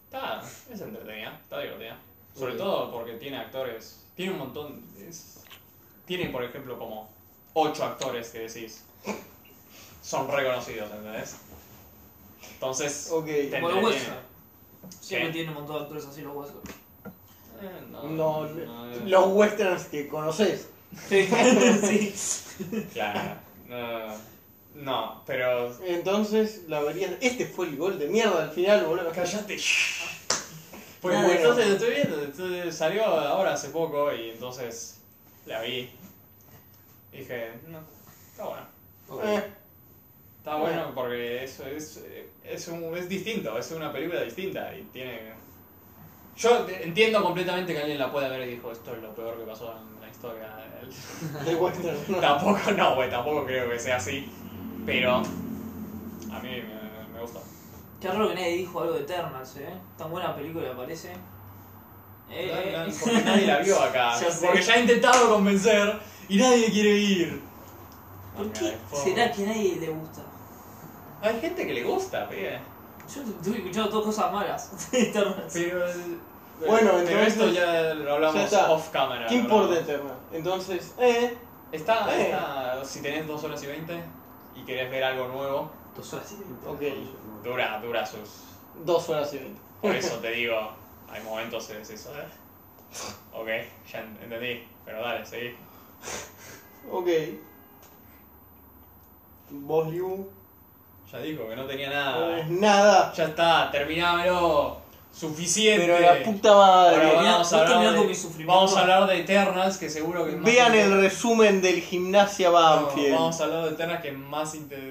Speaker 3: Está, es entretenida, está divertida. Sobre todo porque tiene actores, tiene un montón, es- tiene por ejemplo como ocho actores que decís, son reconocidos, ¿entendés? Entonces,
Speaker 2: Ok.
Speaker 3: te
Speaker 7: Como los
Speaker 3: entretiene.
Speaker 7: huesos. Siempre
Speaker 3: ¿Qué?
Speaker 7: tiene un montón de actores así los huesos.
Speaker 3: Eh,
Speaker 2: No,
Speaker 3: eh,
Speaker 2: los westerns que conoces.
Speaker 3: Claro, no, no, pero...
Speaker 2: Entonces la verías. Este fue el gol de mierda al final, boludo.
Speaker 3: ¡Cállate! Pues
Speaker 2: Nada,
Speaker 3: entonces lo estoy viendo, entonces, salió ahora hace poco y entonces la vi. Dije, no, está bueno.
Speaker 2: Eh,
Speaker 3: Está bueno porque es, es, es, un, es distinto, es una película distinta y tiene... Yo entiendo completamente que alguien la pueda ver y dijo, esto es lo peor que pasó en la historia. del-".
Speaker 2: de western.
Speaker 3: tampoco, no, güey, tampoco creo que sea así, pero a mí me, me gusta.
Speaker 7: Qué raro que nadie dijo algo de Eternals, eh. Tan buena película parece. Eh, eh.
Speaker 3: Porque nadie la vio acá,
Speaker 7: Ya sé.
Speaker 3: porque ya he intentado convencer y nadie quiere ir.
Speaker 7: ¿Por
Speaker 3: Manga
Speaker 7: qué
Speaker 3: de forro.
Speaker 7: será que nadie le gusta?
Speaker 3: Hay gente que le gusta, pibe.
Speaker 7: Yo estuve escuchando todas cosas malas de Eternals.
Speaker 3: Pero, el-
Speaker 2: Bueno,
Speaker 3: pero
Speaker 2: entonces-
Speaker 3: esto ya lo
Speaker 2: Ya
Speaker 3: hablamos
Speaker 2: está.
Speaker 3: off camera.
Speaker 2: ¿Qué
Speaker 3: lo hablamos.
Speaker 2: importa el tema? Entonces, eh.
Speaker 3: Está,
Speaker 2: Eh.
Speaker 3: está- si tenés 2 horas y 20 y querés ver algo nuevo,
Speaker 6: Dos horas y veinte.
Speaker 2: Ok.
Speaker 3: dura, dura sus.
Speaker 2: Dos horas y veinte.
Speaker 3: Por eso te digo, hay momentos que decís, "Ah, ok, ya en- entendí, pero dale, seguí.
Speaker 2: Ok. Vos, Liu.
Speaker 3: Ya dijo que no tenía
Speaker 2: no
Speaker 3: nada. ¿eh?
Speaker 2: ves nada.
Speaker 3: Ya está, terminámelo. Suficiente.
Speaker 2: Pero la puta madre.
Speaker 3: Ahora
Speaker 7: Mirá,
Speaker 3: vamos a,
Speaker 7: vos
Speaker 3: hablar
Speaker 7: terminás con
Speaker 3: de,
Speaker 7: mi sufrimiento.
Speaker 3: vamos a hablar de Eternals, que seguro que es más
Speaker 2: Vean
Speaker 3: inte-
Speaker 2: el resumen del gimnasia
Speaker 3: No,
Speaker 2: Banfield.
Speaker 3: Vamos a hablar de Eternals, que es más inte-